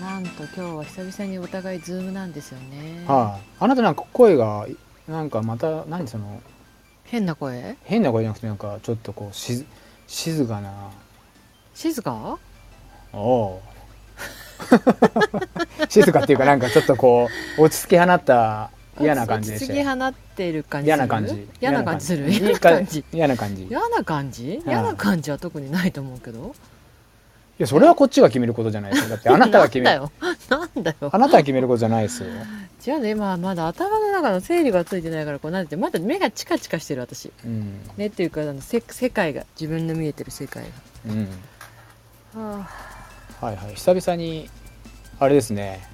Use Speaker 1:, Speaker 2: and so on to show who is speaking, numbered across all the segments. Speaker 1: なんと今日は久々にお互いズームなんですよね。
Speaker 2: はい、あなたなんか声がなんかまた何その
Speaker 1: 変な声
Speaker 2: 変な声じゃなくてなんかちょっとこうしず静かな
Speaker 1: 静か
Speaker 2: おう静かっていうかなんかちょっとこう落ち着き放った嫌な感じでし
Speaker 1: 落
Speaker 2: た
Speaker 1: ち着き
Speaker 2: よ
Speaker 1: 放ってる感じする
Speaker 2: 嫌な感じ
Speaker 1: 嫌な感じする
Speaker 2: い
Speaker 1: 嫌
Speaker 2: い
Speaker 1: な
Speaker 2: 感
Speaker 1: 感
Speaker 2: じ
Speaker 1: じ
Speaker 2: 嫌な感じい
Speaker 1: 嫌な感じ嫌な感じは特にないと思うけど。
Speaker 2: やそれはこっちが決めることじゃないですよだってあなたが決 め
Speaker 1: なんだ
Speaker 2: る
Speaker 1: よ。なんだよ
Speaker 2: あ。なたが決めることじゃないで すよ
Speaker 1: 違うね、今まだ頭の中の整理がついてないから、こうなんて、まだ目がチカチカしてる私。
Speaker 2: うん
Speaker 1: 目っていうか、あのせ世界が、自分の見えてる世界
Speaker 2: うん
Speaker 1: が。はあ、
Speaker 2: はいはい久々にあれですね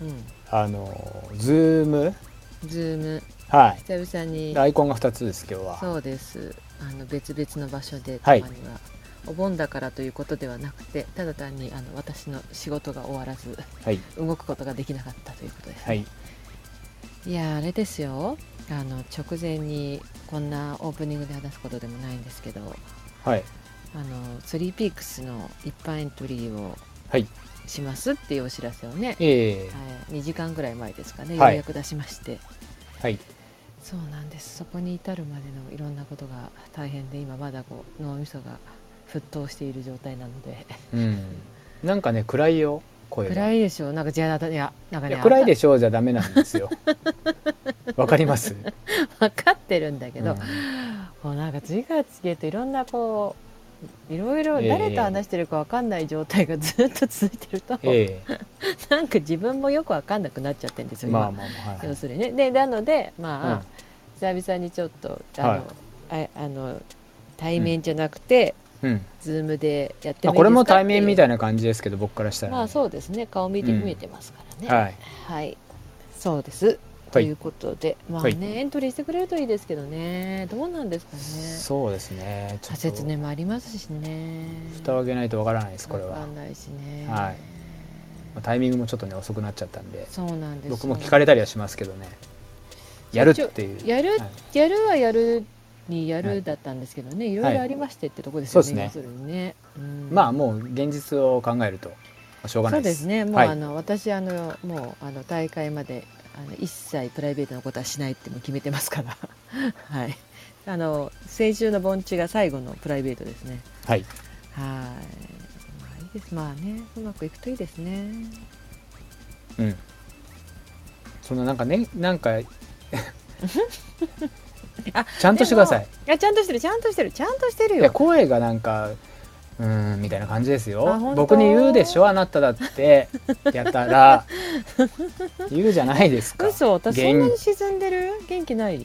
Speaker 1: うん。
Speaker 2: あのズーム
Speaker 1: ズーム、
Speaker 2: はい
Speaker 1: 久々に。
Speaker 2: アイコンが2つです今日は
Speaker 1: そうですあの別々の場所でたま
Speaker 2: はい
Speaker 1: には、お盆だからということではなくてただ単にあの私の仕事が終わらず
Speaker 2: はい
Speaker 1: 動くことができなかったということです、
Speaker 2: はい
Speaker 1: いやーあれですよあの直前にこんなオープニングで話すことでもないんですけど
Speaker 2: はい
Speaker 1: あのスリーピークスの一般エントリーを
Speaker 2: はい
Speaker 1: しますっていうお知らせをね、
Speaker 2: ええ
Speaker 1: はい、2時間ぐらい前ですかねよ
Speaker 2: は
Speaker 1: う
Speaker 2: い
Speaker 1: やく出しまして、
Speaker 2: はい
Speaker 1: そうなんですそこに至るまでのいろんなことが大変で今まだこう脳みそが沸騰している状態なので
Speaker 2: うんなんかね暗いよ声が
Speaker 1: 暗
Speaker 2: い
Speaker 1: いでしょなんかじゃあいやなんかね
Speaker 2: や暗いで
Speaker 1: し
Speaker 2: しょうじゃダメなんです よわかります
Speaker 1: ょ 分かってるんだけど、
Speaker 2: うん
Speaker 1: もうなんか次から次へといろんなこういろいろ
Speaker 2: ええ
Speaker 1: 誰と話してるか分かんない状態がずっと続いてると、
Speaker 2: え
Speaker 1: なんか自分もよく分かんなくなっちゃってるんです
Speaker 2: え
Speaker 1: よ、
Speaker 2: まあ
Speaker 1: 今
Speaker 2: まあまあ、はい
Speaker 1: 要するにねでなのでまあ、
Speaker 2: うん
Speaker 1: 久々にちょっとあ
Speaker 2: は
Speaker 1: の、ああの対面じゃなくて、
Speaker 2: うん
Speaker 1: ズームでやって
Speaker 2: ま
Speaker 1: も
Speaker 2: あ、これも対面みた
Speaker 1: い
Speaker 2: いな感じですけど僕からした
Speaker 1: な
Speaker 2: ら、
Speaker 1: まあそうですね顔見て、
Speaker 2: うん
Speaker 1: 見えてますからね
Speaker 2: はい
Speaker 1: はい、そうですということで、まあね、
Speaker 2: は
Speaker 1: エントリーしてくれるといいですけどねどうなんですかね
Speaker 2: そうですねちょっと
Speaker 1: 説明もありますしね
Speaker 2: 蓋を開けないとわからないですこれ
Speaker 1: わか
Speaker 2: は、ま
Speaker 1: んないしね
Speaker 2: はいあ、タイミングもちょっとね遅くなっちゃったんで
Speaker 1: そうなんですよ
Speaker 2: 僕も聞かれたりはしますけどねやるっていう
Speaker 1: やる、
Speaker 2: は
Speaker 1: やるはやるにや
Speaker 2: は
Speaker 1: る
Speaker 2: い
Speaker 1: だったんですけどね、い、ろいろありましてってとこです
Speaker 2: そう
Speaker 1: よ
Speaker 2: で
Speaker 1: ね
Speaker 2: す、
Speaker 1: 要
Speaker 2: ね
Speaker 1: するにね、うん
Speaker 2: まあもう現実を考えるとまあしょうがな
Speaker 1: そう
Speaker 2: いで
Speaker 1: ですすね。もう、
Speaker 2: はい
Speaker 1: あの私あのもうあの大会まであの一切プライベートのことはしないってもう決めてますから。 はい。あの先週の盆地が最後のプライベートですね。
Speaker 2: はい
Speaker 1: はい。まあいいです。まあね、うまくいくといいですね。
Speaker 2: うんそんななんかねなんか
Speaker 1: あ
Speaker 2: ちゃんとしてください
Speaker 1: いやちゃんとしてる、ちゃんとしてる、ちゃんとしてる
Speaker 2: いや
Speaker 1: よ。
Speaker 2: 声がなんかうーんみたいな感じです
Speaker 1: あ
Speaker 2: よ
Speaker 1: 本当
Speaker 2: 僕に言うでしょあなただってやた ら言うじゃないですか
Speaker 1: 嘘、私そんな
Speaker 2: 元
Speaker 1: に沈んでる？元気ない？
Speaker 2: い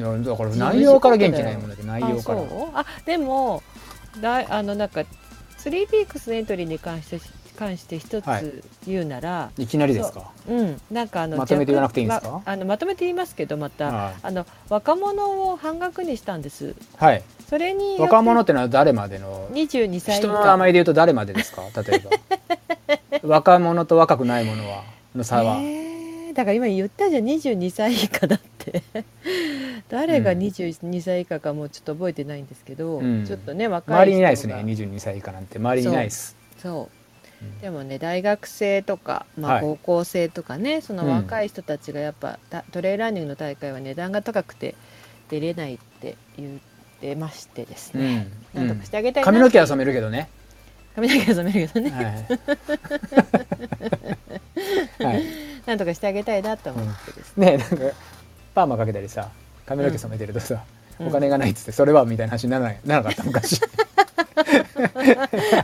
Speaker 2: やだから内容から元気ないもんだけど内容から
Speaker 1: あそうあでもだいあのなんかスリーピークスエントリーに関して関して一
Speaker 2: はい
Speaker 1: つ言うなら。
Speaker 2: いきなりですか
Speaker 1: うん、なんかあの
Speaker 2: まとめて言わなくていいんですか
Speaker 1: まあのまとめて言いますけどまた、
Speaker 2: は
Speaker 1: あの若者を半額にしたんです
Speaker 2: い、はい、
Speaker 1: それに
Speaker 2: 若者ってのは誰までの
Speaker 1: 22歳以下
Speaker 2: 人の名前で言うと誰までですか例え ば若者と若くないものはの差は、
Speaker 1: えーだから今言ったじゃん22歳以下だって 誰が
Speaker 2: うん
Speaker 1: 22歳以下かもうちょっと覚えてないんですけど、
Speaker 2: うん
Speaker 1: ちょっとね若い人が
Speaker 2: 周りにいないですね22歳以下なんて周りにいないです
Speaker 1: そう
Speaker 2: うん
Speaker 1: でもね大学生とか、ま
Speaker 2: は
Speaker 1: あ、
Speaker 2: い
Speaker 1: 高校生とかね、その
Speaker 2: うん
Speaker 1: 若い人たちがやっぱ、たトレイルランニングの大会は値段が高くて出れないって言ってましてです
Speaker 2: う
Speaker 1: ね、
Speaker 2: んう
Speaker 1: なんと
Speaker 2: ん
Speaker 1: かしてあげたいな
Speaker 2: 髪の毛は染めるけど ね、
Speaker 1: 髪の毛は染めるけどね、
Speaker 2: はい、はい、
Speaker 1: なんとかしてあげたいなと思ってですね、
Speaker 2: ねなんかパーマかけたりさ髪の毛染めてるとさ、
Speaker 1: うん
Speaker 2: お金がないっつってそれはみたいな話にならないならなかった昔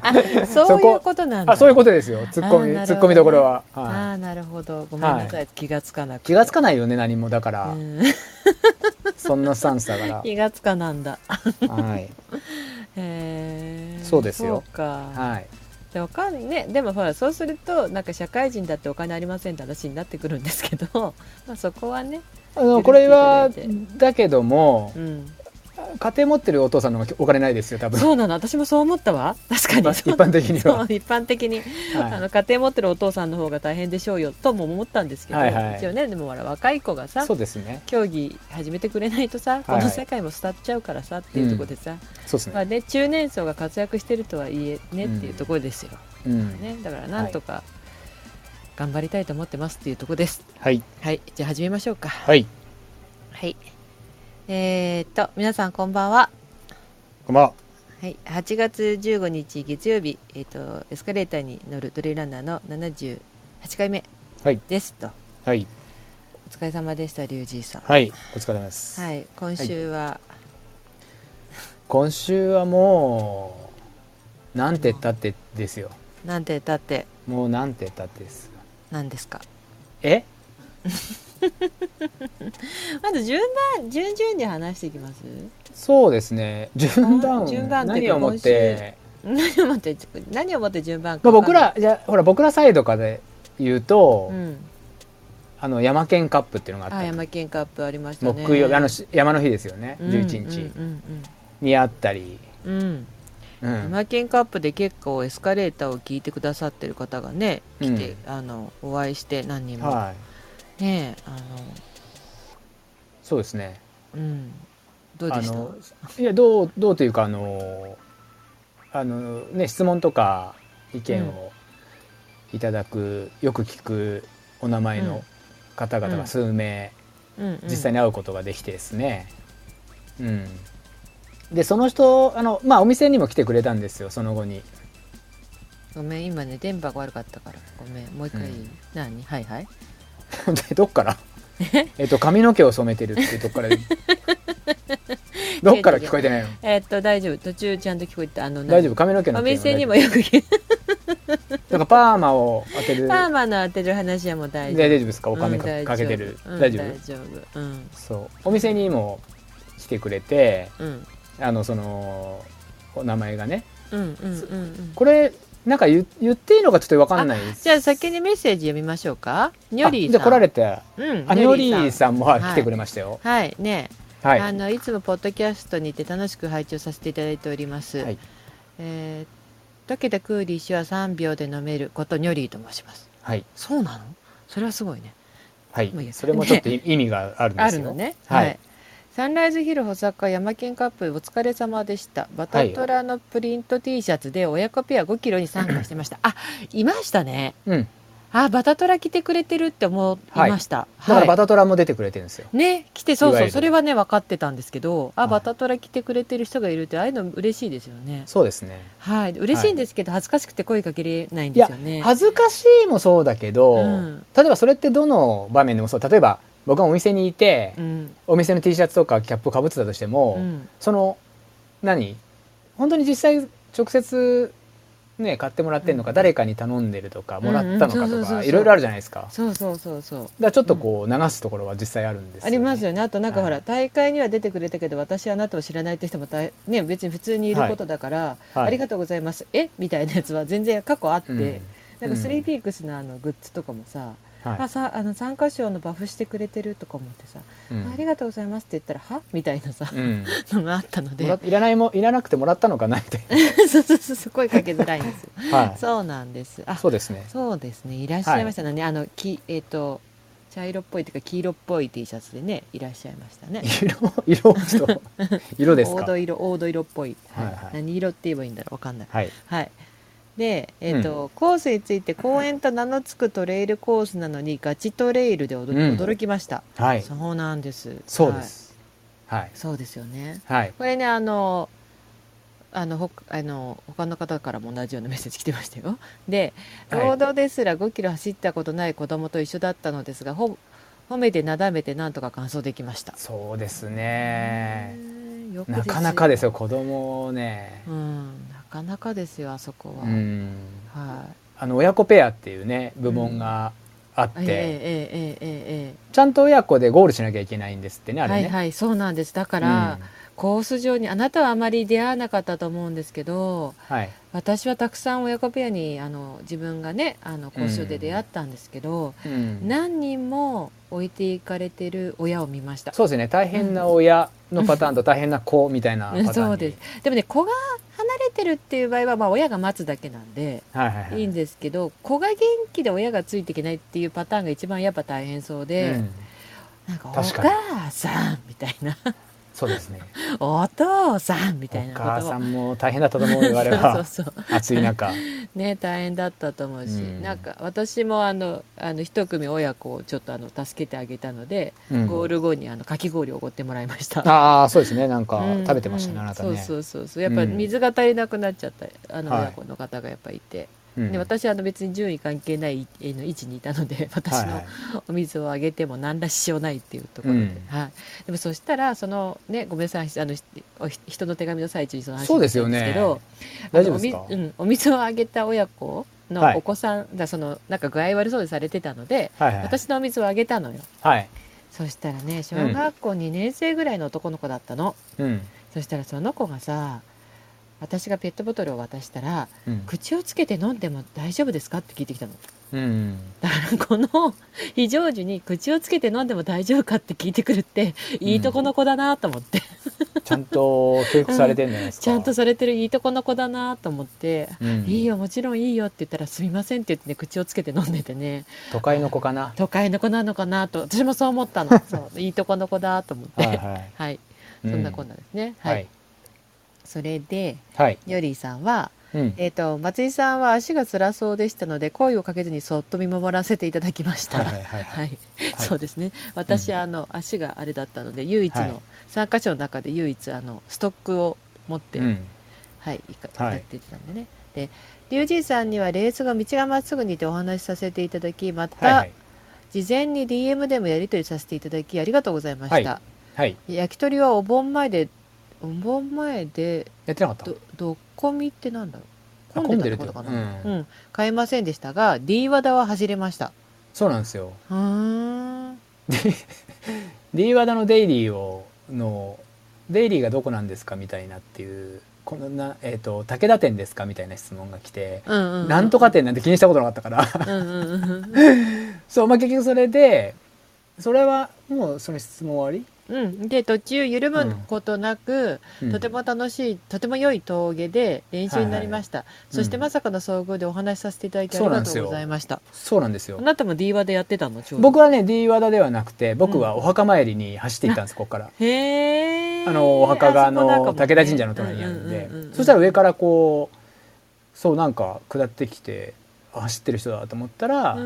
Speaker 1: あそういうことなんだ
Speaker 2: あそういうことですよツッコミ
Speaker 1: あーなるほどね
Speaker 2: ツッコミどころは、
Speaker 1: あ
Speaker 2: は
Speaker 1: ーなるほどごめんなさい、気がつかなく
Speaker 2: い、
Speaker 1: て
Speaker 2: 気がつかないよね何もだから、
Speaker 1: うん
Speaker 2: そんなスタンスだか
Speaker 1: 気がつかなんだ
Speaker 2: らはい
Speaker 1: へー
Speaker 2: そうですよ
Speaker 1: そうか、
Speaker 2: はい
Speaker 1: でお金ね、でもほらそうするとなんか社会人だってお金ありませんって話になってくるんですけど まあそこはね、
Speaker 2: あのこれは
Speaker 1: 許していただ
Speaker 2: だけども
Speaker 1: う、ん、
Speaker 2: 家庭持ってるお父さんの方がお金ないですよ多分
Speaker 1: そうなの私もそう思ったわ確か
Speaker 2: 一
Speaker 1: に
Speaker 2: 般
Speaker 1: そう
Speaker 2: 一般的に
Speaker 1: そ
Speaker 2: は
Speaker 1: う一般的に、あ
Speaker 2: は
Speaker 1: の家庭持ってるお父さんの方が大変でしょうよとも思ったんですけど、
Speaker 2: はいはい
Speaker 1: 一応ねでもほら若い子が
Speaker 2: い
Speaker 1: さ
Speaker 2: そうですね
Speaker 1: 競技始めてくれないとさ、
Speaker 2: はい
Speaker 1: この世界も伝っちゃうからさっていうところでさ、
Speaker 2: そうです
Speaker 1: ま
Speaker 2: ね
Speaker 1: あね、中年層が活躍してるとはいえね、
Speaker 2: うん
Speaker 1: っていうところですよ、
Speaker 2: うん
Speaker 1: ね、だからなんとか頑張りたいと思ってますっていうところです
Speaker 2: はい
Speaker 1: はいじゃあ始めましょうか
Speaker 2: はい
Speaker 1: はいえー、っと皆さんこんばんは
Speaker 2: こんばんは
Speaker 1: はい、8月15日月曜日、えー、とエスカレーターに乗るトレイランナーの78回目
Speaker 2: はい
Speaker 1: ですと、
Speaker 2: はい
Speaker 1: お疲れ様でした龍二さん、
Speaker 2: はいお疲れ様です、
Speaker 1: はい、今週は、
Speaker 2: 今週はもうなんて言ったってですよ
Speaker 1: なんてだって
Speaker 2: もうなんて言ったってですよ
Speaker 1: 何ですか
Speaker 2: え
Speaker 1: まず順番順々に話していきます
Speaker 2: そうですね順番
Speaker 1: あ順番っていう
Speaker 2: 何
Speaker 1: か
Speaker 2: をもって、
Speaker 1: 何をもって何をもって順番か
Speaker 2: まあ、僕
Speaker 1: わ
Speaker 2: らじゃあほら僕らサイドからで言うと、
Speaker 1: かんない、うん、
Speaker 2: あの山県カップっていうのがあった
Speaker 1: あ
Speaker 2: んです
Speaker 1: 山県カップありましたね
Speaker 2: 木曜日あのし山の日ですよね、
Speaker 1: うん
Speaker 2: 11日
Speaker 1: うん
Speaker 2: にあったり、
Speaker 1: うんうん、うん
Speaker 2: うん
Speaker 1: 山県カップで結構エスカレーターを聞いてくださってる方がね来て、あのお会いして何人も、
Speaker 2: はい
Speaker 1: ねえあ
Speaker 2: そうですね
Speaker 1: のうんどうでした
Speaker 2: あのいやどうどうというかあのあのね質問とか意見をいただく、よく聞くお名前の方々が数名、
Speaker 1: うんうん、
Speaker 2: 実際に会うことができてですね、うんでその人あの、まあ、お店にも来てくれたんですよその後に。
Speaker 1: ごめん今ね電波が悪かったからごめんもう一回、
Speaker 2: うん
Speaker 1: 何はいはい
Speaker 2: でどっからえっと髪の毛を染めてるってどっから どっから聞こえてないの
Speaker 1: えっと大丈夫途中ちゃんと聞こえてたあの何
Speaker 2: 大丈夫髪の毛の
Speaker 1: お
Speaker 2: 毛
Speaker 1: 店にも
Speaker 2: 大丈
Speaker 1: よく聞い
Speaker 2: 夫なんかパーマを当てる
Speaker 1: パーマの当てる話はもう大
Speaker 2: 大
Speaker 1: 丈夫
Speaker 2: 丈夫ですかお金
Speaker 1: うん大
Speaker 2: か
Speaker 1: 丈夫
Speaker 2: かけてる
Speaker 1: うん
Speaker 2: 大丈夫
Speaker 1: 大丈夫うん
Speaker 2: そうお店にも来てくれて
Speaker 1: うん
Speaker 2: あのそのお名前がね
Speaker 1: うんうんうんうん
Speaker 2: これなんか言言っていいのかちょっと分かんない
Speaker 1: じゃあ先にメッセージ読みましょうかニョリー
Speaker 2: じ
Speaker 1: さ
Speaker 2: ゃ
Speaker 1: ん
Speaker 2: あ来られてあ
Speaker 1: うん
Speaker 2: ニョリーさんもはい
Speaker 1: はい
Speaker 2: 来てくれましたよ
Speaker 1: はいね
Speaker 2: はい
Speaker 1: あのいつもポッドキャストにて楽しく拝聴させていただいております、
Speaker 2: はい
Speaker 1: えー溶けたクーリッシュは3秒で飲めることニョリーと申します
Speaker 2: はい
Speaker 1: そうなのそれはすごいね
Speaker 2: はい
Speaker 1: もういいや
Speaker 2: それもちょっと意意味があるんで
Speaker 1: あ
Speaker 2: す
Speaker 1: る
Speaker 2: よ
Speaker 1: のね
Speaker 2: はい
Speaker 1: サンライズヒル保坂山県カップお疲れ様でしたバタトラのプリント T シャツで親子ペア5キロに参加してました、あいましたね
Speaker 2: うん
Speaker 1: あバタトラ来てくれてるって思いました、
Speaker 2: だから
Speaker 1: はい
Speaker 2: バタトラも出てくれてるんですよ
Speaker 1: ね来てそう
Speaker 2: いわ
Speaker 1: そ
Speaker 2: ゆ
Speaker 1: う
Speaker 2: る
Speaker 1: それはね分かってたんですけどあ、
Speaker 2: はい
Speaker 1: バタトラ来てくれてる人がいるってああいうの嬉しいですよね
Speaker 2: そうですね
Speaker 1: はい嬉しいんですけど、恥ずかしくて声かけれないん
Speaker 2: い
Speaker 1: です
Speaker 2: や
Speaker 1: よね
Speaker 2: 恥ずかしいもそうだけど、
Speaker 1: うん
Speaker 2: 例えばそれってどの場面でもそう例えば僕がお店にいて、
Speaker 1: うん
Speaker 2: お店の T シャツとかキャップをかぶってたとしても、
Speaker 1: うん
Speaker 2: その何本当に実際直接ね買ってもらってんのか、
Speaker 1: うん
Speaker 2: 誰かに頼んでるとかもらったの
Speaker 1: う
Speaker 2: か
Speaker 1: んそうそ
Speaker 2: と
Speaker 1: うそうそ
Speaker 2: か
Speaker 1: う
Speaker 2: いろいろあるじゃないですかだか
Speaker 1: そうそうそうそう
Speaker 2: らちょっとこう流すところは実際あるんですよ、
Speaker 1: あります
Speaker 2: よ
Speaker 1: よねあとなんかほら、
Speaker 2: はい
Speaker 1: 大会には出てくれたけど私はあなたを知らないって人も大ね、別に普通にいることだから、
Speaker 2: はい
Speaker 1: ありがとうございますえみたいなやつは全然過去あって、
Speaker 2: うん
Speaker 1: なんかスリ
Speaker 2: うん
Speaker 1: ーピークスのあのグッズとかもさ,、
Speaker 2: は
Speaker 1: あさあの参加賞のバフしてくれてるとか思ってさ、
Speaker 2: い、うん
Speaker 1: ありがとうございますって言ったらはみたいなさ、
Speaker 2: うん
Speaker 1: のがあったので
Speaker 2: もらいらないもいらなくてもらったのかなみたい
Speaker 1: そうそうそうそう声かけづらいんですよ
Speaker 2: な、はい、そ
Speaker 1: そうなんですあ
Speaker 2: うですね
Speaker 1: そうですねいらっしゃいましたね、あのきえっ、と茶色っぽいというか黄色っぽい T シャツでねいらっしゃいましたね
Speaker 2: 色色をちょっ と色です
Speaker 1: 黄
Speaker 2: か
Speaker 1: 土色黄土色っぽい、はい
Speaker 2: はいはい
Speaker 1: 何色って言えばいいんだろうわかんない
Speaker 2: はい
Speaker 1: はいで、えっとコースについて公園と名の付くトレイルコースなのにガチトレイルで驚,、
Speaker 2: うん
Speaker 1: 驚きました
Speaker 2: はい
Speaker 1: そうなんです
Speaker 2: そうで
Speaker 1: はい
Speaker 2: すはい
Speaker 1: そうですよね
Speaker 2: はい
Speaker 1: これねあのあのほかあの他の方からも同じようなメッセージ来てましたよ。で
Speaker 2: はい
Speaker 1: ロードですら5キロ走ったことない子供と一緒だったのですがほ褒めてなだめてなんとか完走できました。
Speaker 2: そうですね
Speaker 1: へえよく
Speaker 2: なかなかです
Speaker 1: よ。
Speaker 2: よ子供をね
Speaker 1: うん、なかなかですよあそこは。
Speaker 2: うん
Speaker 1: は
Speaker 2: あの親子ペアっていうね部門があっ
Speaker 1: い。えええ
Speaker 2: て、
Speaker 1: ええええええ
Speaker 2: ちゃんと親子でゴールしなきゃいけないんですってね
Speaker 1: え
Speaker 2: あれね、
Speaker 1: はいはいそうなんですだから、コース上にあなたはあまり出会わなかったと思うんですけど
Speaker 2: はい
Speaker 1: 私はたくさん親子ペアにあの自分がねあの交渉で出会ったんですけど、
Speaker 2: うん
Speaker 1: 何人も置いていかれてる親を見ました
Speaker 2: そうですね大変な親のパターンと大変な子みたいなパターンに
Speaker 1: そうですでもね子が離れてるっていう場合は、まあ、親が待つだけなんで
Speaker 2: はいはいはい
Speaker 1: いん
Speaker 2: で、
Speaker 1: ですけど子が元気で親がついていけないっていうパターンが一番やっぱ大変そうで、
Speaker 2: うん
Speaker 1: なんか「お
Speaker 2: 確かに
Speaker 1: 母さん」みたいな
Speaker 2: そうですね
Speaker 1: 「お父さん」みたい
Speaker 2: お
Speaker 1: なことを
Speaker 2: 母さんも大変だったと思うよ我々 は
Speaker 1: そうそうそう
Speaker 2: 暑い中
Speaker 1: ね大変だったと思うし、
Speaker 2: うん
Speaker 1: なんか私もあのあの一組親子をちょっとあの助けてあげたので、
Speaker 2: うん
Speaker 1: ゴール後にあのかき氷をおごってもらいました。
Speaker 2: ああそうですねなんか
Speaker 1: うん
Speaker 2: 食べてましたね、
Speaker 1: うん
Speaker 2: あなたね
Speaker 1: そうそうそうそうやっぱり
Speaker 2: うん
Speaker 1: 水が足りなくなっちゃった、あの
Speaker 2: はい
Speaker 1: 親子の方がやっぱいて、
Speaker 2: うん
Speaker 1: で私あの別に順位関係ないえーの位置にいたので 私
Speaker 2: はいは
Speaker 1: の
Speaker 2: い
Speaker 1: お水をあげても何ら支障ないっていうところで、
Speaker 2: うん
Speaker 1: はい、でもそしたらそのねごめんなさいあのひおひ人の手紙の最中にその話
Speaker 2: そうですよね
Speaker 1: になったんですけど
Speaker 2: 大丈夫ですか
Speaker 1: あのお水うん、お水をあげた親子
Speaker 2: はい
Speaker 1: のお子さん、だそのなんか具合悪そうでされてたので、
Speaker 2: はいはい
Speaker 1: 私のお水をあげたのよ
Speaker 2: はい
Speaker 1: そしたらね小学校2年生ぐらいの男の子だったの、
Speaker 2: うん
Speaker 1: そしたらその子がさ私がペットボトルを渡したら
Speaker 2: うん
Speaker 1: 口をつけて飲んでも大丈夫ですかって聞いてきたの
Speaker 2: うん
Speaker 1: だからこの非常時に口をつけて飲んでも大丈夫かって聞いてくるっていいとこの子だなと思って、
Speaker 2: ちゃんと教育されてんじゃないです か、
Speaker 1: ちゃんとされてるいいとこの子だなと思って
Speaker 2: うん
Speaker 1: いいよもちろんいいよって言ったら「すみません」って言ってね口をつけて飲んでてね
Speaker 2: 都会の子かな
Speaker 1: 都会の子なのかなと私もそう思った のそういいとこの子だと思って
Speaker 2: は
Speaker 1: はいい、
Speaker 2: はい
Speaker 1: そんなこんなですね、
Speaker 2: は
Speaker 1: はいい、それで
Speaker 2: はい、
Speaker 1: ヨリーさんは、
Speaker 2: うん、
Speaker 1: えーと「松井さんは足が辛そうでしたので声をかけずにそっと見守らせていただきました」
Speaker 2: はいはいはいは
Speaker 1: はい、そうですね私、あの足があれだったので唯一の、
Speaker 2: はい
Speaker 1: 参加者の中で唯一あのストックを持って、
Speaker 2: うん
Speaker 1: はい、いか
Speaker 2: はい
Speaker 1: やっていたんでね。で龍神さんにはレースが道がまっすぐにてお話しさせていただきま
Speaker 2: はいは
Speaker 1: た
Speaker 2: い
Speaker 1: 事前に DM でもやり取りさせていただきありがとうございました、
Speaker 2: ははい
Speaker 1: 焼き鳥はお盆前でお盆前で
Speaker 2: やってなかった
Speaker 1: どどっこみってなんだろ
Speaker 2: あ
Speaker 1: う混
Speaker 2: 混ん
Speaker 1: ん
Speaker 2: で
Speaker 1: で
Speaker 2: る
Speaker 1: る
Speaker 2: っ
Speaker 1: っててこ
Speaker 2: こ
Speaker 1: とと
Speaker 2: か
Speaker 1: か
Speaker 2: な
Speaker 1: な、うん買えませんでしたが D 和田は走れました
Speaker 2: そうなんですよ
Speaker 1: うーん
Speaker 2: D 和田のデイリーをのデイリーがどこなんですかみたいなっていうこのなえっ、と武田店ですかみたいな質問が来て、
Speaker 1: うんうんうん
Speaker 2: なんとか店なんて気にしたことなかったから
Speaker 1: うんうんうん
Speaker 2: そう、まあ、結局それで、それはもうその質問終わ
Speaker 1: うん、で途中緩むことなく、
Speaker 2: り、うん
Speaker 1: とても楽しいとても良い峠で練習になりました、
Speaker 2: い
Speaker 1: そして
Speaker 2: うん
Speaker 1: まさかの遭遇でお話しさせていただきあ
Speaker 2: そう
Speaker 1: り
Speaker 2: な
Speaker 1: が
Speaker 2: んです
Speaker 1: と
Speaker 2: よ
Speaker 1: うございました
Speaker 2: そうなんですよ
Speaker 1: あ。なたも D 和でやってたのちょうど
Speaker 2: 僕はね、D 和田ではなくて、僕はお墓参りに走っていったんです、ここから。
Speaker 1: へえ
Speaker 2: あの、お墓があの、武田神社の隣にあるんで、そしたら上からこう、そうなんか下ってきて、あ走ってる人だと思ったら、ニ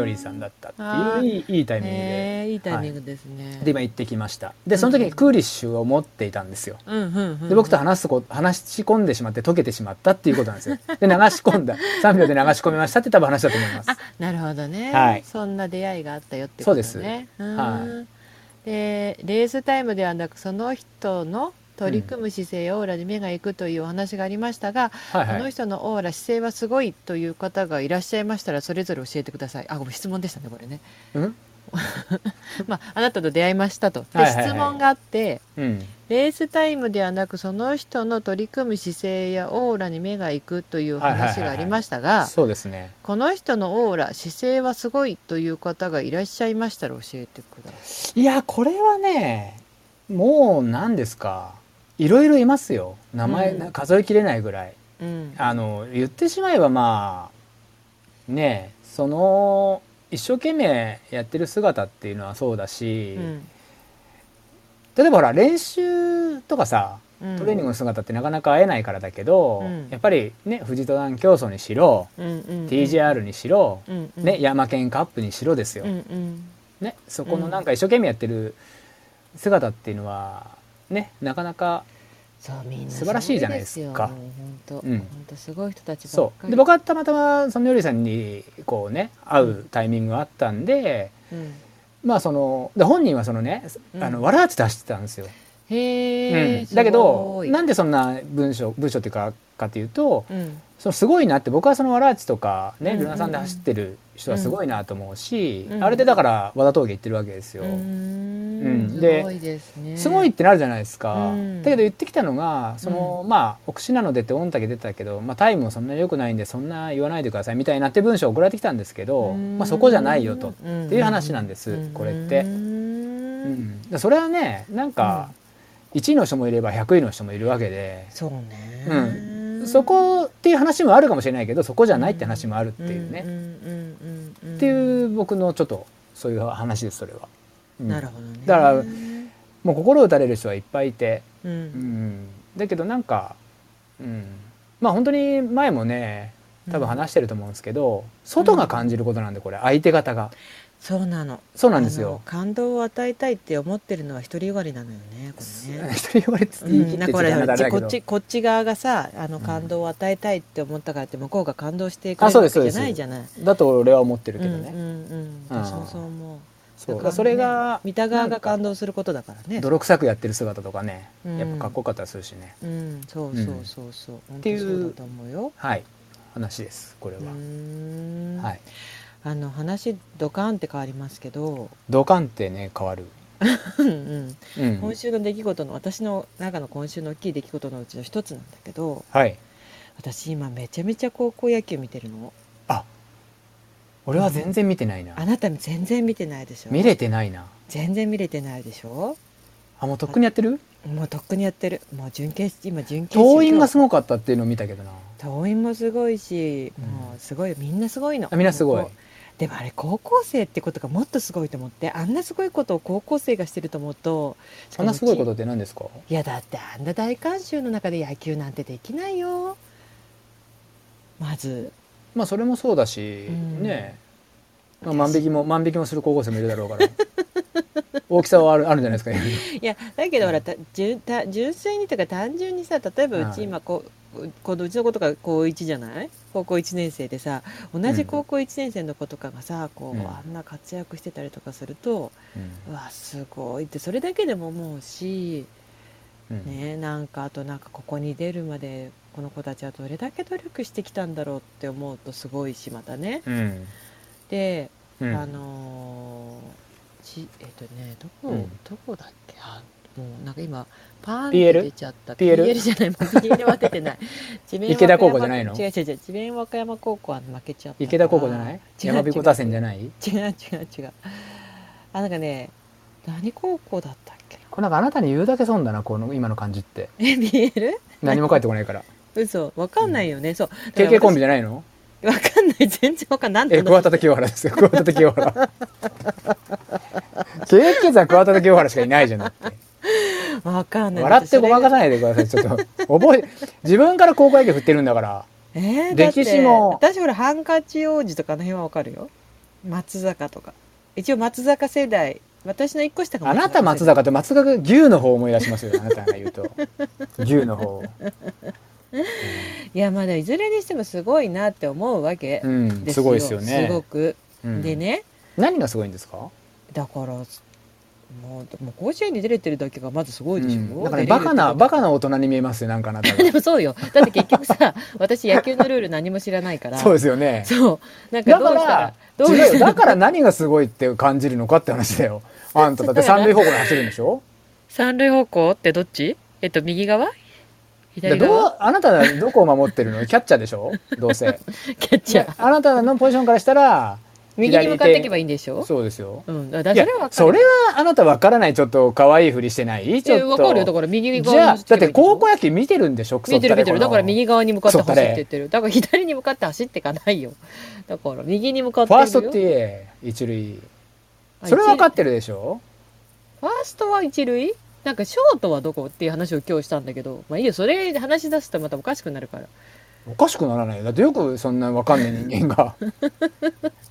Speaker 2: ョリーさんだ
Speaker 1: っ
Speaker 2: ったっていう、いいいいタイミングで。
Speaker 1: いいタイミングですね、
Speaker 2: で、今行ってきました。で、その時にクーリッシュを持っていたんですよ。
Speaker 1: うんうんうんうん
Speaker 2: で僕と話すこ話し込んでしまって溶けてしまったっていうことなんですよ。で流し込 んだ3秒で流し込みましたって多分話だと思います
Speaker 1: あ。なるほどね、
Speaker 2: はい
Speaker 1: そんな出会いがあったよってことね
Speaker 2: そうです
Speaker 1: うーん
Speaker 2: は
Speaker 1: でレースタイムではなくその人の取り組む姿勢やオーラに目が行くというお話がありましたが、
Speaker 2: はい
Speaker 1: あの
Speaker 2: はい。
Speaker 1: 人のオーラ姿勢はすごいという方がいらっしゃいましたらそれぞれ教えてくださいあごめん質問でしたねこれね、
Speaker 2: うん？
Speaker 1: まあ、あなたと出会いましたとで、
Speaker 2: はいはいはい
Speaker 1: 質問があって
Speaker 2: うん。
Speaker 1: レースタイムではなくその人の取り組む姿勢やオーラに目が行くというお話がありましたが、
Speaker 2: そうですね。
Speaker 1: この人のオーラ姿勢はすごいという方がいらっしゃいましたら教えてくださ
Speaker 2: いやこれはねもう何ですか。いろいろいますよ。名前、
Speaker 1: うん
Speaker 2: な数えきれないぐらい。
Speaker 1: い。うん
Speaker 2: あの言ってしまえばまあねえその一生懸命やってる姿っていうのはそうだし、例えばほら練習とかさ
Speaker 1: うん
Speaker 2: トレーニングの姿ってなかなか会えないからだけど、
Speaker 1: うん
Speaker 2: やっぱりね富士登山競争にしろ、
Speaker 1: うんうんうん
Speaker 2: TGR にしろ、
Speaker 1: うんうん
Speaker 2: ね、ヤマケンカップにしろですよ、
Speaker 1: うんうん
Speaker 2: ね、そこのなんか一生懸命やってる姿っていうのはねなかなか
Speaker 1: そうみんな
Speaker 2: 素晴らしいじゃないですか
Speaker 1: すごいですよもう本当
Speaker 2: うん
Speaker 1: 本当すごい人たちばっ
Speaker 2: そ
Speaker 1: か
Speaker 2: う
Speaker 1: り
Speaker 2: で僕はたまたまそのよりさんにこうね会うタイミングがあったんで、
Speaker 1: うん
Speaker 2: まあそので本人はそのね
Speaker 1: うん
Speaker 2: あのわらあちで走ってたんですよ、
Speaker 1: へえ、
Speaker 2: うんだけ
Speaker 1: す
Speaker 2: ど
Speaker 1: ごい
Speaker 2: なんでそんな文章文章っていうかかっていうと
Speaker 1: うん
Speaker 2: そのすごいなって僕はそのわらあちとかね
Speaker 1: うんうんうん
Speaker 2: ルナさんで走ってる人はすごいなと思うし、
Speaker 1: うん
Speaker 2: あれでだから和田峠行ってるわけですよ。
Speaker 1: うーんん
Speaker 2: うんです
Speaker 1: ごいですね。
Speaker 2: すごいってなるじゃないですか、
Speaker 1: うん
Speaker 2: だけど言ってきたのがその、まあ「お口なので」って御嶽出てたけど、まあ、タイムもそんなに良くないんでそんな言わないでくださいみたいなって文章送られてきたんですけど、
Speaker 1: うん
Speaker 2: まあ、そこじゃないよと、
Speaker 1: ん
Speaker 2: っていう話なんです
Speaker 1: うん
Speaker 2: これって
Speaker 1: うん
Speaker 2: うんだからそれはねなんか1位の人もいれば100位の人もいるわけで、
Speaker 1: そうね、
Speaker 2: そこっていう話もあるかもしれないけどそこじゃないって話もあるっていうね、
Speaker 1: んんんんん
Speaker 2: っていう僕のちょっとそういう話ですそれは。うん
Speaker 1: なるほどね
Speaker 2: だから
Speaker 1: うん
Speaker 2: もう心打たれる人はいっぱいいて、
Speaker 1: う
Speaker 2: うんん、だけどなんか、うん、まあ本当に前もね多分話してると思うんですけど、外が感じることなんでこれ相手方が
Speaker 1: そうなの
Speaker 2: そうなんです
Speaker 1: あの
Speaker 2: よ。
Speaker 1: 感動を与えたいって思ってるのは独りよがりなのよねこれね
Speaker 2: 一人言われて
Speaker 1: う
Speaker 2: 言い切
Speaker 1: ん、
Speaker 2: っ
Speaker 1: だ
Speaker 2: て言っ
Speaker 1: か
Speaker 2: ちゃダメ
Speaker 1: ら
Speaker 2: だけど
Speaker 1: こっちこっち側がさあの
Speaker 2: うん
Speaker 1: 感動を与えたいって思ったからって向こうが感動してくれ
Speaker 2: あ
Speaker 1: る
Speaker 2: そう
Speaker 1: わ
Speaker 2: です
Speaker 1: けじゃ
Speaker 2: そう
Speaker 1: な
Speaker 2: で
Speaker 1: い
Speaker 2: す
Speaker 1: じゃない。
Speaker 2: だと俺は思ってる
Speaker 1: う
Speaker 2: け
Speaker 1: んう
Speaker 2: ど
Speaker 1: ん
Speaker 2: ね。
Speaker 1: うん、私もそう思う。
Speaker 2: そう
Speaker 1: だから
Speaker 2: だからそれが
Speaker 1: 見た側が感動することだからね。
Speaker 2: 泥臭くやってる姿とかね、
Speaker 1: うん
Speaker 2: やっぱかっこよかったりするしね。
Speaker 1: うん、そうそうそうそう。本
Speaker 2: っ
Speaker 1: 当
Speaker 2: てい
Speaker 1: に
Speaker 2: う
Speaker 1: そうだと思うよ。
Speaker 2: はい話ですこれ
Speaker 1: う
Speaker 2: は。
Speaker 1: ーん
Speaker 2: はい。
Speaker 1: あの話ドカンって変わりますけど、
Speaker 2: 土管ってね変わる。
Speaker 1: うんうん
Speaker 2: うん
Speaker 1: 今週の出来事の私の中の今週の大きい出来事のうちの一つなんだけど
Speaker 2: はい。
Speaker 1: 私今めちゃめちゃ高校野球見てるの
Speaker 2: あ俺は全然見てないな、
Speaker 1: あなた全然見てないでしょ
Speaker 2: 見れてないな
Speaker 1: 全然見れてないでしょ
Speaker 2: あもうとっくにやってる
Speaker 1: もうとっくにやってるもう準決今準決
Speaker 2: 党員がす
Speaker 1: ごい
Speaker 2: ごかったっていうのを見たけどな
Speaker 1: 党員もすごいし、
Speaker 2: うん
Speaker 1: もうすごいみんなすごいの
Speaker 2: あみんなすごい
Speaker 1: 高校でもあれ高校生ってことがもっとすごいと思ってあんなすごいことを高校生がしてると思うと
Speaker 2: そんなすごい
Speaker 1: と
Speaker 2: ことって何ですか
Speaker 1: いやだってあんな大観衆の中で野球なんてできないよまず
Speaker 2: まあそれもそうだし、
Speaker 1: うん
Speaker 2: ねえ、まあ、万引きも万引きもする高校生もいるだろうから 大きさはあるあるんじゃないですか
Speaker 1: いやだけどほ
Speaker 2: う
Speaker 1: ら
Speaker 2: ん
Speaker 1: た純た純粋にとか単純にさ例えばう
Speaker 2: は
Speaker 1: ち
Speaker 2: い
Speaker 1: 今こうこのうちの子とか高1じゃない高校1年生でさ同
Speaker 2: う
Speaker 1: じ
Speaker 2: ん
Speaker 1: 高校1年生の子とかがさこう、
Speaker 2: うん
Speaker 1: あんな活躍してたりとかすると
Speaker 2: うん
Speaker 1: うわすごいってそれだけでも思うし、
Speaker 2: うん
Speaker 1: ね、なんかあとなんかここに出るまでこの子たちはどれだけ努力してきたんだろうって思うとすごいしまたね。
Speaker 2: うん
Speaker 1: で
Speaker 2: うん
Speaker 1: あのーちえっとねどこ、
Speaker 2: うん
Speaker 1: どこだっけあもうなんか今パーンって
Speaker 2: PL？
Speaker 1: 出ちゃった
Speaker 2: PL？
Speaker 1: じゃないもう PL は出てない智弁和歌山
Speaker 2: 池田高校じゃないの
Speaker 1: 違う違う違う智弁和歌山高校は負けちゃった
Speaker 2: 池田高校じゃない山彦打線じゃ
Speaker 1: ない
Speaker 2: ない
Speaker 1: 違う違う違うあなんかね何高校だったっけな
Speaker 2: これなんかあなたに言うだけ損だなこの今の感じって
Speaker 1: え BL?
Speaker 2: 何も書いてこない から
Speaker 1: 嘘わかんないよね、そう
Speaker 2: KK コンビ
Speaker 1: だ
Speaker 2: じゃないの
Speaker 1: から私わかんない全然わかんない
Speaker 2: え、
Speaker 1: 何の
Speaker 2: 桑田と清原ですよ。桑田と清 原。経験者桑田と清原しかいないじゃなくて。
Speaker 1: わかんない
Speaker 2: 笑ってごまか
Speaker 1: い
Speaker 2: さないでください。ちょっと覚え、自分から高校野球振ってるんだから。
Speaker 1: えー、だって
Speaker 2: 歴史も
Speaker 1: 私ほらハンカチ王子とかあの辺はわかるよ松坂とか一応松坂世代私の一個下が
Speaker 2: あなた松
Speaker 1: 世代
Speaker 2: 坂って松坂牛の方を思い出しますよ。あなたが言うと。牛の方。
Speaker 1: いやまだいずれにしてもすごいなって思うわけ
Speaker 2: うん、
Speaker 1: です
Speaker 2: す
Speaker 1: よ、
Speaker 2: ごいですよね。
Speaker 1: すごく、
Speaker 2: うん
Speaker 1: で。ね
Speaker 2: 何がすごいんですか。
Speaker 1: だからもうもう甲子園に出れてるだけがまずすごいでしょ、
Speaker 2: うんだからね、バカな、バカな大人に見えますよ。なんかあな た
Speaker 1: で
Speaker 2: が。
Speaker 1: もそうよだって結局さ 私野球のルール何も知らないから
Speaker 2: そうですよね。
Speaker 1: そうなんか
Speaker 2: だ
Speaker 1: どう
Speaker 2: か
Speaker 1: したら
Speaker 2: ら
Speaker 1: どう
Speaker 2: 違う
Speaker 1: し
Speaker 2: よ
Speaker 1: た
Speaker 2: だから何がすごいって感じるのかって話だ よあんただって三塁方向に走るんでしょ
Speaker 1: 三塁方向ってどっちえっと右側
Speaker 2: で
Speaker 1: 左
Speaker 2: ど
Speaker 1: 側
Speaker 2: うあなたはどこを守ってるのキャッチャーでしょど うせ
Speaker 1: キャッチャー
Speaker 2: あなたのポジションからしたら
Speaker 1: 右に向かっていけばいいんでしょ
Speaker 2: そうですよ
Speaker 1: うん、だか
Speaker 2: い
Speaker 1: ら
Speaker 2: や
Speaker 1: それは分か
Speaker 2: そ
Speaker 1: る
Speaker 2: れはあなたわからないちょっと可愛いふりしてないち
Speaker 1: え
Speaker 2: ょ
Speaker 1: 分
Speaker 2: っと
Speaker 1: かるよだから右側
Speaker 2: じゃあ
Speaker 1: に
Speaker 2: だって高校
Speaker 1: や
Speaker 2: 野球見てるんでしょクソ
Speaker 1: 見てる見てるだから
Speaker 2: フ
Speaker 1: 右側に向かって走
Speaker 2: そう
Speaker 1: っ
Speaker 2: だ
Speaker 1: て
Speaker 2: ね
Speaker 1: 言ってるだから左に向かって走っていかないよだから右に向かって
Speaker 2: ァーストって
Speaker 1: るよ
Speaker 2: 言え一塁
Speaker 1: あ
Speaker 2: それは分かっ
Speaker 1: 一
Speaker 2: てるでしょ
Speaker 1: ファーストは一塁なんかショートはどこっていう話を今日したんだけどまあいいよそれ話し出すとまたおかしくなるから
Speaker 2: おかしくならないよだってよくそんなわかんない 人間が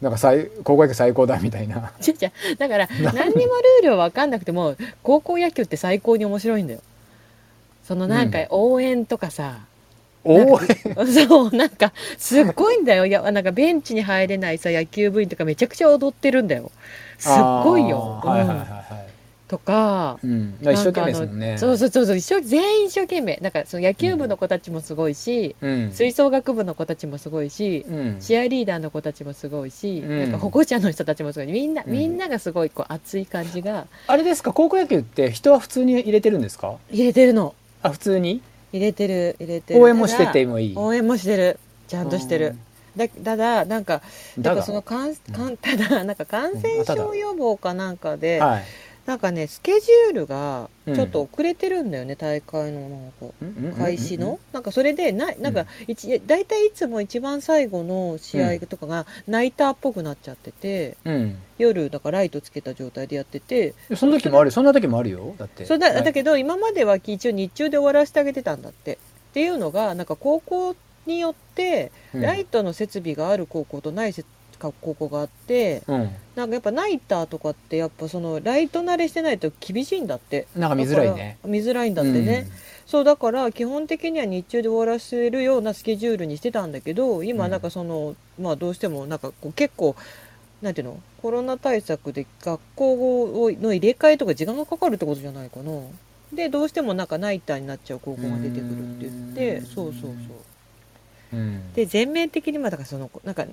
Speaker 2: なんか最高校野球最高だみたい な
Speaker 1: じゃじゃだから
Speaker 2: なん
Speaker 1: 何にもルールは分かんなくても高校野球って最高に面白いんだよそのなんか
Speaker 2: うん
Speaker 1: 応援とかさ、
Speaker 2: おお
Speaker 1: そうなんかすっごいんだよいやなんかベンチに入れないさ野球部員とかめちゃくちゃ踊ってるんだよすっごいよ、
Speaker 2: はいはい
Speaker 1: うん
Speaker 2: はいはい
Speaker 1: とか
Speaker 2: うん、だから一生懸命ですもん
Speaker 1: な
Speaker 2: ね。
Speaker 1: かあのそうそうそうそう一生全員一生懸命なんかその野球部の子たちもすごいし、
Speaker 2: うん、
Speaker 1: 吹奏楽部の子たちもすごいし、
Speaker 2: うん、
Speaker 1: チアリーダーの子たちもすごいし、
Speaker 2: うん
Speaker 1: なんか保護者の人たちもすごいみんな、
Speaker 2: うん
Speaker 1: みんながすごいこう熱い感じが
Speaker 2: あれですか高校野球って人は普通に入れてるんですか
Speaker 1: 入れてるの
Speaker 2: あ普通に
Speaker 1: 入れてる入れてる
Speaker 2: 応援もしててもいい
Speaker 1: ただ応援もしてるちゃんとしてる、だただなんか
Speaker 2: うん
Speaker 1: な
Speaker 2: だ
Speaker 1: ん
Speaker 2: が
Speaker 1: かそのかんかんただなんか感
Speaker 2: うんあ
Speaker 1: 染
Speaker 2: ただ
Speaker 1: 症予防かなんかで、
Speaker 2: はい
Speaker 1: なんかねスケジュールがちょっと遅れてるんだよね、大会のなんか
Speaker 2: うんうんうんうん
Speaker 1: 開始の、なんかそれでななん
Speaker 2: う
Speaker 1: か
Speaker 2: ん
Speaker 1: 一大体いつも一番最後の試合とかがナイターっぽくなっちゃってて
Speaker 2: うん
Speaker 1: 夜だからライトつけた状態でやってて
Speaker 2: その時もあるそんな時もあるよだって
Speaker 1: それだだ
Speaker 2: け
Speaker 1: けど今までは一応日中で終わらせてあげてたんだってっていうのがなんか高校によってライトの設備がある高校とないせ高校があって
Speaker 2: うん
Speaker 1: なんかやっぱナイターとかってやっぱそのライト慣れしてないと厳しいんだって
Speaker 2: なんか見づらいね
Speaker 1: だから見づらいんだってね、そうだから基本的には日中で終わらせるようなスケジュールにしてたんだけど
Speaker 2: う
Speaker 1: 今
Speaker 2: ん
Speaker 1: なんかその、まあどうしてもなんかこう結構なんていうのコロナ対策で学校をの入れ替えとか時間がかかるってことじゃないかなでどうしてもなんかナイターになっちゃう高校が出てくるって言って
Speaker 2: うん
Speaker 1: そうそうそう
Speaker 2: うん、うん
Speaker 1: で全面的にまあだからそのなんか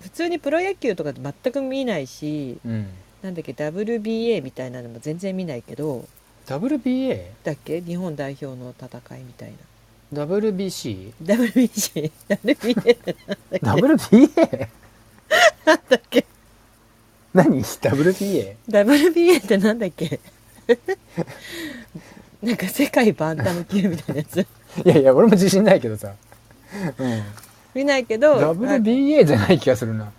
Speaker 1: 普通にプロ野球とか全く見ないし
Speaker 2: うん、
Speaker 1: なんだっけ WBA みたいなのも全然見ないけど
Speaker 2: WBA?
Speaker 1: だっけ日本代表の戦いみたいな
Speaker 2: WBC?
Speaker 1: WBC、WBA って
Speaker 2: WBA?
Speaker 1: なんだっけ
Speaker 2: 何 ?WBA?
Speaker 1: ?WBA ってなんだっけ なんか世界バンタム級みたいなやつ。
Speaker 2: いやいや俺も自信ないけどさ、うん、
Speaker 1: 見ないけど、あ
Speaker 2: WBA じゃない気がするな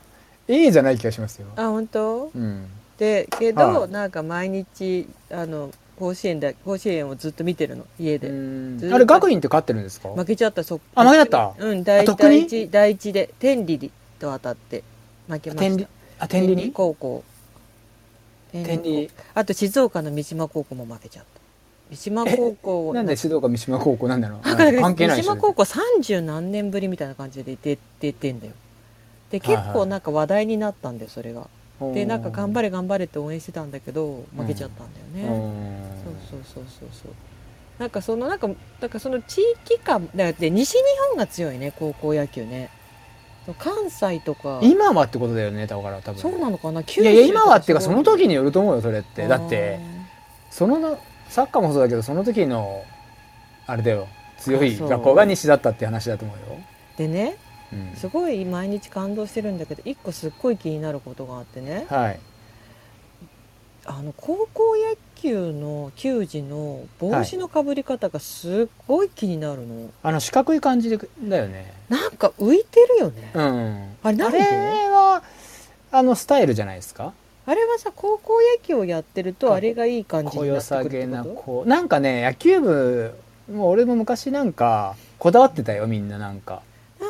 Speaker 2: A じゃない気がしますよ、
Speaker 1: あ、本当
Speaker 2: うん、
Speaker 1: で、けど、
Speaker 2: はい
Speaker 1: なんか毎日、あの、甲子園だ、甲子園をずっと見てるの、家
Speaker 2: う
Speaker 1: で。
Speaker 2: ん
Speaker 1: ずっと
Speaker 2: あれ学院って勝ってるんですか
Speaker 1: 負けちゃった、そ
Speaker 2: あ負けちゃった
Speaker 1: うん、第
Speaker 2: あ特に
Speaker 1: 第一、第一で、天理と当たって、負けま
Speaker 2: 天
Speaker 1: し
Speaker 2: 理
Speaker 1: た。
Speaker 2: あ天理に
Speaker 1: 高校。
Speaker 2: 天
Speaker 1: 高校
Speaker 2: 理
Speaker 1: あと静岡の三島高校も負けちゃった。三島高校
Speaker 2: なんで静岡三島高校なんだろう
Speaker 1: だから
Speaker 2: 関係な
Speaker 1: 三
Speaker 2: いでしょ
Speaker 1: 島高校三十何年ぶりみたいな感じで出出てんだよ。で
Speaker 2: はい
Speaker 1: 結
Speaker 2: はい
Speaker 1: 構なんか話題になったんだよそれが。でなんか頑張
Speaker 2: れ
Speaker 1: れ頑張れって応援してたんだけど負けちゃったんだよね。そうそうそうそうそう。なんかそのなんかなんかその地域感だって西日本が強いね高校野球ね。関西とか
Speaker 2: 今はってことだよねだから多分
Speaker 1: そうなのかな九
Speaker 2: いやいや今はっていうかその時
Speaker 1: に
Speaker 2: によると思うよそれってだってそのなサッカーもそうだけどその時のあれだよ強い
Speaker 1: あそう
Speaker 2: 学校が西だったって話だと思うよ、
Speaker 1: でね
Speaker 2: うん
Speaker 1: すごい毎日感動してるんだけど一個すっごい気になることがあってね。
Speaker 2: はい
Speaker 1: あの高校野球の球児の帽子のかぶり方がすっごい気になるの、
Speaker 2: あの四角い感じでだよね
Speaker 1: なんか浮いてるよね、
Speaker 2: うん
Speaker 1: あれな
Speaker 2: あ
Speaker 1: んで
Speaker 2: れ
Speaker 1: あれ
Speaker 2: はあのスタイルじゃないですか
Speaker 1: はさ高校野球をやってるとあれがいい感じ
Speaker 2: こ
Speaker 1: に
Speaker 2: よ
Speaker 1: なって
Speaker 2: さ
Speaker 1: くる
Speaker 2: げ
Speaker 1: って
Speaker 2: な
Speaker 1: こ
Speaker 2: こうなんかね野球部もう俺も昔なんかこだわってたよみんなな んか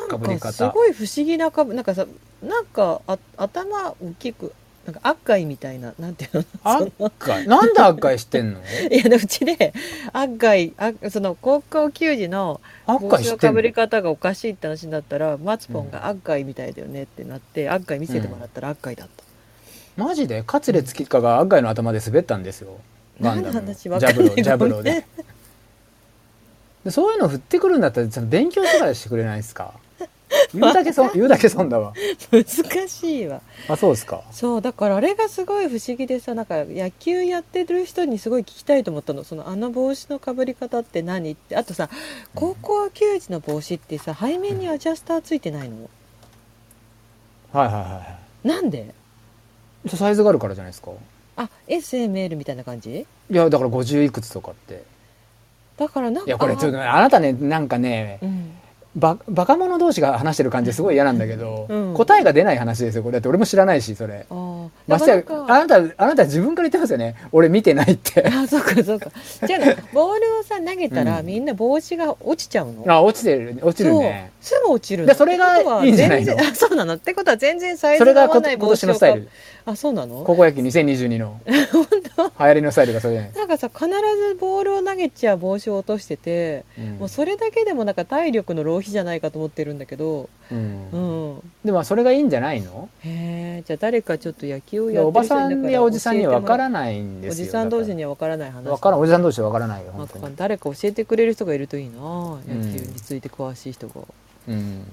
Speaker 1: と
Speaker 2: 被
Speaker 1: なん
Speaker 2: り
Speaker 1: か
Speaker 2: 方
Speaker 1: すごい不思議なかぶなんかさなんかあ頭大きくなんか赤いみたいななんていうの
Speaker 2: 赤いなんで赤いしてんの
Speaker 1: いやでうちで赤いあその高校球児の帽
Speaker 2: 赤い
Speaker 1: 子
Speaker 2: し
Speaker 1: の
Speaker 2: て
Speaker 1: か
Speaker 2: ん
Speaker 1: ぶり
Speaker 2: の
Speaker 1: 方がおかしいって話になったらマツポンが「アッカイみたいだよね」ってなって、アッカイ見せてもらったらアッカイだった。
Speaker 2: マジで勝烈吉川が赤いの頭で滑ったんですよガンダム
Speaker 1: 何の
Speaker 2: ジ
Speaker 1: 話わか
Speaker 2: ャ
Speaker 1: ん
Speaker 2: ブ
Speaker 1: ない
Speaker 2: ロジャブロででそういうの振ってくるんだったらちゃんと勉強とかしてくれないで すか言うだけ損言うだけ損だわ
Speaker 1: 難しいわ
Speaker 2: あそうですか
Speaker 1: そうだからあれがすごい不思議でさなんか野球やってる人にすごい聞きたいと思ったのそのあの帽子のかぶり方って何ってあとさ高校球児の帽子ってさ背面にアジャスターついてないの
Speaker 2: はいはいはいは
Speaker 1: なんで
Speaker 2: いサイズがあるからじゃないですか
Speaker 1: あ SML みたいな感じ
Speaker 2: いやだから50いくつとかって
Speaker 1: だからなんか
Speaker 2: いやこれちょっ
Speaker 1: あ
Speaker 2: とあなたねなんかね
Speaker 1: うん、
Speaker 2: ババカ者同士が話してる感じすごい嫌なんだけど、
Speaker 1: うん
Speaker 2: 答えが出ない話ですよこれだって俺も知らないしそれ
Speaker 1: あーな
Speaker 2: まし
Speaker 1: か
Speaker 2: て
Speaker 1: な
Speaker 2: や
Speaker 1: か
Speaker 2: あなたあなた自分から言ってますよね俺見てないって
Speaker 1: あそうかそうかじゃあボールをさ投げたら、
Speaker 2: うん
Speaker 1: みんな帽子が落ちちゃうの
Speaker 2: あ落ちてる落ちるね
Speaker 1: すぐ落ちる
Speaker 2: でそれがいいんじゃないの
Speaker 1: ってことは全然あそうなのってことは全然サイズ
Speaker 2: それ
Speaker 1: が合
Speaker 2: がこ
Speaker 1: わない
Speaker 2: 今
Speaker 1: 帽子
Speaker 2: 年
Speaker 1: を
Speaker 2: のスタイル
Speaker 1: あそうなの
Speaker 2: 高校野球2022の 流行りのスタイルがそれじゃない
Speaker 1: なんかさ必ずボールを投げちゃ帽子を落としてて、もうそれだけでもなんか体力の浪費じゃないかと思ってるんだけど
Speaker 2: うん
Speaker 1: う
Speaker 2: うん
Speaker 1: ん、
Speaker 2: でもそれがいいんじゃないの
Speaker 1: へえじゃあ誰かちょっと野球を
Speaker 2: い
Speaker 1: や
Speaker 2: やお
Speaker 1: って
Speaker 2: ば
Speaker 1: る人
Speaker 2: さ
Speaker 1: い
Speaker 2: ん
Speaker 1: ない
Speaker 2: や
Speaker 1: ら
Speaker 2: おじさんには
Speaker 1: 教えても
Speaker 2: 分か
Speaker 1: らう
Speaker 2: らないんですよ
Speaker 1: おじさん同士
Speaker 2: だ
Speaker 1: には分からない話
Speaker 2: から分からんおじさん同士は分からない
Speaker 1: ま
Speaker 2: よ
Speaker 1: あ
Speaker 2: 本当に、
Speaker 1: 誰か教えてくれる人がいるといいな野
Speaker 2: ん
Speaker 1: 球について詳しい人が。
Speaker 2: うん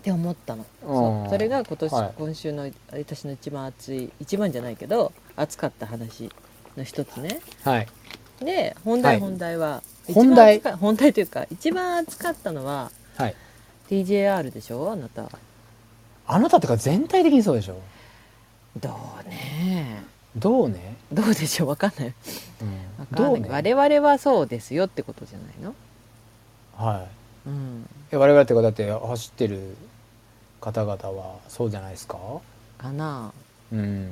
Speaker 1: って思ったの
Speaker 2: う
Speaker 1: そ
Speaker 2: ん
Speaker 1: うそれが今年、
Speaker 2: はい
Speaker 1: 今週の私の一番熱い一番じゃないけど熱かった話の一つね
Speaker 2: はい
Speaker 1: で本題
Speaker 2: はい
Speaker 1: 本題は、一番
Speaker 2: 本題
Speaker 1: 熱か本題というか一番熱かったのは
Speaker 2: はい
Speaker 1: TJR でしょあなた
Speaker 2: あなたってか全体的にそうでしょ
Speaker 1: どうね
Speaker 2: どうね、
Speaker 1: どうでしょうわかんない
Speaker 2: うん
Speaker 1: わか
Speaker 2: どうんね
Speaker 1: ない、我々はそうですよってことじゃないの
Speaker 2: はい
Speaker 1: うん
Speaker 2: え我々ってかだって走ってる方々はそうじゃないですか
Speaker 1: かな
Speaker 2: うん、
Speaker 1: うん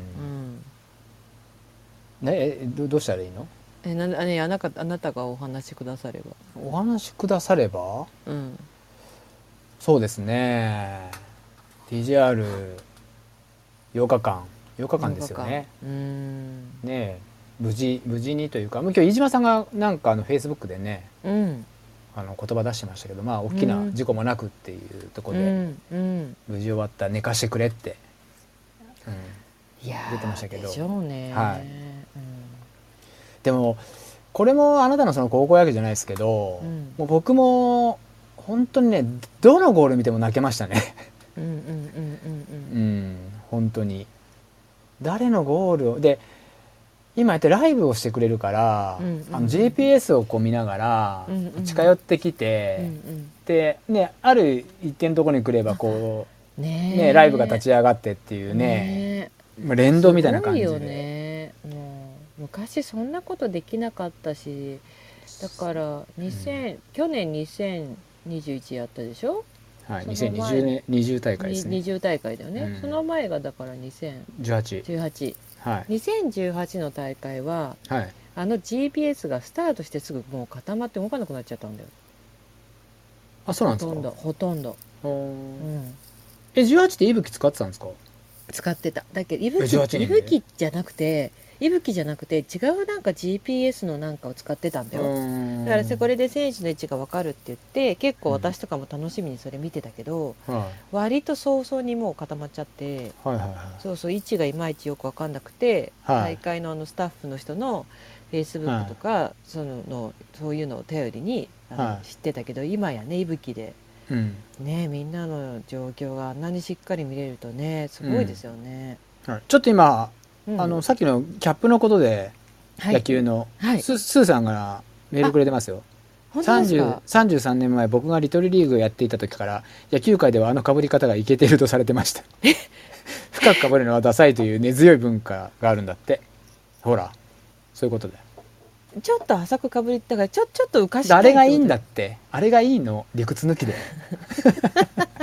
Speaker 2: ねえどどうしたらいいの
Speaker 1: えなあねあなたあなたがお話しくだされば
Speaker 2: お話しくだされば
Speaker 1: うん
Speaker 2: そうですね TGR8 日間8日間ですよね
Speaker 1: うーん
Speaker 2: ねえ無事無事にというかもう今日飯島さんがなんかあのフェイスブックでね
Speaker 1: うん
Speaker 2: あの言葉出してましたけどまあ大き
Speaker 1: う
Speaker 2: なん事故もなくっていうとこ
Speaker 1: う
Speaker 2: ろで、
Speaker 1: んうん
Speaker 2: 無事終わった寝かしてくれって、うん、
Speaker 1: いやー
Speaker 2: 出てましたけど
Speaker 1: でしょうね、
Speaker 2: はい
Speaker 1: うん
Speaker 2: でもこれもあなたのその高校野球じゃないですけど、
Speaker 1: うん
Speaker 2: もう僕も本当にねどのゴール見ても泣けましたね、
Speaker 1: うんうんうんうんうん
Speaker 2: うん、本当に誰のゴールをで今やってライブをしてくれるから、
Speaker 1: うんうんうん
Speaker 2: あの GPS をこう見ながら
Speaker 1: うんうん
Speaker 2: 近寄ってきて、
Speaker 1: うん
Speaker 2: で、ね、ある一定のところに来ればこ
Speaker 1: うん
Speaker 2: う、
Speaker 1: ね
Speaker 2: ね、ライブが立
Speaker 1: ち
Speaker 2: ち上がってっていうねまあ連動みたいな感じ
Speaker 1: すごいよ
Speaker 2: で。
Speaker 1: ねもう昔そんなことできなかったしだから2000、去年2021やったでしょ、
Speaker 2: はい、
Speaker 1: その前
Speaker 2: 2020年20大会ですね
Speaker 1: 20大会だよね、
Speaker 2: うん
Speaker 1: その前がだから2018
Speaker 2: 18はい
Speaker 1: 2018の大会は
Speaker 2: はい
Speaker 1: あの GPS がスタートしてすぐもう固まって動かなくなっちゃったんだよ
Speaker 2: あそうなん
Speaker 1: ほ
Speaker 2: です
Speaker 1: と
Speaker 2: か
Speaker 1: んどほとんど、う
Speaker 2: え
Speaker 1: ん、
Speaker 2: 18っていぶき使ってたんですか
Speaker 1: 使ってただけどいぶ
Speaker 2: 18人
Speaker 1: き
Speaker 2: で
Speaker 1: いぶきじゃなくていぶきじゃなくて違うなんか GPS のなんかを使ってたんだよだからそれこれで選手の位置が分かるって言って結構私とかも楽しみにそれ見てたけど、
Speaker 2: は
Speaker 1: 割と早々にもう固まっちゃって
Speaker 2: いはいはいは
Speaker 1: そうそう位置がいまいちよく分かんなくて、
Speaker 2: は
Speaker 1: 大
Speaker 2: い
Speaker 1: 会のあのスタッフの人のフェイスブックとか、そののそういうのを頼りにあの、
Speaker 2: はい
Speaker 1: 知ってたけど今やねいぶきで
Speaker 2: い、うん
Speaker 1: ねみんなの状況があんなにしっかり見れるとねすごいですよね。
Speaker 2: はい、ちょっと今、
Speaker 1: うん
Speaker 2: あのさっきのキャップのことで
Speaker 1: はい
Speaker 2: 野球の、
Speaker 1: はい
Speaker 2: ススーさんからメールくれてますよ
Speaker 1: 本当です
Speaker 2: 30
Speaker 1: か
Speaker 2: 33年前僕がリトルリーグをやっていた時から野球界ではあの被り方がイケてるとされてました 深く被るのはダサいという根強い文化があるんだってほらそういうことだよ
Speaker 1: ちょっと浅くかぶりだからちょちょっと浮かして
Speaker 2: あれがいいんだってあれがいいの理屈抜きで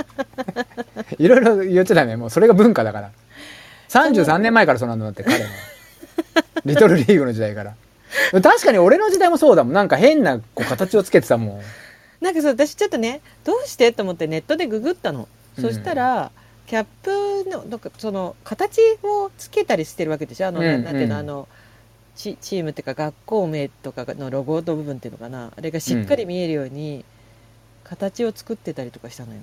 Speaker 2: いろいろ言っちゃダメもうそれが文化だから33年前からそうなんだって彼のリトルリーグの時代から確かに俺の時代もそうだもんなんか変なこう形をつけてたもん
Speaker 1: なんかそう私ちょっとねどうしてと思ってネットでググったの、
Speaker 2: うん
Speaker 1: そしたらキャップのなんかその形をつけたりしてるわけでしょあの、
Speaker 2: うん
Speaker 1: ななんていうの
Speaker 2: うん
Speaker 1: あのチチームっていうか学校名とかのロゴの部分っていうのかなあれがしっかり見えるように形を作ってたりとかしたのよ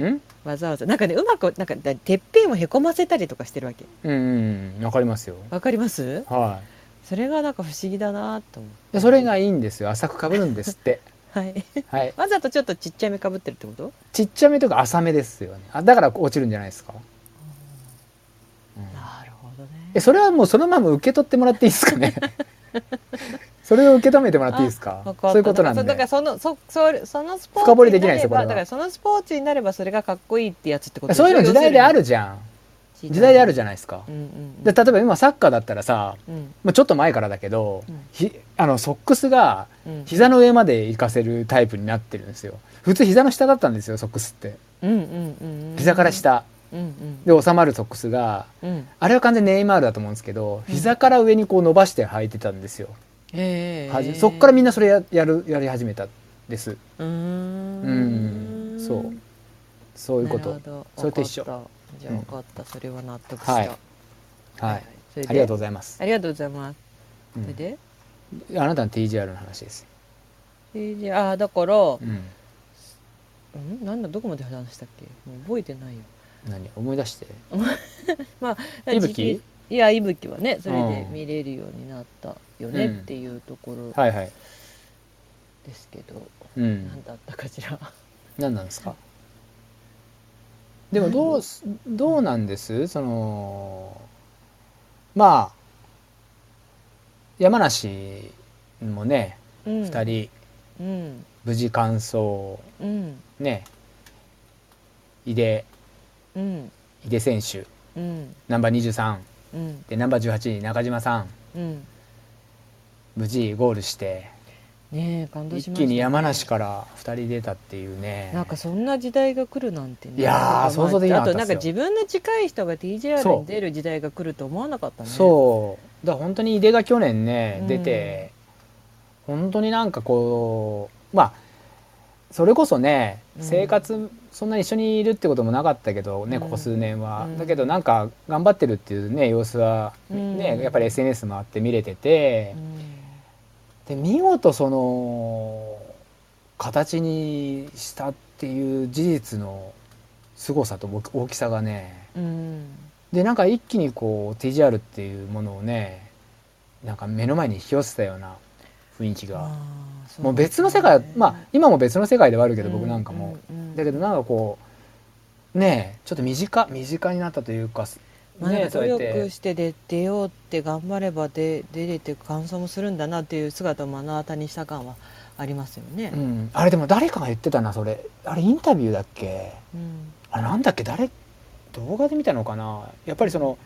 Speaker 2: うん
Speaker 1: わざわざなんかねうまくなんかだてっぺんをへこませたりとかしてるわけ
Speaker 2: うんわかりますよ
Speaker 1: わかります
Speaker 2: は
Speaker 1: それがなんか不思議だなと思
Speaker 2: いでそれがいいんですよ浅く被るんですって
Speaker 1: うはい
Speaker 2: はい
Speaker 1: わざとちょっとちっちゃめかぶってるってこと
Speaker 2: ちっちゃめとか浅めですよねあだから落ちるんじゃないですか、うん
Speaker 1: なるほどね
Speaker 2: えそれはもうそのまま受け取ってもらっていいですか ねそれを受け止めてもらっていいですか
Speaker 1: わかった
Speaker 2: そういうことなんで
Speaker 1: だからそだからそのそそそのスポーツ
Speaker 2: 深掘りできないですよ
Speaker 1: にれば
Speaker 2: これは
Speaker 1: だからそのスポーツになればそれがかっこいいってやつってことでしょ
Speaker 2: そういうの時代であるじゃん時代であるじ
Speaker 1: ゃ
Speaker 2: ゃないですか
Speaker 1: ん、う、んうんうん、
Speaker 2: で例えば今サッカーだったらさ
Speaker 1: うん
Speaker 2: まあちょっと前からだけど、
Speaker 1: うん
Speaker 2: ひあのソックスが
Speaker 1: うん
Speaker 2: 膝の上まで行かせるタイプになってるんですよ普通膝の下だったんですよソックスって
Speaker 1: うんうんうんうん
Speaker 2: 膝から下
Speaker 1: うんうん
Speaker 2: で収まるソックスが
Speaker 1: うん
Speaker 2: あれは完全にネイマールだと思うんですけど
Speaker 1: うん
Speaker 2: 膝から上にこう伸ばして履いてたんですよ、
Speaker 1: へえ
Speaker 2: はじそっからみんなそれややるやり始めたんです
Speaker 1: うーん
Speaker 2: うんそうそういうこと
Speaker 1: なるほど
Speaker 2: それと一緒
Speaker 1: わかったじゃあ
Speaker 2: うん
Speaker 1: 分かった、それは納得した、
Speaker 2: はいはい
Speaker 1: それで
Speaker 2: ありがとうございます、
Speaker 1: ありがとうございます、
Speaker 2: う
Speaker 1: それ
Speaker 2: ん、
Speaker 1: で
Speaker 2: あなたの TGR の話です、
Speaker 1: えーじゃああーだから、
Speaker 2: うん、
Speaker 1: んなんだどこまで話したっけもう覚えてないよ
Speaker 2: 何思い出して
Speaker 1: い
Speaker 2: いぶき
Speaker 1: いやいぶきはねそれで
Speaker 2: うん
Speaker 1: 見れるようになったよね
Speaker 2: うん
Speaker 1: っていうところ
Speaker 2: はいはい
Speaker 1: ですけど、
Speaker 2: う
Speaker 1: なん
Speaker 2: ん
Speaker 1: だったかしら
Speaker 2: 何なんですかでもどうすどうなんですそのまあ山梨もね
Speaker 1: うん
Speaker 2: 2人
Speaker 1: うん
Speaker 2: 無事完走
Speaker 1: うん
Speaker 2: ね井出
Speaker 1: うん
Speaker 2: 井出選手
Speaker 1: うん
Speaker 2: ナンバー23
Speaker 1: うん
Speaker 2: でナンバー18中島さん
Speaker 1: うん
Speaker 2: 無事ゴールして
Speaker 1: ねえ感動し
Speaker 2: 一
Speaker 1: ました、ね、
Speaker 2: 気に山梨から2人出たっていうね
Speaker 1: なんかそんな時代が来るなんてね
Speaker 2: いやー
Speaker 1: なんか
Speaker 2: 想像できなかった
Speaker 1: あとなんか
Speaker 2: です
Speaker 1: 自
Speaker 2: よ
Speaker 1: 分の近い人が TJR
Speaker 2: そう
Speaker 1: に出る時代が来ると思わなかったね
Speaker 2: そうだから本当に井出が去年ね、
Speaker 1: うん
Speaker 2: 出て本当になんかこうまあそれこそね
Speaker 1: うん
Speaker 2: 生活そんなに一緒にいるってこともなかったけどね、
Speaker 1: うん
Speaker 2: ここ数年は、
Speaker 1: うん
Speaker 2: だけどなんか頑張ってるっていうね様子はね、
Speaker 1: うん
Speaker 2: やっぱり SNS もあって見れてて
Speaker 1: う、ん
Speaker 2: で見事その形にしたっていう事実の凄さと僕大きさがね
Speaker 1: うん
Speaker 2: でなんか一気にこう TGR っていうものをねなんか目の前に引き寄せたような雰囲気が、
Speaker 1: あーそ
Speaker 2: もう別の世界、まあ今も別の世界ではあるけど、僕なんかも、だけど
Speaker 1: ん
Speaker 2: なんかこうねえちょっと身近身近になったというか、
Speaker 1: まあ、
Speaker 2: ね
Speaker 1: なん
Speaker 2: え
Speaker 1: か
Speaker 2: そ
Speaker 1: 努
Speaker 2: うやっ
Speaker 1: 力
Speaker 2: て
Speaker 1: して出出ようって頑張ればで出れて感想もするんだなっていう姿を目の当たりにした感はありますよね
Speaker 2: う。ん、あれでも誰かが言ってたなそれあれインタビューだっけ
Speaker 1: うん
Speaker 2: あなんだっけ誰動画で見たのかなやっぱりその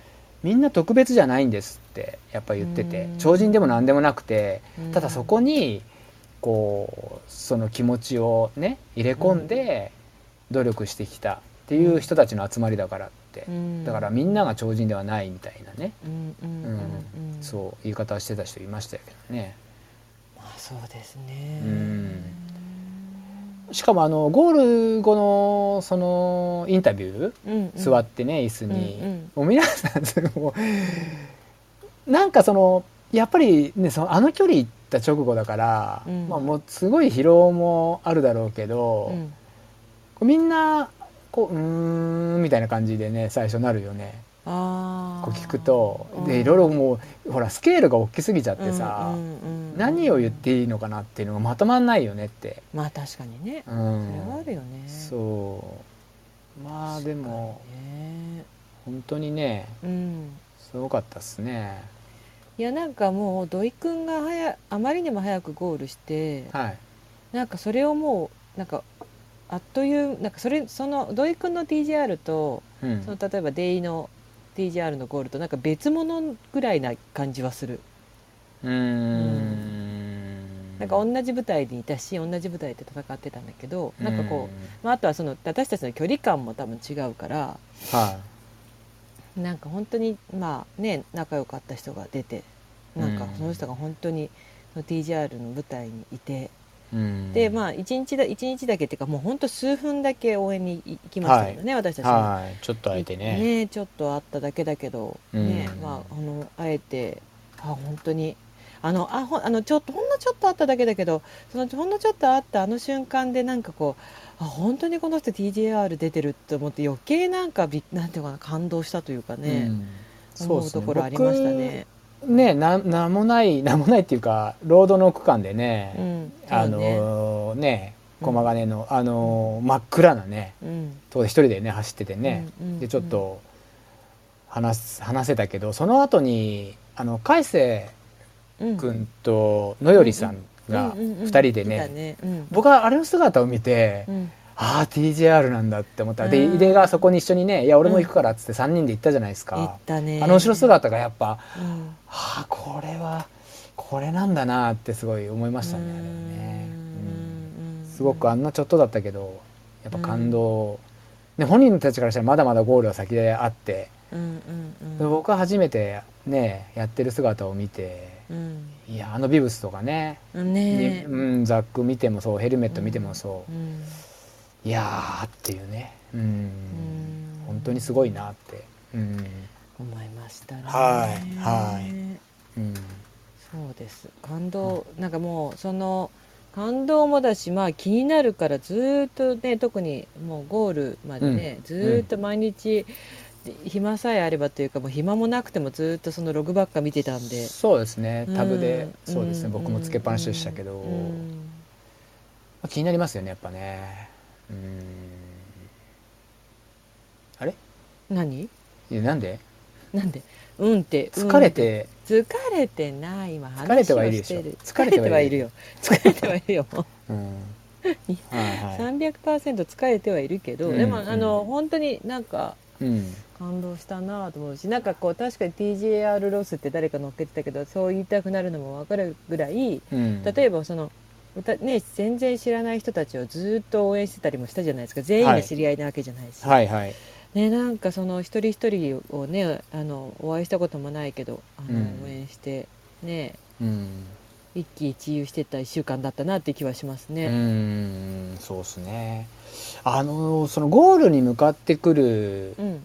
Speaker 2: みんな特別じゃないんですってやっぱ言ってて
Speaker 1: うん
Speaker 2: 超人でも何でもなくて
Speaker 1: うん
Speaker 2: ただそこにこうその気持ちをね入れ込んで努力してきたっていう人たちの集まりだからって
Speaker 1: うん
Speaker 2: だからみんなが超人ではないみたいなね
Speaker 1: うんうんうんうんう
Speaker 2: そう言い方をしてた人いましたけどね
Speaker 1: まあそうですね
Speaker 2: うんしかもあのゴール後のそのインタビュー
Speaker 1: うん
Speaker 2: 座ってね椅子に
Speaker 1: うんうん
Speaker 2: もう皆さんそのもうなんかそのやっぱりねそのあの距離行った直後だから、
Speaker 1: うん
Speaker 2: まあ、もうすごい疲労もあるだろうけど、
Speaker 1: うん
Speaker 2: こうみんなこううーんみたいな感じでね最初なるよね
Speaker 1: あ
Speaker 2: こう聞くとでいろい
Speaker 1: ろ
Speaker 2: ろもうほらスケールが大きすぎちゃってさ、何を言っていいのかなっていうのがまとまんないよねって。
Speaker 1: まあ確かにねそ
Speaker 2: う
Speaker 1: れ
Speaker 2: ん
Speaker 1: はあるよね
Speaker 2: そうまあでも
Speaker 1: 確かにね
Speaker 2: 本当にね
Speaker 1: うん
Speaker 2: すごかったっすね
Speaker 1: いやなんかもう土井くんが早あまりにも早くゴールして
Speaker 2: はい
Speaker 1: なんかそれをもうなんかあっというなんかそれその土井くんの TGR と
Speaker 2: うん
Speaker 1: その例えばデイの TGR のゴールとなんか別物ぐらいな感じはする
Speaker 2: うーん
Speaker 1: なんか同じ舞台にいたし同じ舞台で戦ってたんだけどなんかこう、まあ、あとはその私たちの距離感も多分違うから
Speaker 2: うは
Speaker 1: なんか本当にまあね仲良かった人が出てなんか
Speaker 2: うん
Speaker 1: その人が本当にその TGR の舞台にいて。
Speaker 2: いうん
Speaker 1: でまあ一日だ一日だけっていうかもうほんと数分だけ応援に行きましたけどね、私たちも
Speaker 2: はいちょっとあえてね
Speaker 1: ちょっとあっただけだけど、
Speaker 2: うん
Speaker 1: ねまああのあえてあ本当にあのあほんあのちょっとほんのちょっとあっただけだけどそのほんのちょっとあったあの瞬間でなんかこうあ本当にこの人 TJR 出てるって思って余計なんかびなんていうかな感動したというか
Speaker 2: う
Speaker 1: ね、
Speaker 2: ん
Speaker 1: 思うところありましたね。
Speaker 2: 僕ねななんもないなんもないっていうかロードの区間で
Speaker 1: う
Speaker 2: ね
Speaker 1: ん、
Speaker 2: あ
Speaker 1: そうね
Speaker 2: のーね駒ヶ根のあのー真っ暗なね
Speaker 1: うん
Speaker 2: とこで一人でね走っててね
Speaker 1: うんうんうん
Speaker 2: でちょっと話す話せたけどその後にあの海星
Speaker 1: うん
Speaker 2: 君と野よりさんが
Speaker 1: うんうんうん
Speaker 2: 2人で
Speaker 1: いた
Speaker 2: ね
Speaker 1: うん
Speaker 2: 僕はあれの姿を見て
Speaker 1: うん
Speaker 2: ああ TJR なんだって思ったで
Speaker 1: うん
Speaker 2: 井出がそこに一緒にね「いや俺も行くから」っつって3人で行ったじゃないです
Speaker 1: 行
Speaker 2: か
Speaker 1: っ、たね
Speaker 2: あの後ろ姿がやっぱ
Speaker 1: うん
Speaker 2: 「ああこれはこれなんだな」ってすごい思いましたね
Speaker 1: う
Speaker 2: あれはね、
Speaker 1: ん
Speaker 2: うんすごくあ
Speaker 1: うん
Speaker 2: なちょっとだったけどやっぱ感動、ね、本人たちからしたらまだまだゴールは先であって、
Speaker 1: んうんうん
Speaker 2: で僕は初めてねやってる姿を見て
Speaker 1: うん
Speaker 2: いやあのビブスとかね
Speaker 1: ねえ
Speaker 2: にうん、ザック見てもそうヘルメット見てもそう、
Speaker 1: うん
Speaker 2: いやーっていうねうん
Speaker 1: うん
Speaker 2: 本当にすごいなってうん、
Speaker 1: 思いましたね。
Speaker 2: はいはいうん、
Speaker 1: そうです感動なんかもうその感動もだしまあ気になるからずーっとね特にもうゴールまでね、ずーっと毎日、暇さえあればというかもう暇もなくてもずーっとそのログばっか見てたんで
Speaker 2: そうですねタブで、
Speaker 1: うん
Speaker 2: そうですね
Speaker 1: ん
Speaker 2: 僕もつけっぱなしでしたけど、
Speaker 1: うん
Speaker 2: まあ気になりますよねやっぱねうんあれ
Speaker 1: 何
Speaker 2: いやなんで
Speaker 1: なんでうんってうん
Speaker 2: 疲れて、
Speaker 1: 疲れてない今話
Speaker 2: 疲れてはいる
Speaker 1: を
Speaker 2: で
Speaker 1: し
Speaker 2: しょ
Speaker 1: てる
Speaker 2: 疲
Speaker 1: 疲
Speaker 2: れ
Speaker 1: れ
Speaker 2: て
Speaker 1: て
Speaker 2: は
Speaker 1: はいい
Speaker 2: る
Speaker 1: るよ疲れてはいるよもう
Speaker 2: うん
Speaker 1: い
Speaker 2: はいは
Speaker 1: 300%疲れてはいるけど、
Speaker 2: うん
Speaker 1: でも
Speaker 2: うん
Speaker 1: あの本当になんか
Speaker 2: い、うん、
Speaker 1: 感動したなと思うしなんかこう確かに TJR ロスって誰か乗っけてたけどそう言いたくなるのも分かるぐらい
Speaker 2: うん、
Speaker 1: 例えばその、歌ね、全然知らない人たちをずっと応援してたりもしたじゃないですか全員が知り合いなわけじゃないし、
Speaker 2: はいはい
Speaker 1: ね、なんかその一人一人をねあのお会いしたこともないけどあの、
Speaker 2: うん
Speaker 1: 応援してね
Speaker 2: うん、
Speaker 1: 一喜一憂してた1週間だったなって気はします
Speaker 2: う
Speaker 1: ね。
Speaker 2: ん、そうですねあのそのゴールに向かってくる
Speaker 1: うん、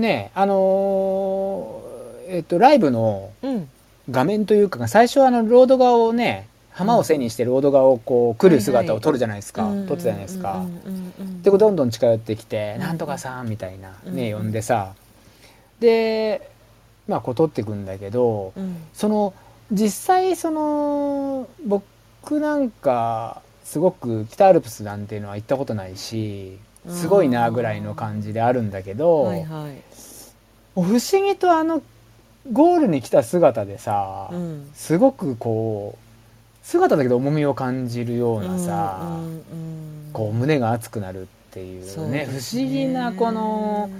Speaker 2: ねあのえっとライブの
Speaker 1: うん
Speaker 2: 画面というか最初はあのロード側をね浜を背にしてロード側をこう来る姿を撮るじゃないですか、撮ってたじゃないですか。
Speaker 1: うんうんうんうん
Speaker 2: でこうどんどん近寄ってきて
Speaker 1: うん
Speaker 2: 「なんとかさん」みたいなね
Speaker 1: うん
Speaker 2: 呼んでさでまあこう撮っていくんだけど
Speaker 1: うん
Speaker 2: その実際その僕なんかすごく北アルプスなんていうのは行ったことないしすごいなぐらいの感じであるんだけど
Speaker 1: はいはい
Speaker 2: 不思議とあのゴールに来た姿でさ
Speaker 1: うん
Speaker 2: すごくこう姿だけど重みを感じるような
Speaker 1: う
Speaker 2: さ
Speaker 1: んうんうん
Speaker 2: こう胸が熱くなるっていう
Speaker 1: そう
Speaker 2: ね
Speaker 1: で
Speaker 2: 不
Speaker 1: す
Speaker 2: 思議なこの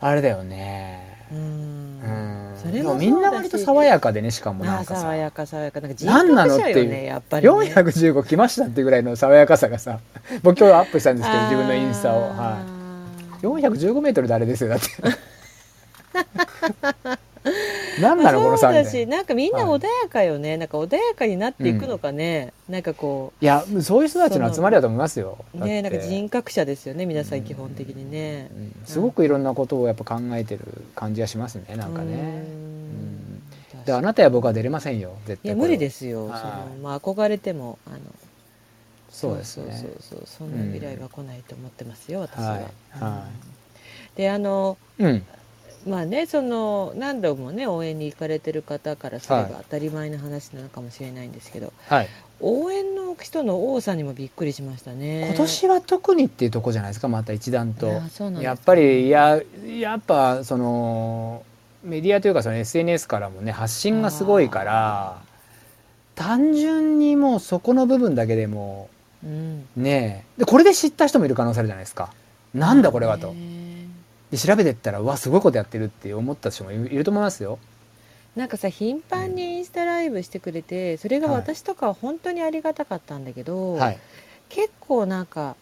Speaker 2: あれだよね。
Speaker 1: う
Speaker 2: うんん、
Speaker 1: それ
Speaker 2: で
Speaker 1: も
Speaker 2: もみんな割と爽やかでねしかも
Speaker 1: ま
Speaker 2: な
Speaker 1: あ
Speaker 2: んかさ
Speaker 1: 爽やか爽やかなんか人
Speaker 2: なんなの
Speaker 1: 格者よ
Speaker 2: っていう
Speaker 1: ねやっぱりね
Speaker 2: 415来ましたってぐらいの爽やかさがさ 僕今日アップしたんですけど自分のインスタを、は
Speaker 1: あ
Speaker 2: い、
Speaker 1: ー
Speaker 2: 415メートルであれで すよだって何なのこ
Speaker 1: ま
Speaker 2: の
Speaker 1: あそう
Speaker 2: 3
Speaker 1: だ
Speaker 2: 年
Speaker 1: しなんかみんな穏やかよね、なんか穏やかになっていくのかね、なんかこ
Speaker 2: いやそういう人たちの集まりだと思いますよ
Speaker 1: うね
Speaker 2: だ
Speaker 1: な
Speaker 2: っ
Speaker 1: ん
Speaker 2: て
Speaker 1: か人格者ですよね皆さん基本的にね
Speaker 2: う。んすごくいろんなことをやっぱ考えてる感じがしますねなんかね
Speaker 1: う
Speaker 2: うん
Speaker 1: ん
Speaker 2: であなたや僕は出れませんよ絶
Speaker 1: い
Speaker 2: 対
Speaker 1: や
Speaker 2: これは
Speaker 1: 無理ですよ、
Speaker 2: はい
Speaker 1: そのまあ、憧れてもあの
Speaker 2: そうですね
Speaker 1: そうそうそうそんな未来は来ないと思ってますよ、私は。
Speaker 2: はいは
Speaker 1: うんであの
Speaker 2: うん
Speaker 1: まあねその何度もね応援に行かれてる方からすれば
Speaker 2: はい
Speaker 1: 当たり前の話なのかもしれないんですけど、
Speaker 2: はい
Speaker 1: 応援の人の多さにもびっくりしましたね。
Speaker 2: 今年は特にっていうとこじゃないですかまた一段と
Speaker 1: あそうなんですか
Speaker 2: やっぱりいややっぱそのメディアというかその SNS からもね発信がすごいから単純にもうそこの部分だけでも
Speaker 1: うん
Speaker 2: ねえでこれで知った人もいる可能性あるじゃないですかなんだこれはと
Speaker 1: ね
Speaker 2: で調べてったらうわすごいことやってるって思った人もいるいると思いますよ
Speaker 1: なんかさ頻繁にインスタライブしてくれてそれが私とかは本当にありがたかったんだけど、
Speaker 2: はい
Speaker 1: 結構なんか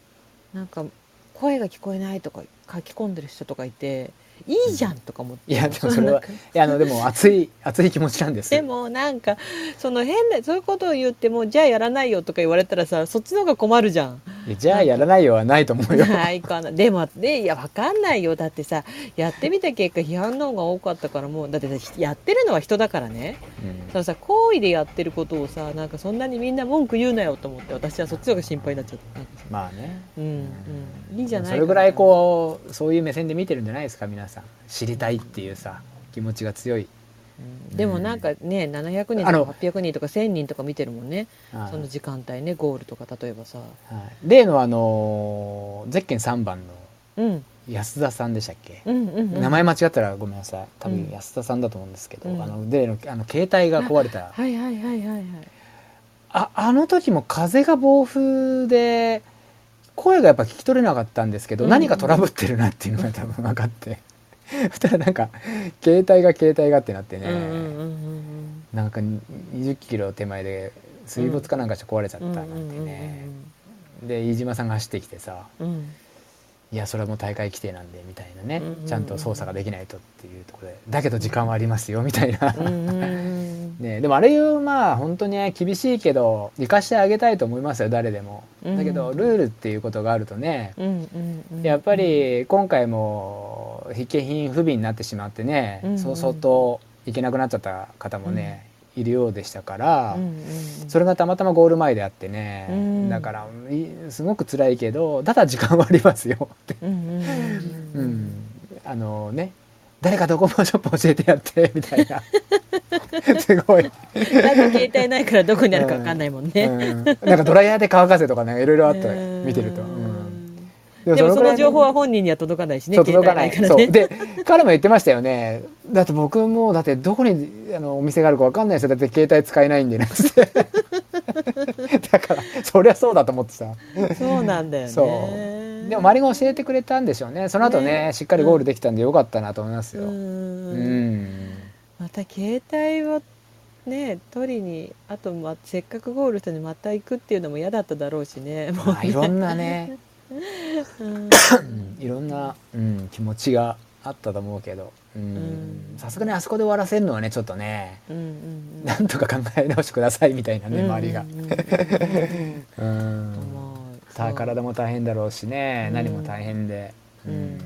Speaker 1: なんか声が聞こえないとか書き込んでる人とかいていいじゃんとか思って、
Speaker 2: いやでもそれはいやあのでも熱い熱い気持ちなんです
Speaker 1: でもなんかその変なそういうことを言ってもじゃあやらないよとか言われたらさそっちの方が困るじゃん。
Speaker 2: いやじゃあやらないよはないと思 うよ
Speaker 1: ないかなでもねいやわかんないよだってさやってみた結果批判の方が多かったからもうだってさやってるのは人だからね
Speaker 2: うん
Speaker 1: そのさ行為でやってることをさなんかそんなにみんな文句言うなよと思って私はそっちの方が心配になっちゃった。
Speaker 2: まあね
Speaker 1: うんうん、いいじゃない
Speaker 2: それぐらいこうそういう目線で見てるんじゃないですか皆さん知りたいっていうさ気持ちが強い
Speaker 1: うんでもなんかね700人
Speaker 2: あ
Speaker 1: と
Speaker 2: の
Speaker 1: か800人とか1000人とか見てるもんね
Speaker 2: はい
Speaker 1: その時間帯ねゴールとか例えばさ
Speaker 2: はい例のあのーゼッケン3番の
Speaker 1: うん
Speaker 2: 安田さんでしたっけ、
Speaker 1: うんうんうん
Speaker 2: 名前間違ったらごめんなさい多
Speaker 1: う
Speaker 2: 分
Speaker 1: ん
Speaker 2: 安田さんだと思うんですけど、
Speaker 1: うん
Speaker 2: あの例のあの携帯が壊れた
Speaker 1: はいはいはいはいはい
Speaker 2: ああの時も風が暴風で声がやっぱ聞き取れなかったんですけど、
Speaker 1: うん
Speaker 2: 何かトラブってるなっていうのが多分分かって そしたらなんか携帯が携帯がってなってね、
Speaker 1: うんうんうんうん
Speaker 2: なんかに20キロ手前で水没かなんかして壊れちゃった
Speaker 1: うん
Speaker 2: な
Speaker 1: うん
Speaker 2: て
Speaker 1: んうん
Speaker 2: ね、で飯島さんが走ってきてさ
Speaker 1: うんうん
Speaker 2: 「いやそれはもう大会規定なんで」みたいなね、
Speaker 1: うんうんうん
Speaker 2: ちゃんと操作ができないとっていうところで「だけど時間はありますよ」みたいな、
Speaker 1: うんうんうん
Speaker 2: ね、でもあれいうまあ本当に厳しいけど生かしてあげたいと思いますよ誰でも。だけどルールっていうことがあるとね、やっぱり今回も必見品不備になってしまってね、
Speaker 1: うんうん
Speaker 2: そう相当いけなくなっちゃった方もね、いるようでしたから、そ
Speaker 1: れ
Speaker 2: れがたまたまゴール前であってね、
Speaker 1: うん
Speaker 2: だからいすごく辛いけどただ時間はありますよって、うん、あのね誰かドコモショップ教えてやってみた いなすごい、
Speaker 1: なんか携帯ないからどこにあるかわかんないもん
Speaker 2: う
Speaker 1: ね。
Speaker 2: ん、なんかドライヤーで乾かせとかねいろいろあった
Speaker 1: うん
Speaker 2: 見てると。うんで
Speaker 1: でもそ
Speaker 2: くらい
Speaker 1: の情報は本人には届かないしね。
Speaker 2: そう届かない
Speaker 1: 携帯
Speaker 2: そうで彼も言ってましたよねだって僕もだってどこにあのお店があるかわかんないですよだって携帯使えないんでね つってだからそりゃそうだと思ってさ
Speaker 1: からねそうなんだよね。
Speaker 2: そうでも周りが教えてくれたんでしょうねその後ね
Speaker 1: ね
Speaker 2: しっかりゴールできたんでよかったなと思いますよ、
Speaker 1: う
Speaker 2: うん
Speaker 1: んまた携帯をね取りにあと、ま、せっかくゴールしたのにまた行くっていうのも嫌だっただろうしねもう
Speaker 2: まあいろんなね、
Speaker 1: うん
Speaker 2: うんいろんな、うん、気持ちがあったと思うけどうん
Speaker 1: うん
Speaker 2: さすがにあそこで終わらせるのはねちょっとね
Speaker 1: うんうん
Speaker 2: なんとか考え直してくださいみたいな
Speaker 1: うん
Speaker 2: ね周りが
Speaker 1: うん。うんうんうん
Speaker 2: うん
Speaker 1: 思う
Speaker 2: さあ体も大変だろうしね、
Speaker 1: うん
Speaker 2: 何も大変で、う
Speaker 1: うん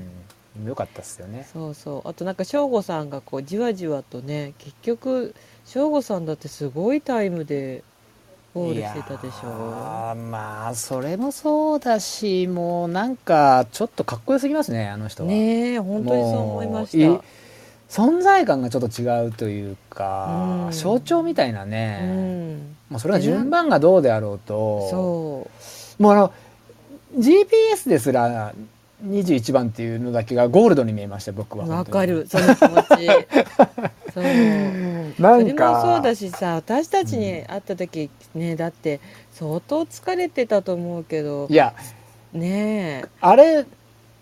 Speaker 2: よかったっすよね。
Speaker 1: そうそうあとなんか省吾さんがこうじわじわとね結局省吾さんだってすごいタイムでゴールしてたでし
Speaker 2: いや
Speaker 1: ょ
Speaker 2: ーまあそれもそうだしもうなんかちょっとかっこよすぎますねあの人は。
Speaker 1: ねえ本当にそう思いました
Speaker 2: もうい存在感がちょっと違うというか、
Speaker 1: うん
Speaker 2: 象徴みたいな
Speaker 1: う
Speaker 2: ね、
Speaker 1: ん
Speaker 2: もうそれは順番がどうであろうと
Speaker 1: そう
Speaker 2: もうあの GPS ですら21番っていうのだけがゴールドに見えました僕は
Speaker 1: わ
Speaker 2: 本当に
Speaker 1: かるその気持ちそう
Speaker 2: な
Speaker 1: それ
Speaker 2: ん
Speaker 1: も
Speaker 2: か
Speaker 1: そうだしさ私たちに会った時、ねだって相当疲れてたと思うけど
Speaker 2: いや
Speaker 1: ね
Speaker 2: あれ
Speaker 1: え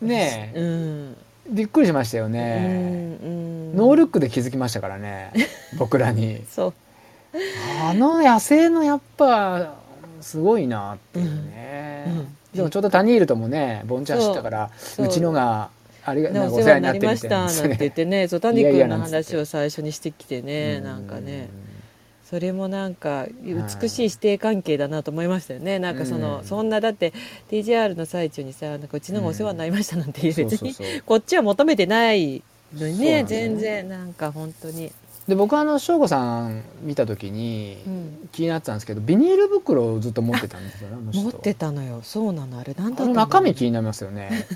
Speaker 2: ねえ
Speaker 1: うん、
Speaker 2: びっくりしましたよね、
Speaker 1: うんうん
Speaker 2: ノールックで気づきましたか らね僕らに
Speaker 1: そう
Speaker 2: あの野生のやっぱすごいなっていうね、
Speaker 1: うんうん
Speaker 2: でもちょうどタニールともねボンチャンしてたからう
Speaker 1: そう
Speaker 2: ちのがありが
Speaker 1: なんか
Speaker 2: なんか
Speaker 1: お
Speaker 2: お
Speaker 1: 世
Speaker 2: 世
Speaker 1: 話に
Speaker 2: 話に
Speaker 1: な
Speaker 2: なっ
Speaker 1: り
Speaker 2: て
Speaker 1: ま
Speaker 2: み
Speaker 1: した
Speaker 2: い
Speaker 1: た
Speaker 2: な
Speaker 1: なんて言っ
Speaker 2: ね
Speaker 1: て ねそう谷
Speaker 2: いやい
Speaker 1: 君
Speaker 2: や
Speaker 1: の
Speaker 2: なんつって
Speaker 1: 話を最初にしてきてね
Speaker 2: う
Speaker 1: なんかねそれもなんか美しい師弟関係だなと思いましたよねなんかその、
Speaker 2: うん
Speaker 1: そんなだって TGR の最中にさなんかうちのがお世話になりましたなんて言
Speaker 2: そう
Speaker 1: う別
Speaker 2: そう
Speaker 1: に
Speaker 2: そう
Speaker 1: こっちは求めてないのにね
Speaker 2: そうなんだよね
Speaker 1: 全然なんか本当に、
Speaker 2: で僕はあの翔吾さん見た時に
Speaker 1: うん
Speaker 2: 気になってたんですけどビニール袋をずっと持ってたんですよねあの人
Speaker 1: 持ってたのよそうなのあれなんだった
Speaker 2: あ
Speaker 1: の
Speaker 2: の中身気になりますよ ね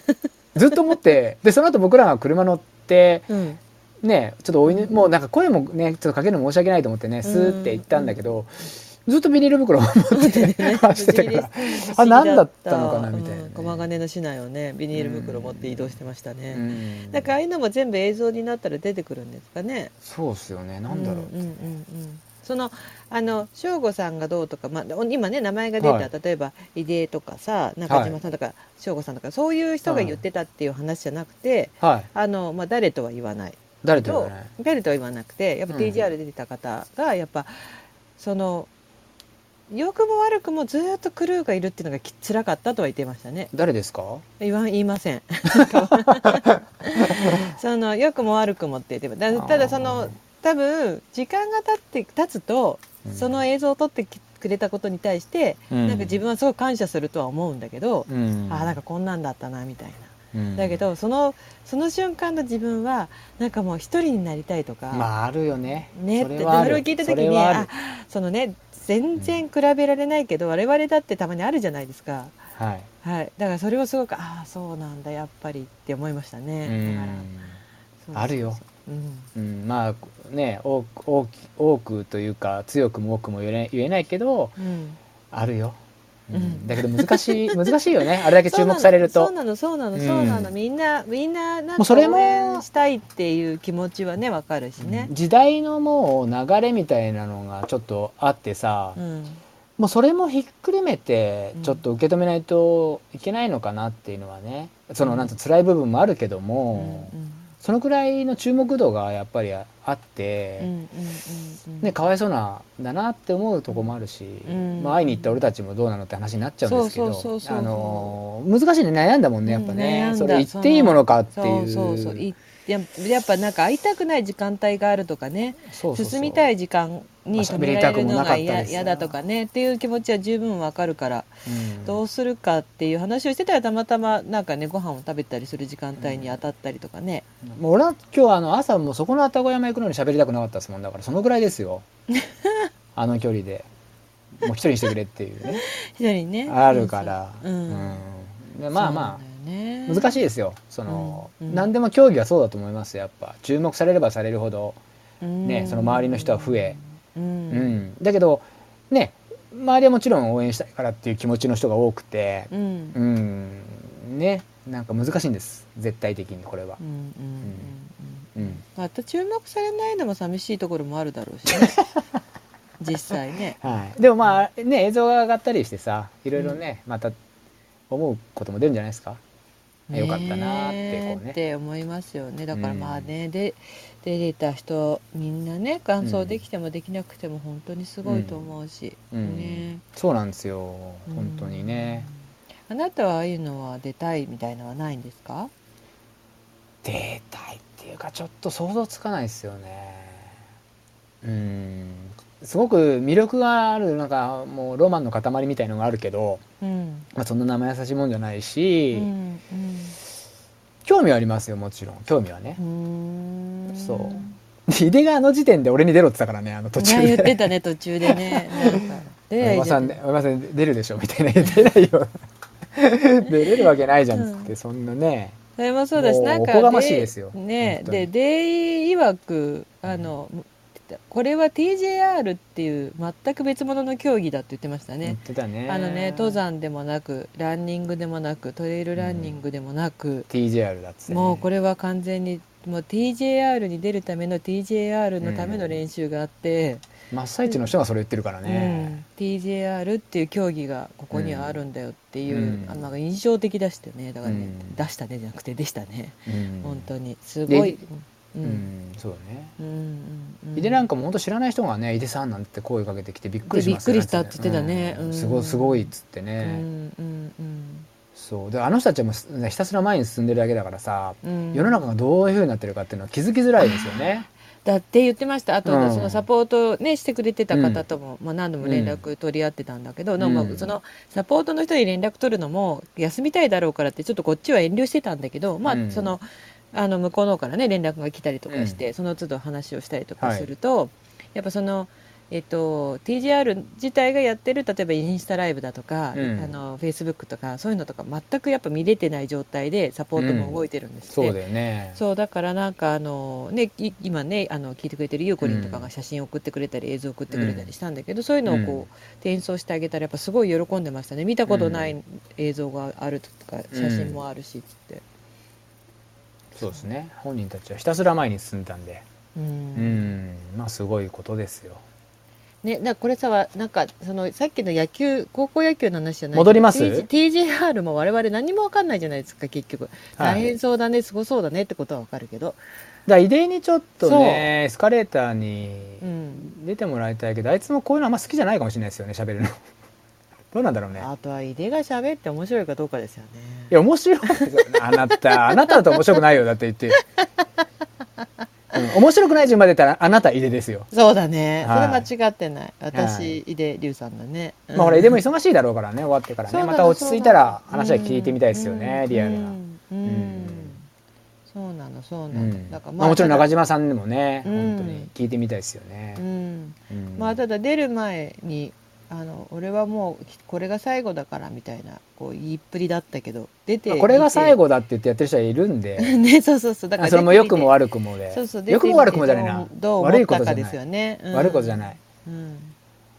Speaker 2: ずっと持ってでその後僕らが車乗って
Speaker 1: うん
Speaker 2: ねちょっとお犬もうなんか声もねちょっとかけるの申し訳ないと思ってねスーって行ったんだけど、ずっとビニール袋を 持って
Speaker 1: ね
Speaker 2: 走ってたから、あ何だったのかなみたいなね
Speaker 1: うん駒ヶ根の市内をねビニール袋持って移動してましたね、
Speaker 2: うん
Speaker 1: なんかああいうのも全部映像になったら出てくるんですかね。
Speaker 2: そうっすよねなんだろう、
Speaker 1: んうんうんうんそのあの省吾さんがどうとか、まあ、お今ね名前が出た、
Speaker 2: はい
Speaker 1: 例えば入江とかさ中島さんとか、省吾さんとかそういう人が言ってたっていう話じゃなくて、
Speaker 2: はい
Speaker 1: あのまあ、誰とは言わない
Speaker 2: 誰と言わ
Speaker 1: と
Speaker 2: ない
Speaker 1: 誰とは言わなくてやっぱ
Speaker 2: うん
Speaker 1: TGR 出てた方がやっぱその良くも悪くもずーっとクルーがいるっていうのがき辛かったとは言ってましたね。
Speaker 2: 誰ですか
Speaker 1: 言わん言いま せんその良くも悪くもって言ってもだただそ
Speaker 2: あー
Speaker 1: の多分時間が経って経つとその映像を撮ってきくれたことに対して、
Speaker 2: うん
Speaker 1: なんか自分はすごい感謝するとは思うんだけど、
Speaker 2: うん
Speaker 1: ああなんかこんなんだったなみたいな、
Speaker 2: うん
Speaker 1: だけどそのその瞬間の自分はなんかもう一人になりたいとか、
Speaker 2: まああるよね
Speaker 1: ね
Speaker 2: そ
Speaker 1: っ
Speaker 2: れ
Speaker 1: てそ
Speaker 2: はある
Speaker 1: れを聞いた時
Speaker 2: それ
Speaker 1: に
Speaker 2: はあ
Speaker 1: あ
Speaker 2: る
Speaker 1: そのね全然比べられないけど、我々だってたまにあるじゃないですか。
Speaker 2: はい
Speaker 1: はい、だからそれをすごくああそうなんだやっぱりって思いましたね。だからそう
Speaker 2: あるよ。
Speaker 1: うん、
Speaker 2: うん、まあね多く多き多くというか強くも多くも言えない言えないけど
Speaker 1: うん、
Speaker 2: あるよ、うん
Speaker 1: うん
Speaker 2: だけど難しい 難しいよねあれだけ注目される
Speaker 1: そう
Speaker 2: と
Speaker 1: なのそうなのそうなのそうなの、
Speaker 2: うん
Speaker 1: みんなみんななん
Speaker 2: もう
Speaker 1: か
Speaker 2: そ
Speaker 1: 応
Speaker 2: れも
Speaker 1: 援したいっていう気持ちはねわかるしね。
Speaker 2: 時代のもう流れみたいなのがちょっとあってさ、
Speaker 1: うん、
Speaker 2: もうそれもひっくるめて
Speaker 1: うん
Speaker 2: ちょっと受け止めないといけないのかなっていうのはねその
Speaker 1: うん
Speaker 2: なんと辛い部分もあるけど
Speaker 1: うん
Speaker 2: も、そのくらいの注目度がやっぱりあって、
Speaker 1: うんうんうん
Speaker 2: ね、かわいそうなんだなって思うとこもあるし、
Speaker 1: うん
Speaker 2: まあ、会いに行った俺たちもどうなのって話になっちゃうんですけ
Speaker 1: そうそうそう
Speaker 2: ど
Speaker 1: そう
Speaker 2: あのー難しいね悩んだもんねやっぱ
Speaker 1: うん
Speaker 2: ね、
Speaker 1: 悩んだ
Speaker 2: それ言っていいものかって
Speaker 1: そ
Speaker 2: いうう
Speaker 1: そうそう言っややっぱなんか会いたくない時間帯があるとかね
Speaker 2: そうそうそう
Speaker 1: 進みたい時間に止められるのが嫌嫌だとかねっていう気持ちは十分わかるから
Speaker 2: うん
Speaker 1: どうするかっていう話をしてたらたまたまなんかねご飯を食べたりする時間帯に当たったりとかね、
Speaker 2: もう俺は今日あの朝もうそこの愛宕山行くのに喋りたくなかったですもんだからそのぐらいで すよあの距離でもう一人にしてくれってい うね
Speaker 1: 非常にね
Speaker 2: あるから
Speaker 1: そうそううん
Speaker 2: うんでまあまあ難
Speaker 1: しい
Speaker 2: しいですよその、
Speaker 1: うんうん
Speaker 2: 何でも競技はそうだと思いますやっぱ注目されればされるほど、ねその周りの人は増え、
Speaker 1: うん
Speaker 2: うんだけどね周りはもちろん応援したいからっていう気持ちの人が多くて
Speaker 1: うんうん
Speaker 2: うん、ねなんか難しいんです絶対的にこれは
Speaker 1: う、んうんうん
Speaker 2: うん、
Speaker 1: また注目されないのも寂しいところもあるだろうし ね実際ね
Speaker 2: はい、でもまあね映像が上がったりしてさいろいろね、また思うことも出るんじゃないですかよかったなーってこうね
Speaker 1: えって思いますよねだからまあね、で出れた人みんなね感想できてもできなくても本当にすごいと思うし、
Speaker 2: うん
Speaker 1: ね
Speaker 2: そうなんですよ本当にね、
Speaker 1: うんあなたはああいうのは出たいみたいのはないんですか
Speaker 2: 出たいっていうかちょっと想像つかないですよねうんすごく魅力があるなんかもうロマンの塊みたいのがあるけど、
Speaker 1: うん、
Speaker 2: まあ、そんな生優しいもんじゃないし、
Speaker 1: うん
Speaker 2: 興味はありますよもちろん興味はね
Speaker 1: う、ん、うーん
Speaker 2: そう井出があの時点で俺に出ろって言ったからねあの途
Speaker 1: い
Speaker 2: 中
Speaker 1: や
Speaker 2: で
Speaker 1: 言ってたね途中で ねなんか出りゃ
Speaker 2: お
Speaker 1: いい
Speaker 2: ば
Speaker 1: じゃ
Speaker 2: さ
Speaker 1: ん
Speaker 2: ん、おばさん出るでしょみたいな出ない よ。出れるわけないじゃんっつって、そんなね。
Speaker 1: それもそうだし、
Speaker 2: もう
Speaker 1: なんか
Speaker 2: おこがましいですよ
Speaker 1: ね
Speaker 2: 本当に
Speaker 1: で、デイ曰く、あの、これは TJR っていう全く別物の競技だって言ってました
Speaker 2: 言っ
Speaker 1: ね。
Speaker 2: てたね。
Speaker 1: あのね、登。山でもなく、ランニングでもなく、トレイルランニングでもなく、
Speaker 2: TJR だっつってね、
Speaker 1: もうこれは完全に、もう TJR に出るための TJR のための練習があって、
Speaker 2: 真っ最中の人がそれ言ってるから
Speaker 1: うん
Speaker 2: ね。
Speaker 1: TJR っていう競技がここにはあるんだよっていう、
Speaker 2: うん
Speaker 1: あのなんか印象的だしたよね。だからね、
Speaker 2: うん
Speaker 1: 出したねじゃなくてでしたね。
Speaker 2: うん
Speaker 1: 本当にすごい。う
Speaker 2: うん
Speaker 1: ん、
Speaker 2: そうだね。
Speaker 1: うんうん
Speaker 2: 井出なん
Speaker 1: か
Speaker 2: かも本当知らない人がね、井出さんなんて声かけてきてびっくりしました
Speaker 1: でびっくりしたって言ってたね
Speaker 2: うん
Speaker 1: うん
Speaker 2: すごいすごいっつって
Speaker 1: う
Speaker 2: ね。
Speaker 1: んうんうん
Speaker 2: そうであの人たちもすひたすら前に進んでるだけだからさ、
Speaker 1: うん
Speaker 2: 世の中がどういうふうになってるかっていうのは気づきづらいですよね。
Speaker 1: だって言ってましたあと、
Speaker 2: うん
Speaker 1: そのサポートをねしてくれてた方とも、まあ、何度も連絡取り合ってたんだけど、
Speaker 2: ん
Speaker 1: なんか
Speaker 2: うん
Speaker 1: そのサポートの人に連絡取るのも休みたいだろうからってちょっとこっちは遠慮してたんだけどまあ、
Speaker 2: うん
Speaker 1: そのあの向こうの方からね連絡が来たりとかして、その都度話をしたりとかすると、やっぱその。えっと、TGR 自体がやってる例えばインスタライブだとか、
Speaker 2: うん
Speaker 1: あのフェイスブックとかそういうのとか全くやっぱ見れてない状態でサポートも動いてるんですって、
Speaker 2: そうだよね。
Speaker 1: そうだからなんかあのねい今ねあの聞いてくれてるゆうこりんとかが写真送ってくれたり映像送ってくれたりしたんだけど、そういうのをこう転送してあげたらやっぱすごい喜んでましたね見たことない映像があるとか
Speaker 2: うん
Speaker 1: 写真もあるしっつって、
Speaker 2: そうですね本人たちはひたすら前に進んだんで
Speaker 1: うん
Speaker 2: うんまあすごいことですよ
Speaker 1: ねなんかこれさはなんかそのさっきの野球高校野球の話じゃないけど
Speaker 2: 戻ります
Speaker 1: TG TGR も我々何も分かんないじゃないですか結局
Speaker 2: はい
Speaker 1: 大変そうだね、すごそうだねってことは分かるけど、
Speaker 2: だ遺伝にちょっとねエスカレーターに
Speaker 1: うん、
Speaker 2: 出てもらいたいけど、あいつもこういうのあんま好きじゃないかもしれないですよね喋るの どうなんだろうね
Speaker 1: あとは井出が喋って面白いかどうかですよね
Speaker 2: いや面白いですよねあなたあなただと面白くないよだって言って、うん、面白くない順番で言ったらあなた井出ですよ
Speaker 1: そうだね、
Speaker 2: はい
Speaker 1: それ間違ってない私、
Speaker 2: はい
Speaker 1: 井出龍さんだね、
Speaker 2: まあほら井出も忙しいだろうからね終わってから
Speaker 1: そう
Speaker 2: ね
Speaker 1: なの
Speaker 2: また落ち着いたら
Speaker 1: そうなの
Speaker 2: 話は聞いてみたいですよね、
Speaker 1: うん
Speaker 2: リアルな、
Speaker 1: うん、うん
Speaker 2: ん
Speaker 1: そうなのそう
Speaker 2: う
Speaker 1: なの、
Speaker 2: ん
Speaker 1: だから
Speaker 2: まあ、もちろん
Speaker 1: ただ
Speaker 2: 中島さんでもね、
Speaker 1: うん
Speaker 2: 本当に聞いてみたいですよね、
Speaker 1: うん
Speaker 2: うん
Speaker 1: まあただ出る前にあの俺はもうきこれが最後だからみたいなこう言いっぷりだったけど出て
Speaker 2: まあこれが最
Speaker 1: 後
Speaker 2: 後だって言ってやってる人はいるんで
Speaker 1: ねそうそう そうだから
Speaker 2: それも良くも
Speaker 1: 悪
Speaker 2: 悪くもで
Speaker 1: そうそう出てみ
Speaker 2: 良く
Speaker 1: て
Speaker 2: も悪くもじゃないな
Speaker 1: どうどう
Speaker 2: 悪
Speaker 1: 思
Speaker 2: い
Speaker 1: っ
Speaker 2: こ
Speaker 1: た
Speaker 2: とじゃ
Speaker 1: かで
Speaker 2: ない
Speaker 1: すよね、うん
Speaker 2: 悪いことじゃない
Speaker 1: うん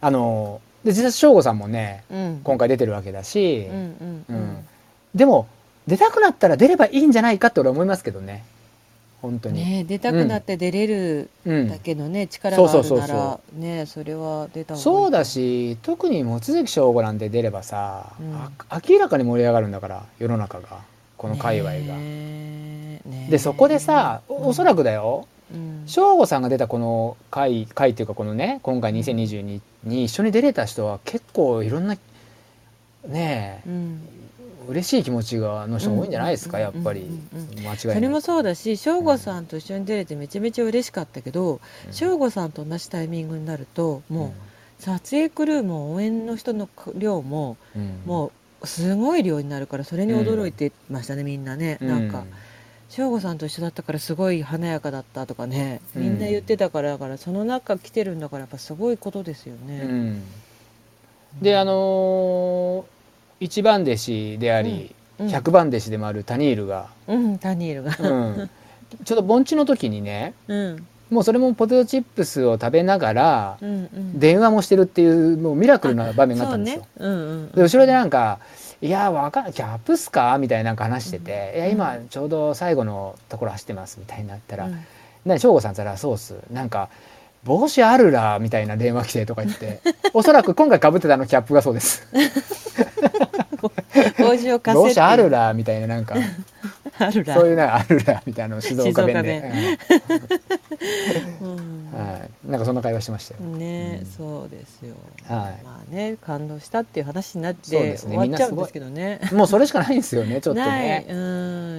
Speaker 2: あので実際省吾さんもね
Speaker 1: うん
Speaker 2: 今回出てるわけだし
Speaker 1: う、んう
Speaker 2: うん
Speaker 1: うん
Speaker 2: んでも出たくなったら出ればいいんじゃないかって俺は思いますけどね本当に、
Speaker 1: ね出たくなって出れる
Speaker 2: うん
Speaker 1: だけのね、力がある
Speaker 2: そうそ
Speaker 1: な
Speaker 2: うそ
Speaker 1: らねそれは出た方がいい
Speaker 2: そうだし特に望月省吾なんて出ればさ、
Speaker 1: うん
Speaker 2: あ明らかに盛り上がるんだから世の中がこの界隈が。
Speaker 1: ねえねえ
Speaker 2: でそこでさおおそら
Speaker 1: く、
Speaker 2: くだよ、
Speaker 1: うん
Speaker 2: 省吾さんが出たこの回回っていうかこのね今回2022に一緒に出れた人は結構いろんなね
Speaker 1: うん
Speaker 2: え、嬉しい気持ちがの人が多いんじゃないですか、
Speaker 1: うん
Speaker 2: やっぱり、
Speaker 1: うんうん
Speaker 2: 間違いなく
Speaker 1: それもそうだし省吾さんと一緒に出れてめちゃめちゃ嬉しかったけど
Speaker 2: うん
Speaker 1: 省吾さんと同じタイミングになるともう撮影クルーも応援の人の量も
Speaker 2: うん、
Speaker 1: もうすごい量になるからそれに驚いてましたねみんなね
Speaker 2: う
Speaker 1: なんか省吾さんと一緒だったからすごい華やかだったとかねみんな言ってたからだからその中来てるんだからやっぱすごいことですよ
Speaker 2: う
Speaker 1: ね。
Speaker 2: んであのー一番弟子であり、
Speaker 1: うん
Speaker 2: 100番弟子でもあるタニールが、
Speaker 1: うんタニールが。
Speaker 2: うんちょっと盆地の時にね
Speaker 1: うん
Speaker 2: もうそれもポテトチップスを食べながら
Speaker 1: うんうん
Speaker 2: 電話もしてるっていうもうミラクルな場面があったんですよ。
Speaker 1: そうねうんうんうん
Speaker 2: で後ろでなんか「いやわかんキャップっすか?」みたいななんか話してて「いや今ちょうど最後のところ走ってます」みたいになったら
Speaker 1: う
Speaker 2: 「
Speaker 1: ん
Speaker 2: 何省吾さん」っつったら「そうっす」なんか「帽子あるら」みたいな電話来てとか言って おそらく今回かぶってたのキャップがそうです
Speaker 1: 帽子を
Speaker 2: 「
Speaker 1: 貸せ
Speaker 2: 帽
Speaker 1: って
Speaker 2: 子あるら」みたいななんか
Speaker 1: ある ら
Speaker 2: そういうなんかあるらみたいなの静岡弁で、
Speaker 1: うん
Speaker 2: うんはい、なんかそんな会話してましたよ。
Speaker 1: ね、
Speaker 2: うん
Speaker 1: そうですよ、
Speaker 2: はい
Speaker 1: まあね感動したっていう話になっ
Speaker 2: そう
Speaker 1: て
Speaker 2: です
Speaker 1: 終
Speaker 2: ね
Speaker 1: わっちゃうんですけどね
Speaker 2: もうそれしかないんですよねちょっ と
Speaker 1: ない
Speaker 2: ね。
Speaker 1: う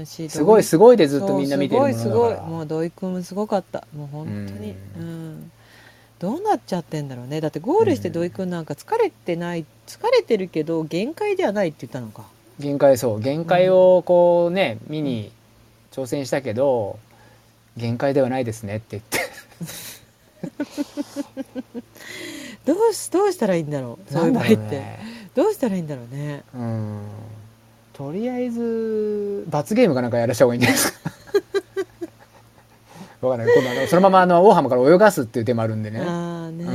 Speaker 1: んシート
Speaker 2: すごいすごいでずっとみんな見てるも
Speaker 1: そう
Speaker 2: の
Speaker 1: す
Speaker 2: だ
Speaker 1: ごいすごい
Speaker 2: から
Speaker 1: もう土井くんもすごかったもう本当にう
Speaker 2: うん
Speaker 1: ん、どうなっちゃってんだろうねだってゴールして土井くんなんか疲れてない疲れてるけど限界ではないって言ったのか
Speaker 2: 限界そう限界をこうね、見に挑戦したけど限界ではないですねって言って
Speaker 1: どうしどうしたらいいんだろうそういう場合って、
Speaker 2: なんだろうね
Speaker 1: どうしたらいいんだろうね
Speaker 2: うんとりあえず罰ゲームかなんかやらした方がいいんじゃないですか わかんない今度あのそのままあの大浜から泳がすっていう手もあるんでね
Speaker 1: ああね
Speaker 2: う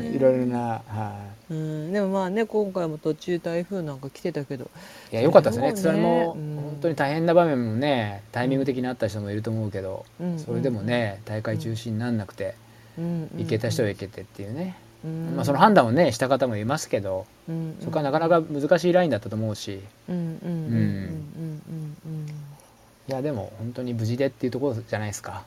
Speaker 2: んいろいろな、は
Speaker 1: うん、でもまあね今回も途中台風なんか来てたけど
Speaker 2: い、いや良かったですね
Speaker 1: そ
Speaker 2: そ
Speaker 1: れ
Speaker 2: れ
Speaker 1: もね
Speaker 2: も
Speaker 1: うん
Speaker 2: 本当に大変な場面もねタイミング的にあった人もいると思うけど、それでもね大会中止になんなくて行けた人は行けてっていうね、まあ、その判断をねした方もいますけど、
Speaker 1: 断
Speaker 2: そこはなかなか難しいラインだったと思うし
Speaker 1: うんうんうんうんうんうん
Speaker 2: いやでも本当に無事でっていうところじゃないですか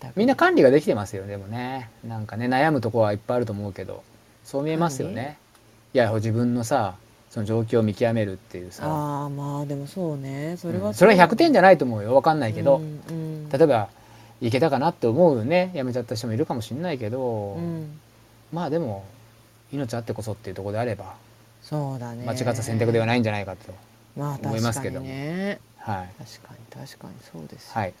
Speaker 1: 全く
Speaker 2: みんな管理ができてますよでもねなんかね悩むところはいっぱいあると思うけどそう見えますよね、いや自分のさその状況を見極めるっていうさ
Speaker 1: ああまあでもそうねそれは、
Speaker 2: うんそれは100点じゃないと思うよ分かんな
Speaker 1: ない
Speaker 2: けど、
Speaker 1: うんうん、
Speaker 2: 例えばいけたかなって思うねやめちゃった人もいるかもしれないけど、
Speaker 1: うん
Speaker 2: まあでも命あってこそっていうところであれば
Speaker 1: そうだね
Speaker 2: 間違った選択では
Speaker 1: ない
Speaker 2: ないんじゃないかと、
Speaker 1: まあ
Speaker 2: 思いますけど
Speaker 1: 確かにね
Speaker 2: はい、
Speaker 1: 確かに確かにそうですよ、
Speaker 2: はい、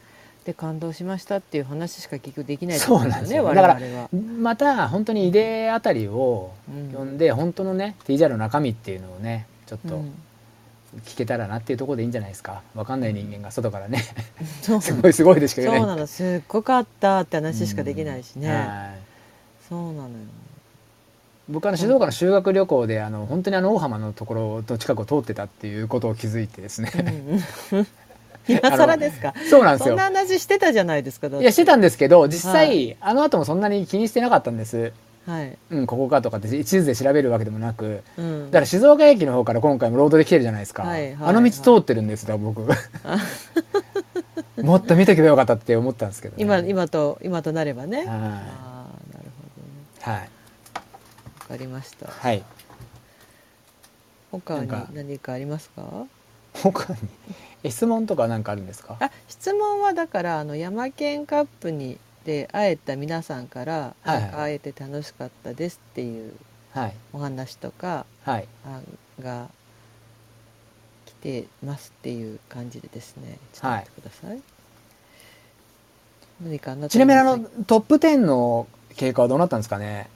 Speaker 1: で感動しましたっていう話しか結局できない
Speaker 2: そ
Speaker 1: っ
Speaker 2: う
Speaker 1: てこと
Speaker 2: なんですよ
Speaker 1: 我
Speaker 2: だ
Speaker 1: 々
Speaker 2: から
Speaker 1: は、
Speaker 2: また本当に井出あたりを
Speaker 1: うん
Speaker 2: 呼んで、本当のね TJR の中身っていうのをねちょっ
Speaker 1: う
Speaker 2: と
Speaker 1: ん
Speaker 2: 聞けたらなっていうところでいいんじゃないですかわかんない人間が外からね
Speaker 1: そう
Speaker 2: すごいすごいでしか言えない
Speaker 1: そうなのすっごかったって話しかできないしね、
Speaker 2: うんはい
Speaker 1: そうなのよ
Speaker 2: 僕はあの静岡の修学旅行であの本当にあの大浜のところと近くを通ってたっていうことを気づいてですね、
Speaker 1: うん今更ですか
Speaker 2: そうなんです
Speaker 1: そん
Speaker 2: よ
Speaker 1: な話してたじゃないですかだっ
Speaker 2: い
Speaker 1: て
Speaker 2: やしてたんですけど実際、
Speaker 1: は
Speaker 2: あの後もそんなに気にしてなかったんです、
Speaker 1: はい、
Speaker 2: うん、ここかとかって地図で調べるわけでもなく
Speaker 1: うん、
Speaker 2: だから静岡駅の方から今回もロードで来てるじゃないですか、
Speaker 1: はいはい
Speaker 2: あの道通ってるんですだ僕 もっと見とけばよかったって思ったんですけどね、
Speaker 1: 今今と今となればね、
Speaker 2: は
Speaker 1: ああなるほどね
Speaker 2: いはい、
Speaker 1: わかりました
Speaker 2: はい、
Speaker 1: 他に
Speaker 2: なんか
Speaker 1: 何かありますか
Speaker 2: 他にえ質問とかなんかあるんですか
Speaker 1: あ質問はだからあの山県カップにで会えた皆さんから、
Speaker 2: はいはい
Speaker 1: なんか会えて楽しかったですっていう
Speaker 2: はい
Speaker 1: お話とか
Speaker 2: はい
Speaker 1: あが来てますっていう感じでですね。ちょっと
Speaker 2: はい
Speaker 1: 待ってください。何かな
Speaker 2: ちなみにあのトップ10の経過はどうなったんですかね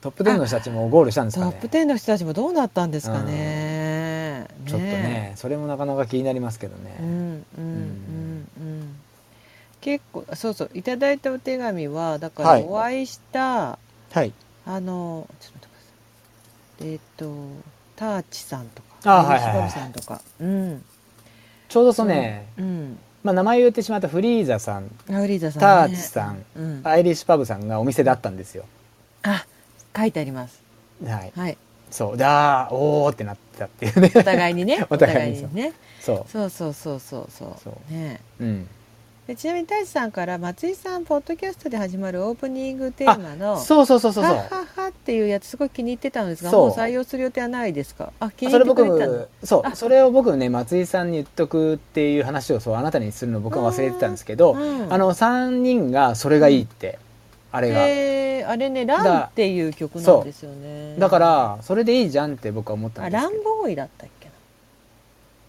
Speaker 2: トップ10の人たちもゴールしたんです
Speaker 1: ト
Speaker 2: か
Speaker 1: ッ
Speaker 2: ね
Speaker 1: プ10の人たちもどうなったんですかね。
Speaker 2: ちょっとねそれもなかなか気になりますけどね、
Speaker 1: うんうんうんうん。結構そうそういただいたお手紙はだか
Speaker 2: は
Speaker 1: ら
Speaker 2: い
Speaker 1: お会いした、
Speaker 2: はい
Speaker 1: あのちょっと待ってください。えっ、とターチさんとか、
Speaker 2: あはいはいはい
Speaker 1: 吉野さんとか、うん
Speaker 2: ちょうどそうね、
Speaker 1: うん。
Speaker 2: まあ、名前言ってしまったフリーザさん
Speaker 1: ラウリーザさん、
Speaker 2: ターチさん。
Speaker 1: うん。
Speaker 2: アイリッシュパブさんがお店だったんですよ
Speaker 1: あ、書いてあります。
Speaker 2: はい
Speaker 1: はい。
Speaker 2: そうだーおーってなってたっていうね。
Speaker 1: お互いにね
Speaker 2: お互いに
Speaker 1: おね。
Speaker 2: そ
Speaker 1: そうそうそうそうそう
Speaker 2: そ
Speaker 1: ね。
Speaker 2: ううん
Speaker 1: ででちなみに太一さんから松井さんポッドキャストで始まるオープニングテーマの
Speaker 2: そうそうそうそう
Speaker 1: はっ
Speaker 2: そう
Speaker 1: はっはっていうやつすごい気に入ってたんですが
Speaker 2: そう
Speaker 1: もう採用する予定はないですかあ気に
Speaker 2: そ
Speaker 1: 入
Speaker 2: れ
Speaker 1: ってくれた
Speaker 2: 僕
Speaker 1: の
Speaker 2: そ
Speaker 1: あ
Speaker 2: うそれを僕ね松井さんに言っとくっていう話をそうあなたにするの僕は忘れてたんですけど、
Speaker 1: うん
Speaker 2: あの3人がそれがいいって、あれが、
Speaker 1: えーあれね「ラン」
Speaker 2: だ
Speaker 1: っていう曲なんですよね
Speaker 2: だからそれでいいじゃんって僕は思った
Speaker 1: あ
Speaker 2: んです
Speaker 1: ラ
Speaker 2: け
Speaker 1: ン
Speaker 2: ど
Speaker 1: ボーイだったっけ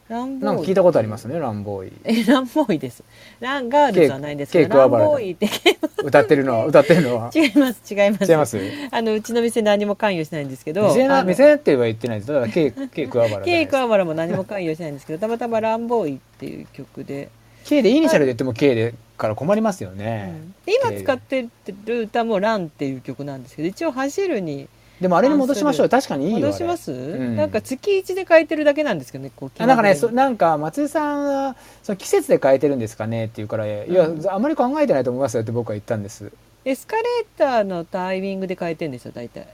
Speaker 1: なランボー
Speaker 2: な
Speaker 1: イ
Speaker 2: んか聞いたことありますねランボーイ
Speaker 1: えランボーイですランガールズはないですけ
Speaker 2: ケイ
Speaker 1: ど
Speaker 2: ク
Speaker 1: ラ
Speaker 2: は
Speaker 1: ン
Speaker 2: バラだ
Speaker 1: ボーイって
Speaker 2: 歌ってるのは歌ってるのは
Speaker 1: 違います 違います
Speaker 2: 違います
Speaker 1: あのうちの店何も関与しないんですけど
Speaker 2: 見せ
Speaker 1: あ
Speaker 2: な
Speaker 1: の
Speaker 2: 見せなっては言ってないですだか らケイケイクアバラじゃな
Speaker 1: ケ
Speaker 2: い
Speaker 1: イ
Speaker 2: で
Speaker 1: ク
Speaker 2: す
Speaker 1: アワラも何も関与しないんですけどたまたま「ランボーイ」っていう曲で、
Speaker 2: K でイニシャルで言っても K でから困りますよ
Speaker 1: う
Speaker 2: ね、
Speaker 1: んで今使ってる歌も「ラン」っていう曲なんですけど一応「走る」に
Speaker 2: でもあれに戻しましょう確かにいいよあれ
Speaker 1: 戻します
Speaker 2: ん
Speaker 1: なんか月一で変えてるだけなんですけどねこう
Speaker 2: あなんかねそ
Speaker 1: 気まぐれに
Speaker 2: なんか松井さんはその季節で変えてるんですかねって言うから「いや
Speaker 1: うん
Speaker 2: あまり考えてないと思いますよ」って僕は言ったんです、
Speaker 1: エスカレーターのタイミングで変えてるんですよ大体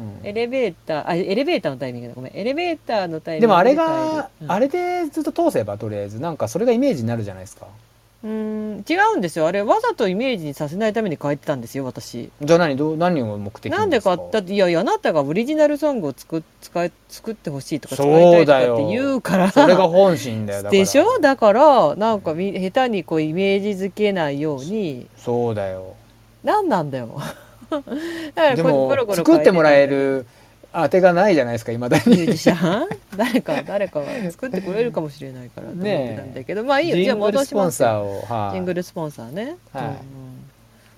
Speaker 2: うん
Speaker 1: エレベーターあエレベーターのタイミングだごめんエレベーターのタイミング
Speaker 2: でもあれ
Speaker 1: 変え
Speaker 2: が
Speaker 1: る、うん
Speaker 2: あれでずっと通せばとりあえずなんかそれがイメージになるじゃないですか
Speaker 1: うーん違うんですよあれわざとイメージにさせないために変えてたんですよ私
Speaker 2: じゃあ何どう何を目的に
Speaker 1: なんでかだっていやいやあなたがオリジナルソングを作っ使い作ってほしいとか使
Speaker 2: そう
Speaker 1: いた
Speaker 2: だ
Speaker 1: いと
Speaker 2: よ
Speaker 1: かって言うから
Speaker 2: それが本心だよだから
Speaker 1: でしょだからなんかみ下手にこうイメージづけないように
Speaker 2: そうだよ
Speaker 1: 何なんだよ だから
Speaker 2: で
Speaker 1: これ
Speaker 2: も
Speaker 1: ゴロゴロ
Speaker 2: 作ってもらえ
Speaker 1: 変
Speaker 2: る当てがないじゃないですかいまだ
Speaker 1: てたんだよミュ
Speaker 2: に
Speaker 1: ージシャン 誰か誰かは作ってくれるかもしれないからと思ってたんだけど、まあいいよじ
Speaker 2: ジ
Speaker 1: ゃあ
Speaker 2: ング
Speaker 1: 戻
Speaker 2: ルス
Speaker 1: し
Speaker 2: ポ
Speaker 1: ま
Speaker 2: ン
Speaker 1: すよ
Speaker 2: サーをはい
Speaker 1: ジングルスポンサーね。
Speaker 2: はい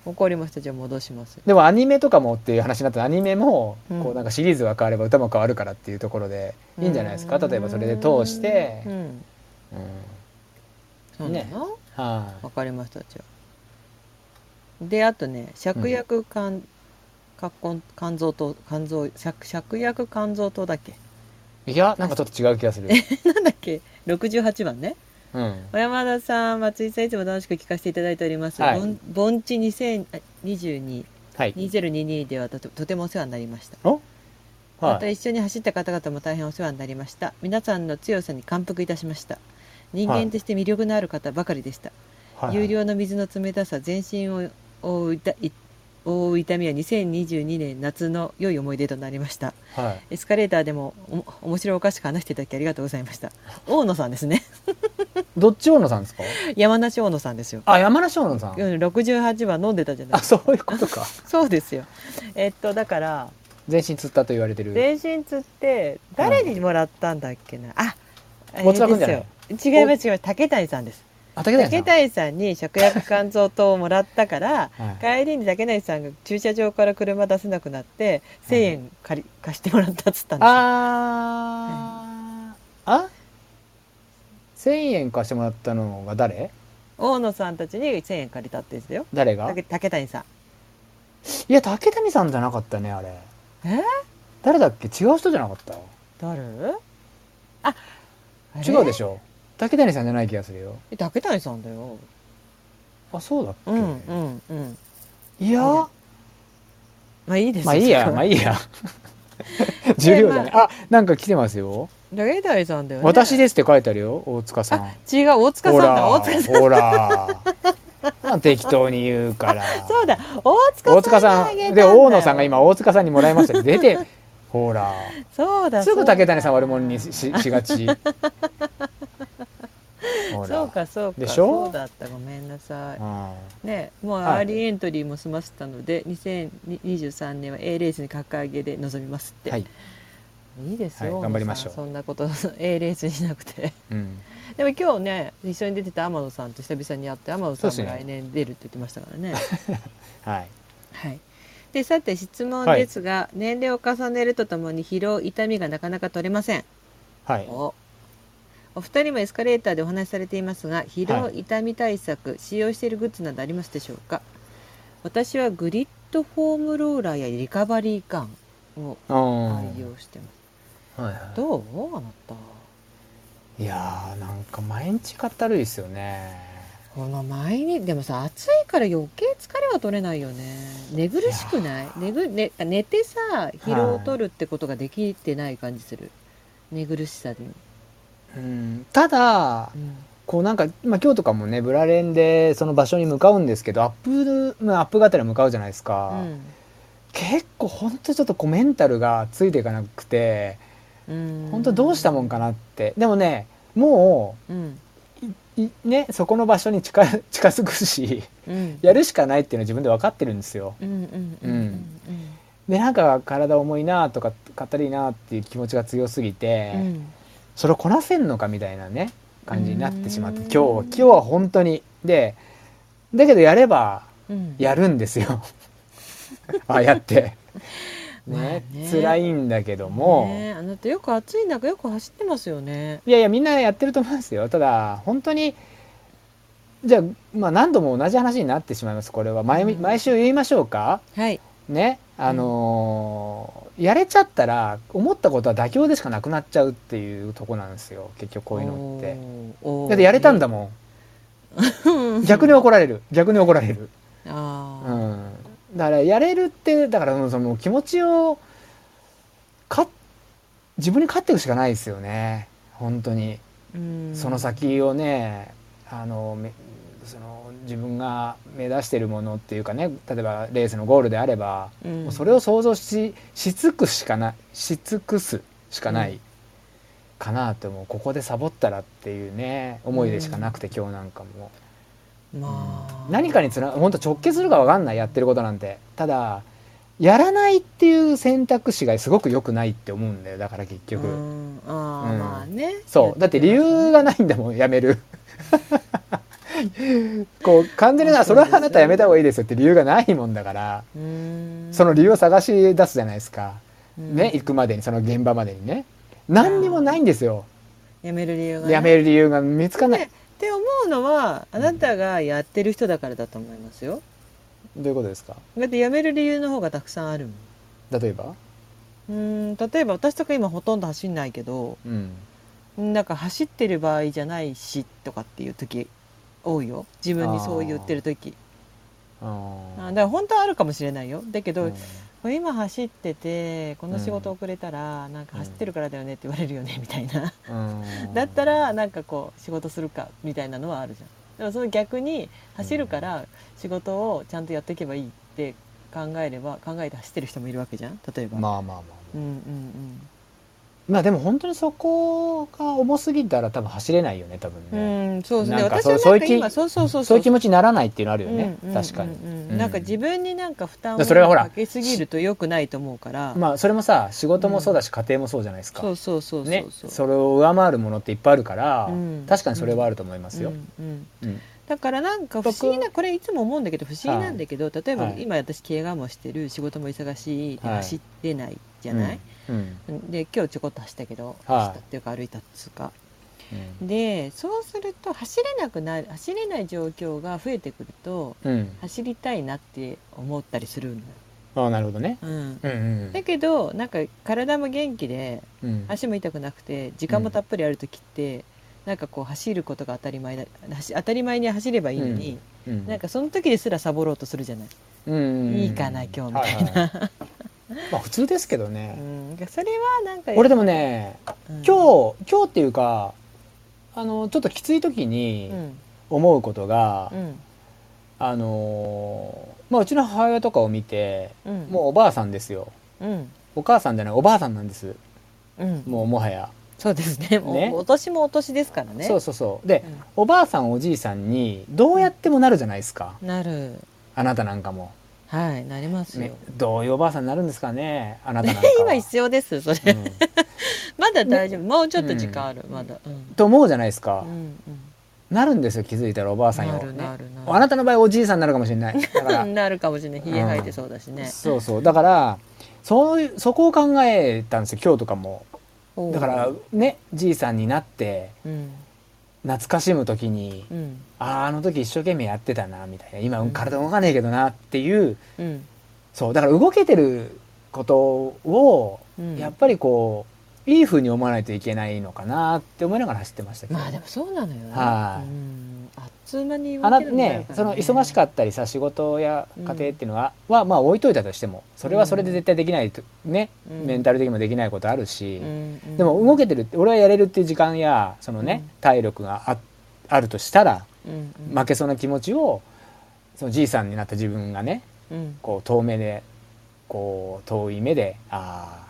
Speaker 1: うん、怒りました。じゃあ戻します。
Speaker 2: でもアニメとかもっていう話になったらアニメも
Speaker 1: うん
Speaker 2: こうなんかシリーズが変われば歌も変わるからっていうところでいいんじゃないですか
Speaker 1: うん
Speaker 2: 例えばそれで通して
Speaker 1: う、ん。
Speaker 2: うん
Speaker 1: そうな
Speaker 2: ね
Speaker 1: の。わ、
Speaker 2: はい
Speaker 1: かりました。じゃあ。で、あとね、芍薬肝、葛根、肝臓糖、肝臓、芍芍薬肝臓糖だっけ。
Speaker 2: いやなんかちょっと違う気がする、
Speaker 1: なんだっけ。六十八番ね。
Speaker 2: うん、
Speaker 1: 小山田さん、松井さん、いつも楽しく聞かせていただいております。
Speaker 2: はい
Speaker 1: ぼん盆地二千二十二、
Speaker 2: はい
Speaker 1: 二ゼロ二二ではとて、とてもお世話になりました。また
Speaker 2: はい
Speaker 1: 一緒に走った方々も大変お世話になりました皆さんの強さに感服いたしました人間として魅力のある方ばかりでした、
Speaker 2: はい
Speaker 1: 有料の水の冷たさ全身を覆う痛い覆う痛みは2022年夏の良い思い出となりました
Speaker 2: はい
Speaker 1: エスカレーターでもお面白おかしく話していただきありがとうございました大野さんですね
Speaker 2: どっち大野さんですか
Speaker 1: 山梨大野さんですよ
Speaker 2: あ山梨大野さ
Speaker 1: う
Speaker 2: ん、
Speaker 1: ん68番飲んでたじゃない
Speaker 2: あそういうことか
Speaker 1: そうですよえっとだから
Speaker 2: 全身つったと言われてる
Speaker 1: 全身つって誰にもらったんだっけな、ああ
Speaker 2: 大塚君じゃない
Speaker 1: ですよ違います違います竹谷さんです
Speaker 2: あ竹谷さ
Speaker 1: 竹
Speaker 2: ん
Speaker 1: 谷さんに食薬肝臓糖をもらったから
Speaker 2: はい
Speaker 1: 帰りに竹谷さんが駐車場から車出せなくなって1,000円借り貸してもらったっつったんですよ
Speaker 2: あーあ1000円貸してもらったのが誰
Speaker 1: 大野さんたちに1,000円借りたって言うんですよ
Speaker 2: 誰が
Speaker 1: 竹竹谷さん
Speaker 2: いや竹谷さんじゃなかったねあれ
Speaker 1: え
Speaker 2: 誰だっけ違う人じゃなかった
Speaker 1: 誰ああれ
Speaker 2: 違うでしょ竹谷さんじゃない気がするよ
Speaker 1: え竹谷さんだよ
Speaker 2: あそうだっけ、
Speaker 1: うんうんうん
Speaker 2: いや
Speaker 1: あまあいいです
Speaker 2: まあい いやまあ
Speaker 1: い
Speaker 2: いいや重量じゃない、あ、なんか来てますよ、
Speaker 1: 竹谷さんだよね
Speaker 2: 私ですって書いてあるよ大塚さん
Speaker 1: 違う大塚さんだ大塚さん
Speaker 2: ほらほら適当に言 うから
Speaker 1: そうだ大塚さん
Speaker 2: 大塚さ
Speaker 1: にあげた
Speaker 2: ん
Speaker 1: だ
Speaker 2: で
Speaker 1: よ
Speaker 2: 大野さんが今大塚さんにもらいましたけど出て ほら
Speaker 1: そうだ
Speaker 2: す
Speaker 1: そう
Speaker 2: ぐ
Speaker 1: だ
Speaker 2: 竹谷さん悪者にしししが ちほ ら
Speaker 1: そうかそうか
Speaker 2: でしょ
Speaker 1: そうだったごめんなさ
Speaker 2: うん
Speaker 1: いねもう
Speaker 2: は
Speaker 1: ア
Speaker 2: い
Speaker 1: ーリーエントリーも済ませたので、2023年は A レースに格上げで臨みますって、、
Speaker 2: はいい、
Speaker 1: いですよ、
Speaker 2: はい
Speaker 1: 大野さん
Speaker 2: 頑張りましょう
Speaker 1: そんなこと A レースにしなくて
Speaker 2: うん、
Speaker 1: でも今日ね一緒に出てた天野さんと久々に会って天野さん
Speaker 2: そ
Speaker 1: も
Speaker 2: うですね
Speaker 1: 来年出るって言ってました からね
Speaker 2: はい
Speaker 1: はいでさて質問
Speaker 2: はい
Speaker 1: ですが、年齢を重ねるとともに疲労痛みがなかなか取れません
Speaker 2: はい
Speaker 1: おお二人もエスカレーターでお話しされていますが疲労、
Speaker 2: は
Speaker 1: 痛み対策使用しているグッズなどありますでしょうか私はグリッドフォームローラーやリカバリーガンを
Speaker 2: うん
Speaker 1: 愛用してます、
Speaker 2: はいはい
Speaker 1: どうあなた
Speaker 2: いやーなんか毎日かったるいですよね
Speaker 1: この前にでもさ暑いから余計疲れは取れないよね寝苦しくない寝ぐ、ね、寝てさ疲労を取るってことができてない感じする、寝苦しさに、
Speaker 2: うんただ
Speaker 1: うん
Speaker 2: こうなんか、まあ、今日とかもねブラレンでその場所に向かうんですけどアップ、まあ、アップがてら向かうじゃないですか、結構本当ちょっとこうメンタルがついていかなくて
Speaker 1: うん
Speaker 2: 本当どうしたもんかなってでもねも
Speaker 1: うん
Speaker 2: ういねそこの場所に近 近づくし
Speaker 1: うん
Speaker 2: やるしかないっていうのは自分で分かってるんですよ。
Speaker 1: うんうんうんうん
Speaker 2: でなんか体重いなとか肩りいなっていう気持ちが強すぎて、
Speaker 1: うんうん
Speaker 2: それをこなせんのかみたいなね感じになってしまって
Speaker 1: うん
Speaker 2: 今日は今日は本当にでだけどやれば
Speaker 1: うん
Speaker 2: やるんで すよああやってね
Speaker 1: まあね
Speaker 2: 辛いんだけども、
Speaker 1: ねえあなたよく暑い中よく走ってますよね
Speaker 2: いやいやみんなやってると思いますよただ本当にじゃあ,、まあ何度も同じ話になってしまいますこれは毎,、
Speaker 1: うん
Speaker 2: 毎週言いましょうか
Speaker 1: はい
Speaker 2: ねあのーやれちゃったら思ったことは妥協でしかなくなっちゃうっていうとこなんですよ結局こういうのって。
Speaker 1: おー
Speaker 2: だってやれたんだもん逆に怒られる逆に怒られる、う
Speaker 1: あ
Speaker 2: ん、だからやれるってだからうんその気持ちをか自分に勝っていくしかないですよね本当に
Speaker 1: ーうん
Speaker 2: その先をねあのめその自分が目指してるものっていうかね例えばレースのゴールであれば、
Speaker 1: うん
Speaker 2: もうそれを想像しし尽くしかないし尽くすしかな
Speaker 1: う
Speaker 2: い、
Speaker 1: ん
Speaker 2: かなと思うここでサボったらっていうね思いでしかなくて、今日なんかも。
Speaker 1: まあ
Speaker 2: 何かにつな本当直結するか分かんないやってることなんてただやらないっていう選択肢がすごく良くないって思うんだよだから結局、
Speaker 1: うんあー
Speaker 2: うん
Speaker 1: まあね
Speaker 2: そうだって理由がないんだもんやめる こう完全になそれはあなたやめた方がいいですよって理由がないもんだから
Speaker 1: うん
Speaker 2: その理由を探し出すじゃないですか、
Speaker 1: うん
Speaker 2: ね行くまでにその現場までにね何にもないんですよ
Speaker 1: やめる理由がね
Speaker 2: やめる理由が見つかんない
Speaker 1: ねって思うのはあなたがやってる人だからだと思いますよ
Speaker 2: どういうことですか
Speaker 1: だってやめる理由の方がたくさんあるもん
Speaker 2: 例えば
Speaker 1: うーん例えば私とか今ほとんど走んないけど
Speaker 2: うん
Speaker 1: なんか走ってる場合じゃないしとかっていう時多いよ自分にそう言ってる時
Speaker 2: あ
Speaker 1: あ
Speaker 2: ー
Speaker 1: だから本当はあるかもしれないよだけど、
Speaker 2: うん
Speaker 1: これ今走っててこの仕事遅れたら、なんか走ってるからだよねって言われるよねみたいな
Speaker 2: うん
Speaker 1: だったらなんかこう仕事するかみたいなのはあるじゃんでもその逆に走るから仕事をちゃんとやっていけばいいって考えれば考えて走ってる人もいるわけじゃん例えば、
Speaker 2: まあまあまあ、
Speaker 1: うんうんうん
Speaker 2: まあでも本当にそこが重すぎたら多分走れないよね多分ね、
Speaker 1: うん、そうですね。
Speaker 2: なんか
Speaker 1: 私
Speaker 2: そう
Speaker 1: はなんか今、そうそうそう
Speaker 2: そういう気持ちにならないっていうのあるよね、
Speaker 1: うんうんうんうん
Speaker 2: 確かに、う
Speaker 1: なんか自分になんか負担を
Speaker 2: それはほら
Speaker 1: かけすぎると良くないと思うから。
Speaker 2: まあそれもさ仕事もそうだし、家庭もそうじゃないですか
Speaker 1: そうそうそうそう
Speaker 2: ね
Speaker 1: そう。
Speaker 2: それを上回るものっていっぱいあるから、
Speaker 1: うん
Speaker 2: 確かにそれはあると思いますよ、
Speaker 1: うんうん
Speaker 2: うん
Speaker 1: だからなんか不思議なこれいつも思うんだけど不思議なんだけど例えば
Speaker 2: はい
Speaker 1: 今私怪我もしてる仕事も忙しいで
Speaker 2: はい
Speaker 1: 走ってないじゃない、
Speaker 2: うんうん
Speaker 1: で今日ちょこっと走ったけど
Speaker 2: はい
Speaker 1: 走ったっていうか歩いたっつうかでそうすると走れなくなる走れない状況が増えてくると
Speaker 2: うんうん
Speaker 1: 走りたいなって思ったりするんだよ
Speaker 2: ああなるほどね
Speaker 1: うん、
Speaker 2: うんうん
Speaker 1: だけどなんか体も元気で
Speaker 2: うん
Speaker 1: 足も痛くなくて時間もたっぷりある時って、なんかこう走ることが当たり前だ走当たり前に走ればいいのに、
Speaker 2: うん
Speaker 1: なんかその時ですらサボろうとするじゃない、
Speaker 2: うんうんうん
Speaker 1: いいかな今日みたいな
Speaker 2: ははまあ普通ですけ ど
Speaker 1: う
Speaker 2: ね、
Speaker 1: ん、それはなんか
Speaker 2: 俺でもね
Speaker 1: うん
Speaker 2: 今日今日っていうかあのちょっときつい時に
Speaker 1: うん
Speaker 2: 思うことが、
Speaker 1: うん
Speaker 2: あのーまあうちの母親とかを見て
Speaker 1: うん
Speaker 2: もうおばあさんですよ
Speaker 1: うん
Speaker 2: お母さんじゃないおばあさんなんです
Speaker 1: うん
Speaker 2: もうもはや、
Speaker 1: そうですねもう
Speaker 2: ね
Speaker 1: お年もお年ですからね
Speaker 2: そうそうそうで、
Speaker 1: うん
Speaker 2: おばあさんおじいさんにどうやってもなるじゃないですか
Speaker 1: なる
Speaker 2: あなたなんかも、
Speaker 1: はいなりますよ、
Speaker 2: ね、どういうおばあさんになるんですかねあなたなんか
Speaker 1: 今
Speaker 2: は、
Speaker 1: 必要ですそれ、
Speaker 2: うん
Speaker 1: まだ大丈夫、もうちょっと時間ある、まだうん
Speaker 2: と思うじゃないです
Speaker 1: う
Speaker 2: か、
Speaker 1: んうん
Speaker 2: なるんですよ気づいたらおばあさん
Speaker 1: な
Speaker 2: よ、
Speaker 1: る
Speaker 2: ね
Speaker 1: なるなる
Speaker 2: あなたの場合おじいさんになるかもしれ ないだから
Speaker 1: なるかもしれないひげ生えてそうだしね、
Speaker 2: そうそうだからそういうそこを考えたんですよ今日とかも
Speaker 1: おう
Speaker 2: だからねじいさんになって
Speaker 1: うん
Speaker 2: 懐かしむ時に
Speaker 1: うん
Speaker 2: あああの時一生懸命やってたなみたいな今
Speaker 1: うん
Speaker 2: 体動かねえけどなっていう
Speaker 1: うん
Speaker 2: そうだから動けてることを
Speaker 1: うん
Speaker 2: やっぱりこういい風に思わないといけないのかなって思いながら走ってましたけど、
Speaker 1: まあでもそうなのよね
Speaker 2: はい
Speaker 1: うんあっつう間に
Speaker 2: あ
Speaker 1: 動
Speaker 2: な
Speaker 1: け
Speaker 2: ね
Speaker 1: るようになるから
Speaker 2: その忙しかったりさ仕事や家庭っていうのは,、はまあ置いといたとしてもそれはそれで絶対できないとね、
Speaker 1: うん
Speaker 2: メンタル的にもできないことあるし、
Speaker 1: うんうん
Speaker 2: でも動けてるって俺はやれるっていう時間やそのね、
Speaker 1: うん
Speaker 2: 体力がああるとしたら
Speaker 1: うんうん
Speaker 2: 負けそうな気持ちをそのじいさんになった自分がね
Speaker 1: うん
Speaker 2: こう遠目でこう遠い目であ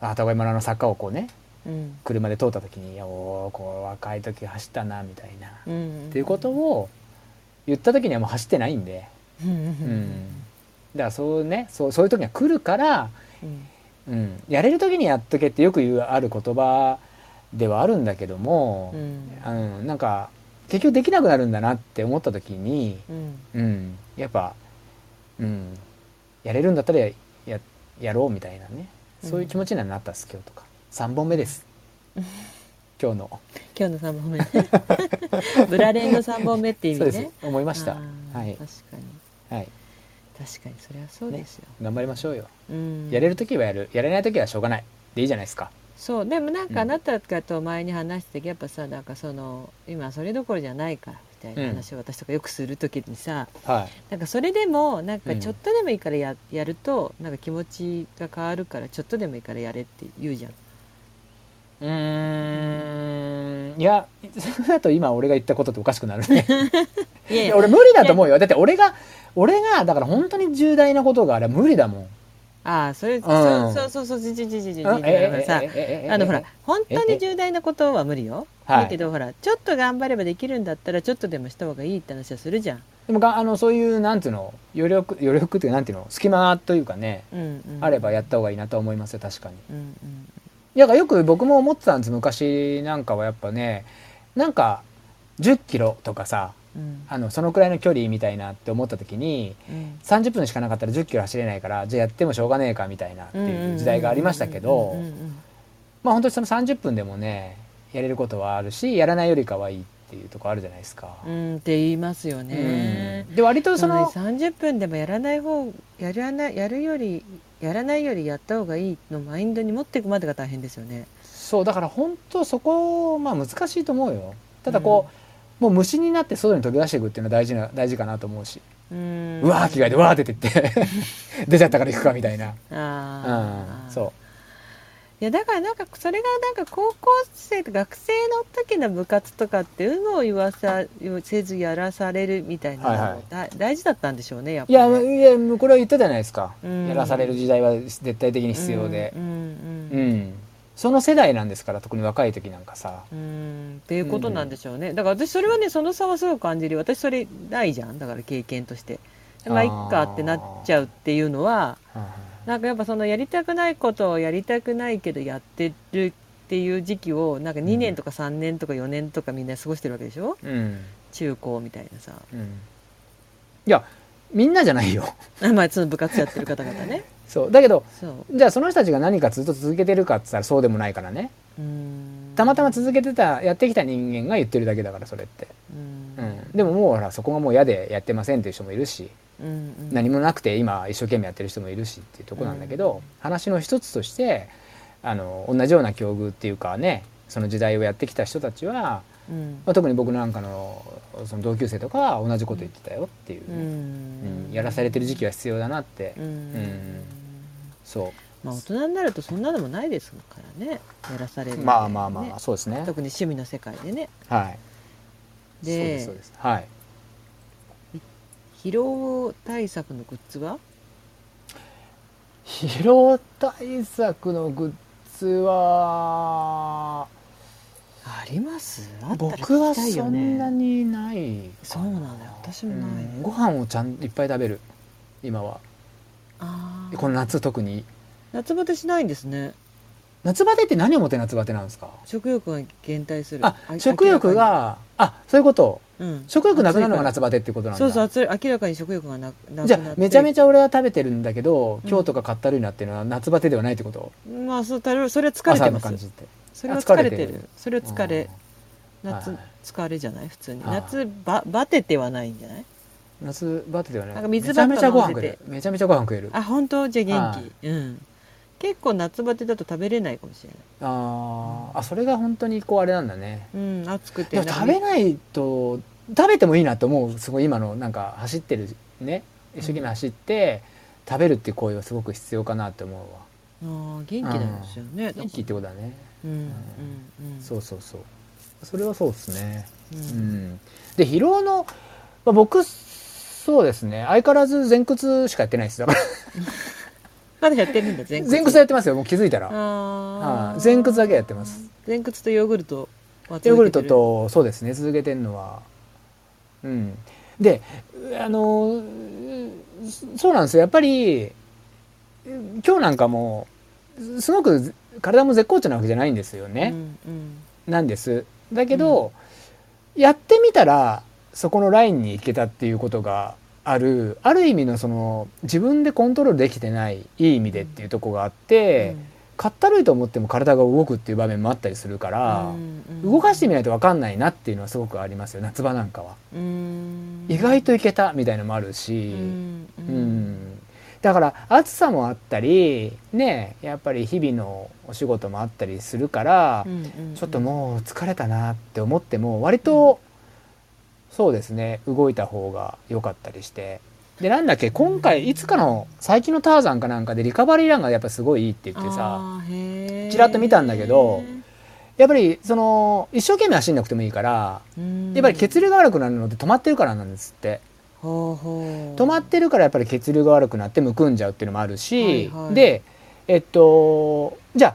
Speaker 2: ーあ鳩山村の坂をこうね
Speaker 1: うん
Speaker 2: 車で通った時に「おおこう若い時走ったな」みたいな、っ
Speaker 1: うん
Speaker 2: ていうことを言った時にはもう走ってないんで、
Speaker 1: うんうん
Speaker 2: うんだからそうねそうそういう時が来るから、
Speaker 1: うん
Speaker 2: うん、やれる時にやっとけってよく言うある言葉ではあるんだけども、
Speaker 1: うん
Speaker 2: あのなんか結局できなくなるんだなって思った時に、
Speaker 1: うん
Speaker 2: うん、やっぱ、うん、やれるんだったらやややろうみたいなねそういう気持ちにはなったっす今日とか3本目です今日の。
Speaker 1: 今日の三本目ねブラレンの三本目って意
Speaker 2: そう
Speaker 1: 味
Speaker 2: です
Speaker 1: ね。
Speaker 2: 思いました。
Speaker 1: あー
Speaker 2: はい
Speaker 1: 確かに
Speaker 2: はい。
Speaker 1: 確かにそれはそうですよ。
Speaker 2: 頑張りましょうよ。
Speaker 1: うん
Speaker 2: やれる時はやる。やれない時はしょうがない。でいいじゃないですか。
Speaker 1: そうでもなん
Speaker 2: うん
Speaker 1: かあなたかと前に話してた時やっぱさなんかその今それどころじゃないからみたいな話を私とかよくする時にさ、
Speaker 2: は
Speaker 1: なんかそれでもなんか
Speaker 2: うん
Speaker 1: ちょっとでもいいからや,、やるとなんか気持ちが変わるからちょっとでもいいからやれって言うじゃん。
Speaker 2: い。うーん。いや、それだと今俺が言ったことっておかしくなる ね。
Speaker 1: いやい
Speaker 2: い
Speaker 1: や
Speaker 2: や俺無理だと思うよ。だって俺が、俺が、だから本当に重大なことがあれは無理だもん。
Speaker 1: ああそれ、
Speaker 2: ん
Speaker 1: そうそうそうじじじじじじ
Speaker 2: あ
Speaker 1: さ
Speaker 2: え
Speaker 1: あのほ。
Speaker 2: え
Speaker 1: ら
Speaker 2: え
Speaker 1: 本当に重大なことは無理よ、
Speaker 2: はい
Speaker 1: だけどほらちょっと頑張ればできるんだったらちょっとでもした方がいいって話はするじゃん。
Speaker 2: でもが、あの、そういう、なんていうの、余力、余力っていうかなんていうの、隙間というかね、
Speaker 1: うんうん、
Speaker 2: あればやった方がいいなと思いますよ、確かに。
Speaker 1: うんうん
Speaker 2: いやよく僕も思ってたんです昔なんかはやっぱねなんか10キロとかさ
Speaker 1: うん
Speaker 2: あのそのくらいの距離みたいなって思った時に
Speaker 1: うん
Speaker 2: 30分しかなかったら10キロ走れないからじゃあやってもしょうがねえかみたいなっていう時代がありましたけど
Speaker 1: うんうんうん
Speaker 2: まあ本当にその30分でもねやれることはあるしやらないよりかはいいっていうところあるじゃないですか。
Speaker 1: うんうんうんって言いますよね。
Speaker 2: うんで割とそ
Speaker 1: その
Speaker 2: の
Speaker 1: 30分でもやらない方やらないやるよりやらないよりやった方がいいのマインドに持っていくまでが大変ですよね。
Speaker 2: そうだから本当そこまあ難しいと思うよ。ただこう、もう虫になって外に飛び出していくっていうのは大事な大事かなと思うし。
Speaker 1: うん
Speaker 2: うわー着替えてわー出てって 出ちゃったから行くかみたいな、
Speaker 1: あ
Speaker 2: うん、
Speaker 1: う
Speaker 2: そ
Speaker 1: いやだからなんかそれがなんか高校生学生の時の部活とかって有無を言わさせずやらされるみたいなのも
Speaker 2: はいはい
Speaker 1: だ大事だったんでしょうねやっ
Speaker 2: う
Speaker 1: ぱ
Speaker 2: い
Speaker 1: り
Speaker 2: や
Speaker 1: ね、
Speaker 2: いやもうこれは言ったじゃないですか、
Speaker 1: うん
Speaker 2: やらされる時代は絶対的に必要で
Speaker 1: うん
Speaker 2: う
Speaker 1: うん
Speaker 2: ん、その世代なんですから特に若い時なんかさ
Speaker 1: うんうんっていうことなんでしょうね、だから私それはねその差はすごく感じるよ私それないじゃんだから経験としてまあいっかってなっちゃうっていうのはなんかやっぱそのやりたくないことをやりたくないけどやってるっていう時期をなんか2年とか3年とか4年とかみんな過ごしてるわけでしょ
Speaker 2: うん、
Speaker 1: 中高みたいなさ
Speaker 2: うん、いやみんなじゃないよ
Speaker 1: あまあその部活やってる方々 ね
Speaker 2: そうだけど
Speaker 1: そ
Speaker 2: じゃあその人たちが何かずっと続けてるかっつったらそうでもないからね
Speaker 1: ううん
Speaker 2: たまたま続けてたやってきた人間が言ってるだけだからそれって、
Speaker 1: うん
Speaker 2: うん、でももうほらそこがもう嫌でやってませんっていう人もいるし
Speaker 1: うんうん
Speaker 2: 何もなくて今一生懸命やってる人もいるしっていうとこなんだけど、
Speaker 1: うん
Speaker 2: 話の一つとしてあの同じような境遇っていうかねその時代をやってきた人たちは、
Speaker 1: うん
Speaker 2: まあ、特に僕なんかのその同級生とかは同じこと言ってたよっていう
Speaker 1: う
Speaker 2: ね、
Speaker 1: ん
Speaker 2: うんやらされてる時期は必要だなって、
Speaker 1: うん
Speaker 2: んそ
Speaker 1: まあ大人になるとそんなのもないですからねやらされる
Speaker 2: う
Speaker 1: みたいなね
Speaker 2: まあまあまあ、そうですね
Speaker 1: 特に趣味の世界でね
Speaker 2: はいそう
Speaker 1: で
Speaker 2: ですそうですはい
Speaker 1: 疲労対策のグッズは
Speaker 2: 疲労対策のグッズは
Speaker 1: ありますあったら
Speaker 2: 僕は
Speaker 1: 聞きたい
Speaker 2: そ
Speaker 1: よ
Speaker 2: んな
Speaker 1: ね
Speaker 2: にないか
Speaker 1: そうなんだよ私もない
Speaker 2: うんご飯をちゃんいっぱい食べる今は
Speaker 1: あー
Speaker 2: この夏特に
Speaker 1: 夏バテしないんですね
Speaker 2: 夏バテって何をもって夏バテなんですか
Speaker 1: 食欲が減退する
Speaker 2: あ食欲、があそういうこと
Speaker 1: 明らかにうん
Speaker 2: 食欲なくなる
Speaker 1: 暑
Speaker 2: のが
Speaker 1: い
Speaker 2: 夏バテってこと
Speaker 1: か
Speaker 2: な
Speaker 1: ら
Speaker 2: んだ
Speaker 1: そうそう暑い明らかに食欲がななくなって
Speaker 2: じゃあめちゃめち
Speaker 1: ゃ
Speaker 2: ゃ俺は食べてるんだけど
Speaker 1: うん
Speaker 2: 今日とかかったるいなっていうのは夏バテではないってこと、
Speaker 1: まあそうたるそれは疲れて
Speaker 2: 朝の
Speaker 1: ま
Speaker 2: 感
Speaker 1: す
Speaker 2: じって
Speaker 1: それは
Speaker 2: あ疲
Speaker 1: 疲
Speaker 2: れ
Speaker 1: れ
Speaker 2: て
Speaker 1: て
Speaker 2: る
Speaker 1: るそれは疲れ
Speaker 2: うん
Speaker 1: 夏、
Speaker 2: はいはい
Speaker 1: 疲れじゃない普通に
Speaker 2: はい
Speaker 1: 夏ばバテてはないんじゃない
Speaker 2: 夏バテではない
Speaker 1: なんか水
Speaker 2: めちゃ
Speaker 1: ばっか
Speaker 2: めちゃご飯
Speaker 1: 飲ん
Speaker 2: 食え
Speaker 1: でて
Speaker 2: るめちゃめちゃご飯食えるあ
Speaker 1: あ本当じゃあ
Speaker 2: は
Speaker 1: 元気、うん結構夏バテだと食べれないかもしれない
Speaker 2: あーあそれが本当にこうあれなんだね
Speaker 1: うん暑くて
Speaker 2: でも食べ
Speaker 1: な
Speaker 2: ないと食べてもいいなと思うすごい今のなんか走ってるね一生懸命走って食べるっていう行為はすごく必要かなって思うわ
Speaker 1: あー元気なんですよねだから
Speaker 2: 元気ってことだね
Speaker 1: うんうんうん
Speaker 2: そうそうそうそれはそうですね。
Speaker 1: う
Speaker 2: うんん、で疲労の、まあ、僕そうですね相変わらず前屈しかやってないですだから
Speaker 1: まだやってるんだ前屈
Speaker 2: 前屈やってますよもう気づいた
Speaker 1: あ
Speaker 2: ら、は
Speaker 1: あ
Speaker 2: い前屈だけやってます
Speaker 1: 前屈とヨーグルトは続けてる
Speaker 2: ヨーグルトとそうですね続けてるのはうんであのうそうなんですよやっぱり今日なんかもすごく体も絶好調なわけじゃないんですよね、
Speaker 1: うんうん
Speaker 2: なんですだけど、やってみたらそこのラインに行けたっていうことがあるある意味のその自分でコントロールできてないいい意味でっていうとこがあって、かったるいと思っても体が動くっていう場面もあったりするから、動かしてみないと分かんないなっていうのはすごくありますよ夏場なんかは。
Speaker 1: うん
Speaker 2: 意外といけたみたいのもあるし、
Speaker 1: うんう
Speaker 2: うんんだから暑さもあったりねやっぱり日々のお仕事もあったりするから
Speaker 1: う、んうん
Speaker 2: ちょっともう疲れたなって思っても割とそうですね動いた方が良かったりしてでなんだっけ今回いつかの最近のターザンかなんかでリカバリーランがやっぱすごいいいって言ってさ
Speaker 1: あーへー
Speaker 2: ちらっと見たんだけどやっぱりその一生懸命走んなくてもいいから
Speaker 1: うん
Speaker 2: やっぱり血流が悪くなるのって止まってるからなんですって
Speaker 1: ほうほう
Speaker 2: 止まってるからやっぱり血流が悪くなってむくんじゃうっていうのもあるし、
Speaker 1: はいはい
Speaker 2: でえっとじゃあ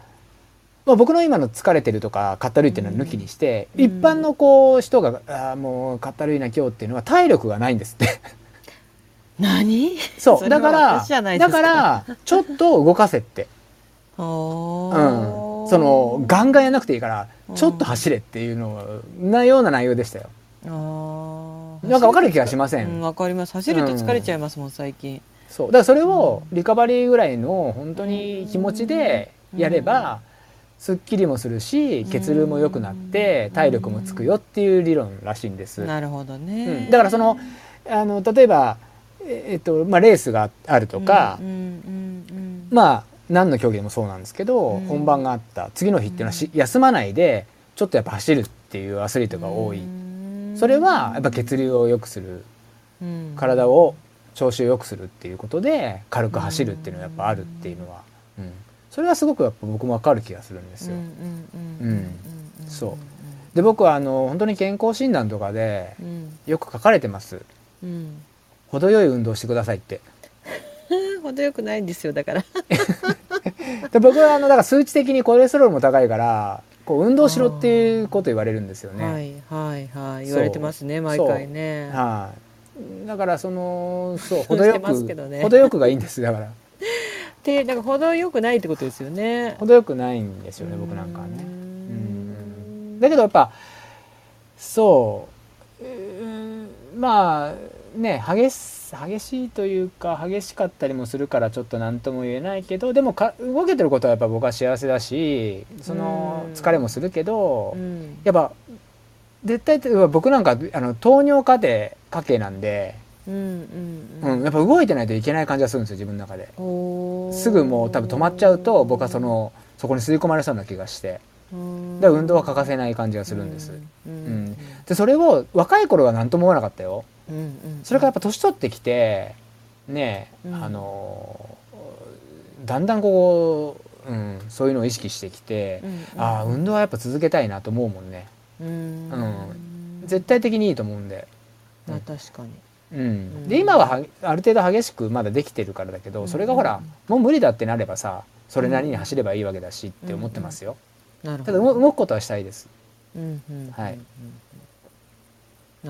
Speaker 2: まあ、僕の今の疲れてるとかかったるいっていうのは抜きにして、
Speaker 1: うん
Speaker 2: 一般のこう人が「あーもうかったるいな今日」っていうのは体力がないんですって
Speaker 1: 何
Speaker 2: そう
Speaker 1: それ
Speaker 2: だ
Speaker 1: は
Speaker 2: から
Speaker 1: 私じゃないですか
Speaker 2: だからちょっと動か せって、
Speaker 1: う
Speaker 2: うんん、そのガンガンやんなくていいからちょっと走れっていうのなような内容でしたよなんかわかる気がしません
Speaker 1: うん、わかります走ると疲れちゃいますもん最近
Speaker 2: そうだからそれをリカバリーぐらいの本当に気持ちでやればすっきりもするし血流も良くなって
Speaker 1: うん
Speaker 2: 体力もつくよっていう理論らしいんです。
Speaker 1: なるほどね、
Speaker 2: うんだからそのあの例えば、ええっとまあ、レースがあるとか、
Speaker 1: うんうんうんうん
Speaker 2: まあ何の競技でもそうなんですけど、
Speaker 1: うん
Speaker 2: 本番があった次の日っていうのはし休まないでちょっとやっぱ走るっていうアスリートが多い。それはやっぱ血流を良くする
Speaker 1: うん
Speaker 2: 体を調子を良くするっていうことで軽く走るっていうのはやっぱあるっていうのは、うんそれはすごくやっぱ僕もわかる気がするんですよ。
Speaker 1: うんうんうん
Speaker 2: う
Speaker 1: うんんうんうん
Speaker 2: そうで僕はあの本当に健康診断とかで
Speaker 1: うん
Speaker 2: よく書かれてます
Speaker 1: うん
Speaker 2: 程よい運動してくださいって。
Speaker 1: 程よくないんですよだから
Speaker 2: で僕はあのだから数値的にコレステロールも高いからこう運動しろっていうこと言われるんですよね。
Speaker 1: はいはいはい言われてますね毎回ね
Speaker 2: はいだからそのそう
Speaker 1: して
Speaker 2: 程よ
Speaker 1: ます
Speaker 2: く、
Speaker 1: けどね
Speaker 2: 程よくがいいんですだから
Speaker 1: でなんか程よくないってことですよね
Speaker 2: 程よくないんですよね僕なんかはね。
Speaker 1: う
Speaker 2: うん
Speaker 1: ん
Speaker 2: だけどやっぱそううーんまあね激し激しいというか激しかったりもするからちょっと何とも言えないけどでもか動けてることはやっぱ僕は幸せだしその
Speaker 1: うん
Speaker 2: 疲れもするけど、
Speaker 1: うん
Speaker 2: やっぱ絶対って僕なんかあの糖尿家庭家系なんで、
Speaker 1: うんうん
Speaker 2: うん、やっぱ動いてないといけない感じがするんですよ自分の中で。
Speaker 1: おー
Speaker 2: すぐもう多分止まっちゃうと僕はそのそこに吸い込まれそうな気がして
Speaker 1: うん
Speaker 2: だから運動は欠かせない感じがするんです。
Speaker 1: うん
Speaker 2: んでそれを若い頃は何とも思わなかったよ
Speaker 1: うんうん
Speaker 2: それからやっぱ年取ってきてねえ、
Speaker 1: うん
Speaker 2: あのだんだんこう、うん、そういうのを意識してきて、
Speaker 1: うんうん
Speaker 2: ああ運動はやっぱ続けたいなと思うもんね
Speaker 1: うん
Speaker 2: うん絶対的にいいと思うんで、
Speaker 1: まあ確かに
Speaker 2: うん
Speaker 1: ん
Speaker 2: で今ははある程度激しくまだできてるからだけどそれがほ
Speaker 1: う
Speaker 2: ら、
Speaker 1: ん
Speaker 2: もう無理だってなればさそれなりに走ればいいわけだしって思ってますよ、
Speaker 1: なる
Speaker 2: た
Speaker 1: ほ
Speaker 2: だ
Speaker 1: ど
Speaker 2: 動動くことはしたいです、
Speaker 1: うんうん
Speaker 2: はい
Speaker 1: うんうんうん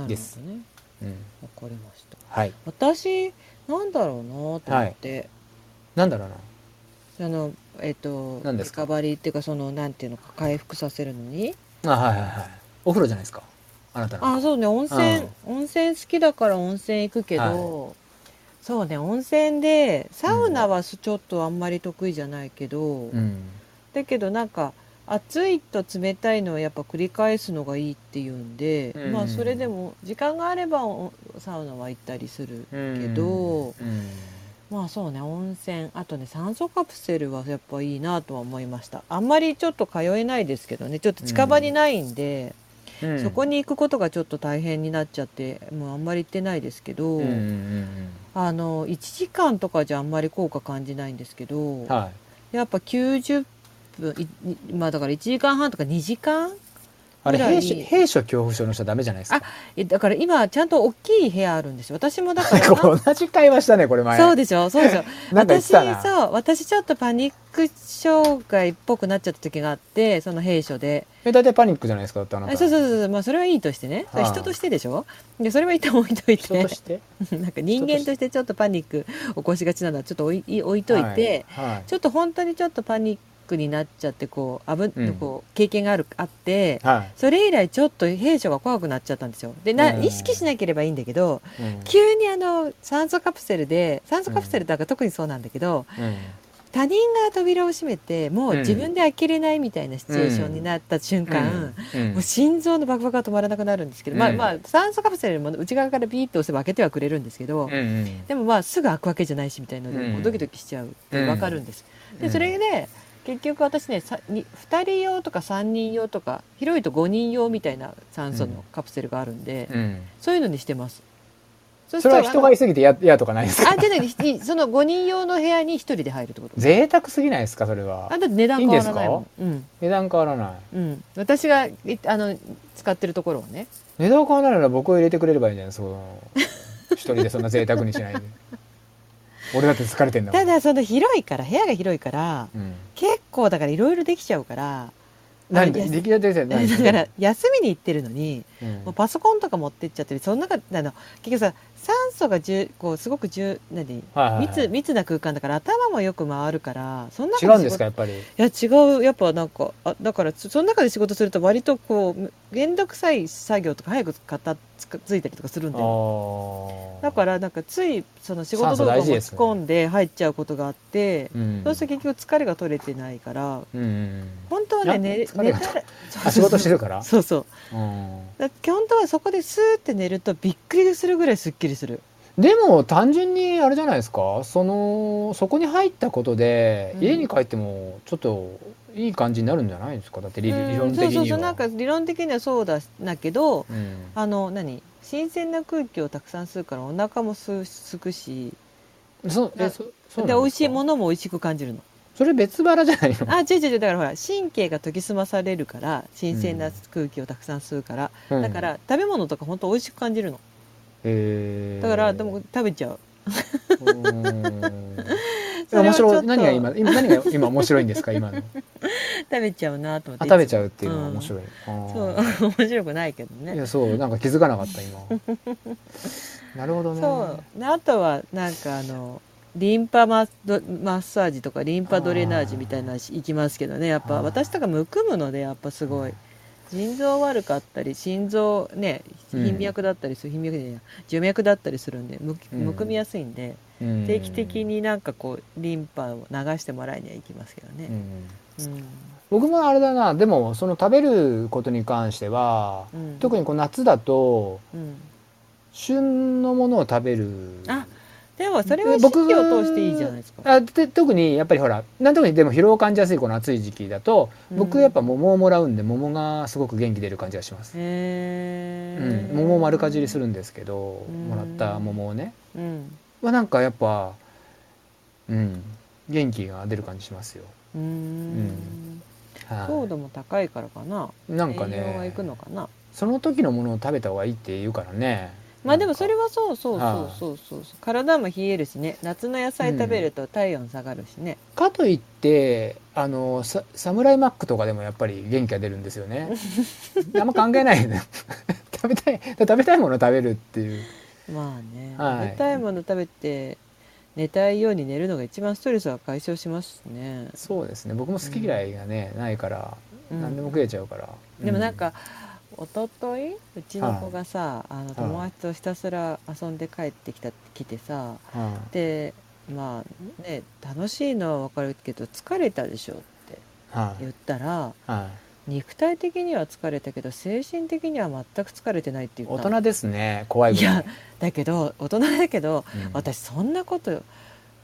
Speaker 1: な
Speaker 2: で
Speaker 1: る
Speaker 2: す
Speaker 1: ほどね
Speaker 2: うん、
Speaker 1: わかりました
Speaker 2: はい
Speaker 1: 私なんだろうなと思って、
Speaker 2: なんだろうな
Speaker 1: あのえっ、と
Speaker 2: 何ですか
Speaker 1: リカバリーっていうかそのなんていうのか回復させるのに
Speaker 2: あはいはいはいお風呂じゃないですかあなたの
Speaker 1: あそうね温泉、温泉好きだから温泉行くけど、
Speaker 2: は
Speaker 1: そうね温泉でサウナはちょっとあんまり得意じゃないけど、
Speaker 2: うん
Speaker 1: だけどなんか暑いと冷たいのをやっぱ繰り返すのがいいっていうんで、
Speaker 2: うん
Speaker 1: まあそれでも時間があればおサウナは行ったりするけど、
Speaker 2: うん
Speaker 1: まあそうね温泉あとね酸素カプセルはやっぱいいなとは思いましたあんまりちょっと通えないですけどねちょっと近場にないんで、
Speaker 2: うん
Speaker 1: そこに行くことがちょっと大変になっちゃってもうあんまり行ってないですけど、
Speaker 2: うんうんうん
Speaker 1: あの1時間とかじゃあんまり効果感じないんですけど、
Speaker 2: うんはい
Speaker 1: やっぱ90分いいまあだから1時間半とか2時間
Speaker 2: あれ
Speaker 1: ぐらい
Speaker 2: 兵所兵所恐怖症の人はダメじゃないですか。
Speaker 1: えだから今ちゃんと大きい部屋あるんですよ私もだか ら
Speaker 2: これ同じ会話したねこれ前。
Speaker 1: そうでしょそうでしょ
Speaker 2: なんか言っ
Speaker 1: 私
Speaker 2: てたな。
Speaker 1: そう私ちょっとパニック障害っぽくなっちゃった時があってその弊所で
Speaker 2: え大体パニックじゃないですかだってあな
Speaker 1: あ
Speaker 2: た。
Speaker 1: そうそうそうそうまあそれはいいとしてねそれ
Speaker 2: はい
Speaker 1: 人としてでしょでそれは一旦置いとい
Speaker 2: 人
Speaker 1: て
Speaker 2: として
Speaker 1: なんか人間としてちょっとパニック起こしがちなのはちょっと置い置いといて、
Speaker 2: はいはい
Speaker 1: ちょっと本当にちょっとパニックになっちゃってこう危、
Speaker 2: うん
Speaker 1: こう経験があるあって
Speaker 2: は
Speaker 1: それ以来ちょっと弊所が怖くなっちゃったんですよでな
Speaker 2: うん
Speaker 1: 意識しなければいいんだけど
Speaker 2: い。うん
Speaker 1: 急にあの酸素カプセルで酸素カプセルだから特にそうなんだけど、
Speaker 2: うん
Speaker 1: 他人が扉を閉めてもう自分で開けれないみたいなシチュエーションになった瞬間、
Speaker 2: うん
Speaker 1: もう心臓のバクバクが止まらなくなるんですけど、まあ
Speaker 2: うん
Speaker 1: まあ酸素カプセルも内側からビーッと押せば開けてはくれるんですけど、
Speaker 2: うんうん
Speaker 1: でもまあすぐ開くわけじゃないしみたいなので、
Speaker 2: うん
Speaker 1: もうドキドキしちゃうって
Speaker 2: うん
Speaker 1: 分かるんです。でそれで、結局私ねさに2人用とか3人用とか広いと5人用みたいな酸素のカプセルがあるんで、
Speaker 2: うん
Speaker 1: そういうのにしてます。そ
Speaker 2: それは人が
Speaker 1: あ
Speaker 2: いすぎてややとかないですか
Speaker 1: のあじゃないひその5人用の部屋に1人で入るってこと
Speaker 2: 贅沢すぎないですかそれは
Speaker 1: あだって値段変わらないもんうん
Speaker 2: 値段変わらない
Speaker 1: うん、私がいあの使ってるところをね
Speaker 2: 値段変わらないなら僕を入れてくれればいいんじゃないその一人でそんな贅沢にし ないで俺だって疲れてんだもん
Speaker 1: ただその広いから部屋が広いから
Speaker 2: うん、
Speaker 1: 結構だからいろいろできちゃうから
Speaker 2: 何
Speaker 1: あの
Speaker 2: で
Speaker 1: やす
Speaker 2: できるだけじゃな い
Speaker 1: だから、休みに行ってるのに
Speaker 2: うん
Speaker 1: もうパソコンとか持ってっちゃってるその中あの結局さ酸素が重こうすごく重何
Speaker 2: はいはいはい
Speaker 1: 密密な空間だから頭もよく回るからその中
Speaker 2: 違うんですかやっぱり
Speaker 1: いや違うやっぱなんかあだからそその中で仕事すると割とこう面倒くさい作業とか早く片つくついたりとかするんだよ
Speaker 2: あ、
Speaker 1: だかららなんかついその仕事
Speaker 2: 酸素
Speaker 1: とか
Speaker 2: 大
Speaker 1: 持
Speaker 2: 事
Speaker 1: ち
Speaker 2: ですね
Speaker 1: 込んで入っちゃうことがあって、
Speaker 2: うん、
Speaker 1: そうすると結局疲れが取れてないから
Speaker 2: うんうん
Speaker 1: 本当はね
Speaker 2: いや
Speaker 1: 寝
Speaker 2: 疲れ
Speaker 1: 寝
Speaker 2: が
Speaker 1: たらそう
Speaker 2: あ仕事してるから、
Speaker 1: そうそう
Speaker 2: うん、
Speaker 1: だって本当はそこでスーって寝るとびっくりするぐらいすっきりする
Speaker 2: でも単純にあれじゃないですかそのそこに入ったことで、
Speaker 1: うん
Speaker 2: 家に帰ってもちょっといい感じになるんじゃないですかだって理
Speaker 1: うん
Speaker 2: 理論的に
Speaker 1: そ
Speaker 2: は
Speaker 1: うそうそうなんか理論的にはそうだだけど
Speaker 2: うん
Speaker 1: あの何新鮮な空気をたくさん吸うからお腹も吸うすくし
Speaker 2: そ
Speaker 1: な
Speaker 2: えそそう
Speaker 1: で美味しいも
Speaker 2: の
Speaker 1: のも美味しく感じるの
Speaker 2: それ別腹じゃないの
Speaker 1: あ違う違う違うだからほら神経が研ぎ澄まされるから新鮮
Speaker 2: う
Speaker 1: なん空気をたくさん吸うから、
Speaker 2: うん
Speaker 1: だから食べ物とか本当美味しく感じるの
Speaker 2: へー
Speaker 1: だからでも食べちゃう
Speaker 2: うーん
Speaker 1: それは
Speaker 2: 面
Speaker 1: ちょっ
Speaker 2: 白
Speaker 1: と
Speaker 2: い何が今今何が今面白いんですか 今の
Speaker 1: 食べちゃうなと思っ
Speaker 2: あ
Speaker 1: て
Speaker 2: 食べちゃうっていうのは面
Speaker 1: い
Speaker 2: 白い、あ
Speaker 1: つ
Speaker 2: ー
Speaker 1: も、そう 面白くないけど
Speaker 2: い
Speaker 1: ね
Speaker 2: やそうなんか気づかなかっ た今なるほどね
Speaker 1: そうであとはなんかあのリンパマッドマッサージとかリンパドレナージみたいなのし行きますけどねやっ
Speaker 2: あ
Speaker 1: ぱ
Speaker 2: ー
Speaker 1: 私とかむくむのでやっぱすごい腎臓悪かったり心臓ね
Speaker 2: うん
Speaker 1: 頻脈だったりする、頻脈じゃない徐脈だったりするんでむき
Speaker 2: うん
Speaker 1: むくみやすいんで、
Speaker 2: うん
Speaker 1: 定期的になんかこうリンパを流してもらいには行きますけど
Speaker 2: う
Speaker 1: ね。
Speaker 2: ん
Speaker 1: うん
Speaker 2: 僕もあれだなでもその食べることに関しては、
Speaker 1: うん
Speaker 2: 特にこう夏だと
Speaker 1: うん
Speaker 2: 旬のものを食べる
Speaker 1: あでもそれは四
Speaker 2: 僕
Speaker 1: 季
Speaker 2: が
Speaker 1: を通していいじゃないですか。
Speaker 2: あで特にやっぱりほらなんとかにでも疲労を感じやすいこの暑い時期だと僕やっぱ桃をもらうんで桃がすごく元気出る感じがします、
Speaker 1: へ
Speaker 2: うん
Speaker 1: ー、
Speaker 2: 桃を丸かじりするんですけど、
Speaker 1: うん
Speaker 2: もらった桃をね
Speaker 1: うん。
Speaker 2: はなんかやっぱうん元気が出る感じしますよ、
Speaker 1: うーん。
Speaker 2: はい
Speaker 1: 糖度も高いからかな。
Speaker 2: なんか
Speaker 1: 栄養がい
Speaker 2: ね
Speaker 1: くのかな。
Speaker 2: その時のものを食べた方がいいって言うからね
Speaker 1: まあでもそれ
Speaker 2: は
Speaker 1: はそうそう
Speaker 2: は
Speaker 1: そ
Speaker 2: いう
Speaker 1: そうそうそう。体も冷えるしね。夏の野菜食べると体温下がるしね。
Speaker 2: かといってあのササムライマックとかでもやっぱり元気が出るんです よねあんま関係ないね 食べたい食べたいものを食べるっていう
Speaker 1: まあね。
Speaker 2: はい
Speaker 1: 食べたいもの食べて寝たいように寝るのが一番ストレスは解消しますしね。
Speaker 2: そうですね僕も好き嫌いがね、ないから
Speaker 1: うん
Speaker 2: 何でも食えちゃうから、
Speaker 1: でもなんか、一昨日うちの子がさ、あの友達とひたすら遊んで帰ってきた来てさ
Speaker 2: うん、はい
Speaker 1: でまあね楽しいのは分かるけど疲れたでしょって
Speaker 2: はい
Speaker 1: 言ったら
Speaker 2: はい
Speaker 1: 肉体的には疲れたけど精神的には全く疲れてないっていう
Speaker 2: 大人ですね怖いぐらい
Speaker 1: いやだけど大人だけど、
Speaker 2: うん
Speaker 1: 私そんなこと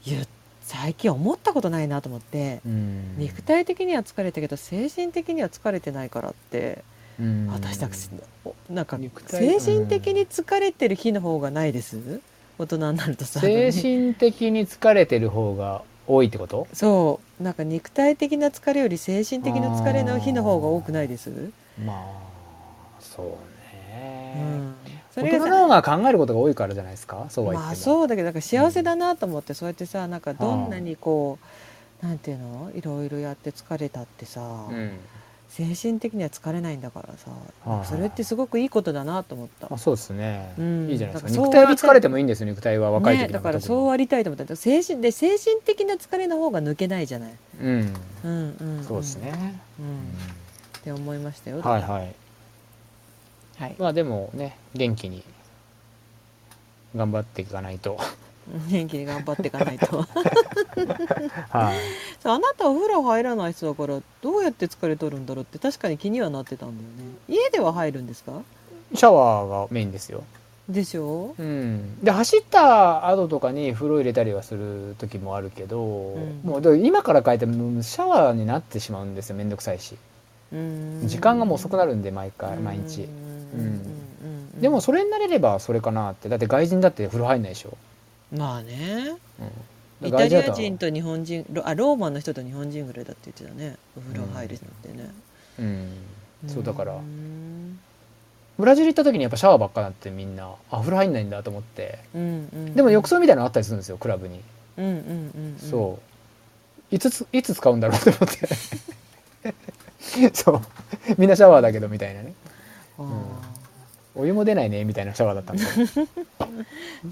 Speaker 1: 言う最近思ったことないなと思って、
Speaker 2: うん
Speaker 1: 肉体的には疲れたけど精神的には疲れてないからって
Speaker 2: うん
Speaker 1: 私たちおなんか
Speaker 2: 肉体
Speaker 1: 精神的に疲れてる日の方がないです、大人になるとさ
Speaker 2: 精神的に疲れてる方が多いってこと
Speaker 1: そうなんか肉体的な疲れより精神的な疲れの日の方が多くないです
Speaker 2: まあそう
Speaker 1: う
Speaker 2: ね、
Speaker 1: ん、それが
Speaker 2: 大人
Speaker 1: さ
Speaker 2: の方が考えることが多いからじゃないですかそうは言っても、
Speaker 1: まあそうだけどなんか幸せだなと思って、そうやってさなんかどんなにこうなんていうのいろいろやって疲れたってさ、
Speaker 2: うん
Speaker 1: 精神的には疲れないんだからさ、
Speaker 2: はいはい
Speaker 1: それってすごくいいことだなと思った
Speaker 2: あ。そうですね、
Speaker 1: うん
Speaker 2: いいじゃないです
Speaker 1: だか
Speaker 2: か
Speaker 1: らそう
Speaker 2: 肉体は疲れてもいいんですよ肉体は若い時
Speaker 1: ね、だからそう
Speaker 2: は、
Speaker 1: ありたいと思った精神で精神的な疲れの方が抜けないじゃない、
Speaker 2: うん、
Speaker 1: うんうんん
Speaker 2: そうです、ね、
Speaker 1: うんって思いましたよ、
Speaker 2: はいはい
Speaker 1: はい
Speaker 2: まあでもね元気に頑張っていかないと
Speaker 1: 元気に頑張っていかないと
Speaker 2: はい
Speaker 1: そうあなたお風呂入らない人だからどうやって疲れとるんだろうって確かに気にはなってたんだよね家では入るんですか
Speaker 2: シャワーがメインですよ、
Speaker 1: でしょ
Speaker 2: うん、で走った後とかに風呂入れたりはする時もあるけど、
Speaker 1: ん
Speaker 2: もうで今から変えてもシャワーになってしまうんですよ面倒くさいし
Speaker 1: うーん
Speaker 2: 時間がもう遅くなるんで毎回毎
Speaker 1: う
Speaker 2: 日
Speaker 1: んうんうんうん
Speaker 2: でもそれになれればそれかなってだって外人だって風呂入んないでしょ、
Speaker 1: まあね
Speaker 2: うん、
Speaker 1: イタリ
Speaker 2: だ
Speaker 1: ア
Speaker 2: ったら
Speaker 1: 人と日本人ロあローマの人と日本人ぐらいだって言ってたねお風呂入るってね、
Speaker 2: うん、そうだから
Speaker 1: うん
Speaker 2: ブラジル行った時にやっぱシャワーばっかなってみんなあ風呂入んないんだと思って
Speaker 1: うんうん
Speaker 2: でも浴槽みたいなのあったりするんですよクラブに、
Speaker 1: うんうんうんうん
Speaker 2: そういつついつ使うんだろうと思ってそうみんなシャワーだけどみたいなね
Speaker 1: あ
Speaker 2: お湯も出ないねみたいなシャワーだったんですよ、
Speaker 1: ー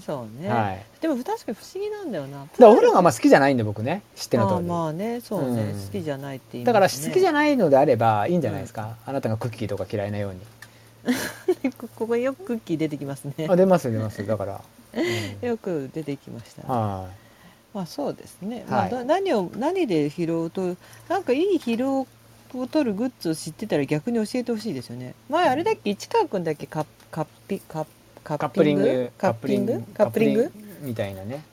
Speaker 1: そうね、
Speaker 2: はい
Speaker 1: でも確かに不思議なんだよな
Speaker 2: だからお風呂があんま好きじゃないんで僕ね知っての
Speaker 1: あ
Speaker 2: 通
Speaker 1: あ
Speaker 2: り、
Speaker 1: まあねそうね、
Speaker 2: うん
Speaker 1: 好きじゃないって言い
Speaker 2: だから
Speaker 1: ま
Speaker 2: 好
Speaker 1: すね
Speaker 2: きじゃないのであればいいんじゃないですか、あなたがクッキーとか嫌いなように
Speaker 1: こ ここよくクッキー出てきますね
Speaker 2: あ出ます出ます だから、うん
Speaker 1: よく出てきました、
Speaker 2: は
Speaker 1: まあそうですね、
Speaker 2: は
Speaker 1: まあ、
Speaker 2: い
Speaker 1: な何を何で疲労をとるなんかいい疲労を取るグッズを知ってたら逆に教えてほしいですよね前あれだっけ市川君だっけカッカッピカッカ
Speaker 2: いカ
Speaker 1: ッ
Speaker 2: ップ
Speaker 1: ピ
Speaker 2: リ
Speaker 1: ン
Speaker 2: ン
Speaker 1: グ
Speaker 2: グ
Speaker 1: カップリングカップリング
Speaker 2: みたいなね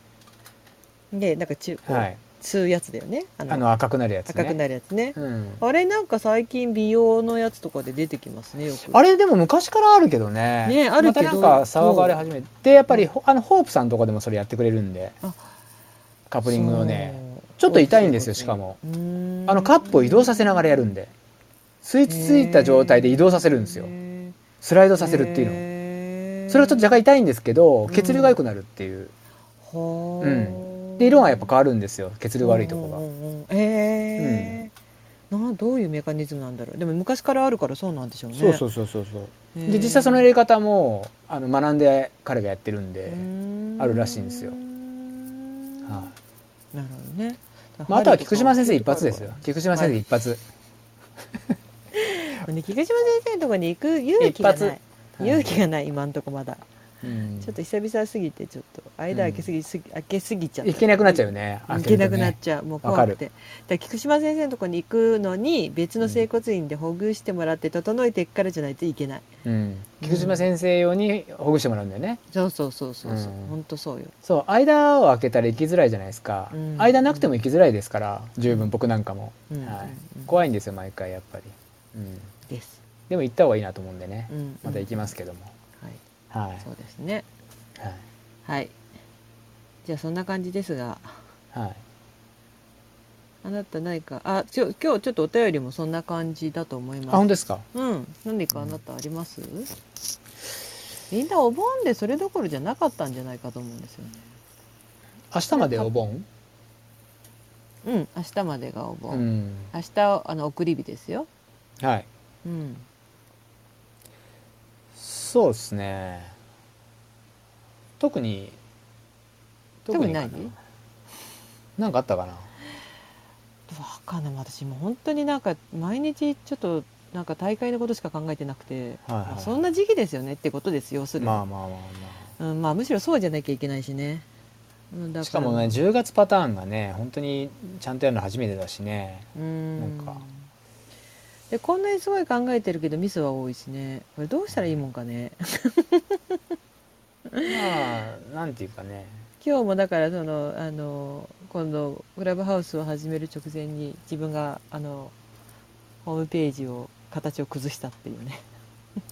Speaker 1: でなんかちゅ、
Speaker 2: はい
Speaker 1: 吸うやつだよねあの
Speaker 2: あの赤くなるやつね
Speaker 1: 赤くなるやつね、
Speaker 2: うん、
Speaker 1: あれなんか最近美容のやつとかで出てきますねよく
Speaker 2: あれでも昔からあるけどね
Speaker 1: ねあるけど
Speaker 2: またなんか騒がれ始めてやっぱりほあのホープさんとかでもそれやってくれるんで
Speaker 1: あ
Speaker 2: カップリングのね
Speaker 1: そう
Speaker 2: ちょっと痛いんですよしかも
Speaker 1: うーん
Speaker 2: あのカップを移動させながらやるんでスイッチついた状態で移動させるんですよ
Speaker 1: へ
Speaker 2: スライド
Speaker 1: ー
Speaker 2: させるっていうの
Speaker 1: へー
Speaker 2: それはちょっと若干痛いんですけど
Speaker 1: ん
Speaker 2: 血流が良くなるっていう
Speaker 1: ほ
Speaker 2: うんで色がやっぱ変わるんですよ血流悪いとこ
Speaker 1: うん
Speaker 2: が
Speaker 1: うんうんえーなどういうメカニズムなんだろうでも昔からあるからそうなんでしょうね
Speaker 2: そうそううそうそうそうで実際そのやり方もあの学んで彼がやってるんであるらしいんですよはい
Speaker 1: なるほどね
Speaker 2: まあ、あとは菊島先生一発ですよ。菊島先生一発。
Speaker 1: ね菊島先生のところに行く勇気がない
Speaker 2: 一発
Speaker 1: 勇気がない今んとこまだ
Speaker 2: うん
Speaker 1: ちょっと久々すぎてちょっと間開けすぎすぎ開けすぎちゃった
Speaker 2: いけなくなっちゃうよね。
Speaker 1: 行けなくなっちゃう、もう怖く
Speaker 2: わか
Speaker 1: てだから菊島先生のとこに行くのに別の整骨院で補給してもらって整えてからじゃないといけない、
Speaker 2: ゃう。うん。菊島先生用にほぐしてもらうんだよね。
Speaker 1: そうそうそうそうそう、
Speaker 2: うん
Speaker 1: ほんとそうよ
Speaker 2: そう、間を空けたら行きづらいじゃないですか。
Speaker 1: うん
Speaker 2: 間なくても行きづらいですから、十分僕なんかも。
Speaker 1: うん
Speaker 2: は
Speaker 1: うん
Speaker 2: い。怖いんですよ、毎回やっぱり。うん。
Speaker 1: です、
Speaker 2: でも行った方がいいなと思うんでね
Speaker 1: う。ん、
Speaker 2: また行きますすけども。
Speaker 1: はい
Speaker 2: はい。はい
Speaker 1: そうですねはいじゃあそんな感じですが
Speaker 2: はい。
Speaker 1: あなた何かあちょ今日ちょっとお便りもそんな感じだと思い
Speaker 2: あ、
Speaker 1: ま
Speaker 2: 本
Speaker 1: す
Speaker 2: 当ですか。
Speaker 1: うん何かあなたあります、みんなお盆でそれどころじゃなかったんじゃないかと思うんですよね
Speaker 2: 明日までお盆。
Speaker 1: うん明日までがお盆、
Speaker 2: うん。
Speaker 1: 明日あの送り日ですよ。
Speaker 2: はい。
Speaker 1: うん。
Speaker 2: そうですね特に
Speaker 1: 特にない
Speaker 2: かななんかあったかな
Speaker 1: わかんない私もう本当になんか毎日ちょっとなんか大会のことしか考えてなくて、
Speaker 2: はいはい
Speaker 1: まあそんな時期ですよねってことです要するに、
Speaker 2: まあまあまあま
Speaker 1: うん、まあむしろそうじゃなきゃいけないしね。うん、だ
Speaker 2: あしかもね10月パターンがね本当にちゃんとやるの初めてだしね
Speaker 1: うん
Speaker 2: なんか
Speaker 1: でこんなにすごい考えてるけどミスは多いしねこれどうしたらいいもんかね
Speaker 2: まあなんていうかね
Speaker 1: 今日もだからそのあの今度クラブハウスを始める直前に自分があのホームページを形を崩したっていうね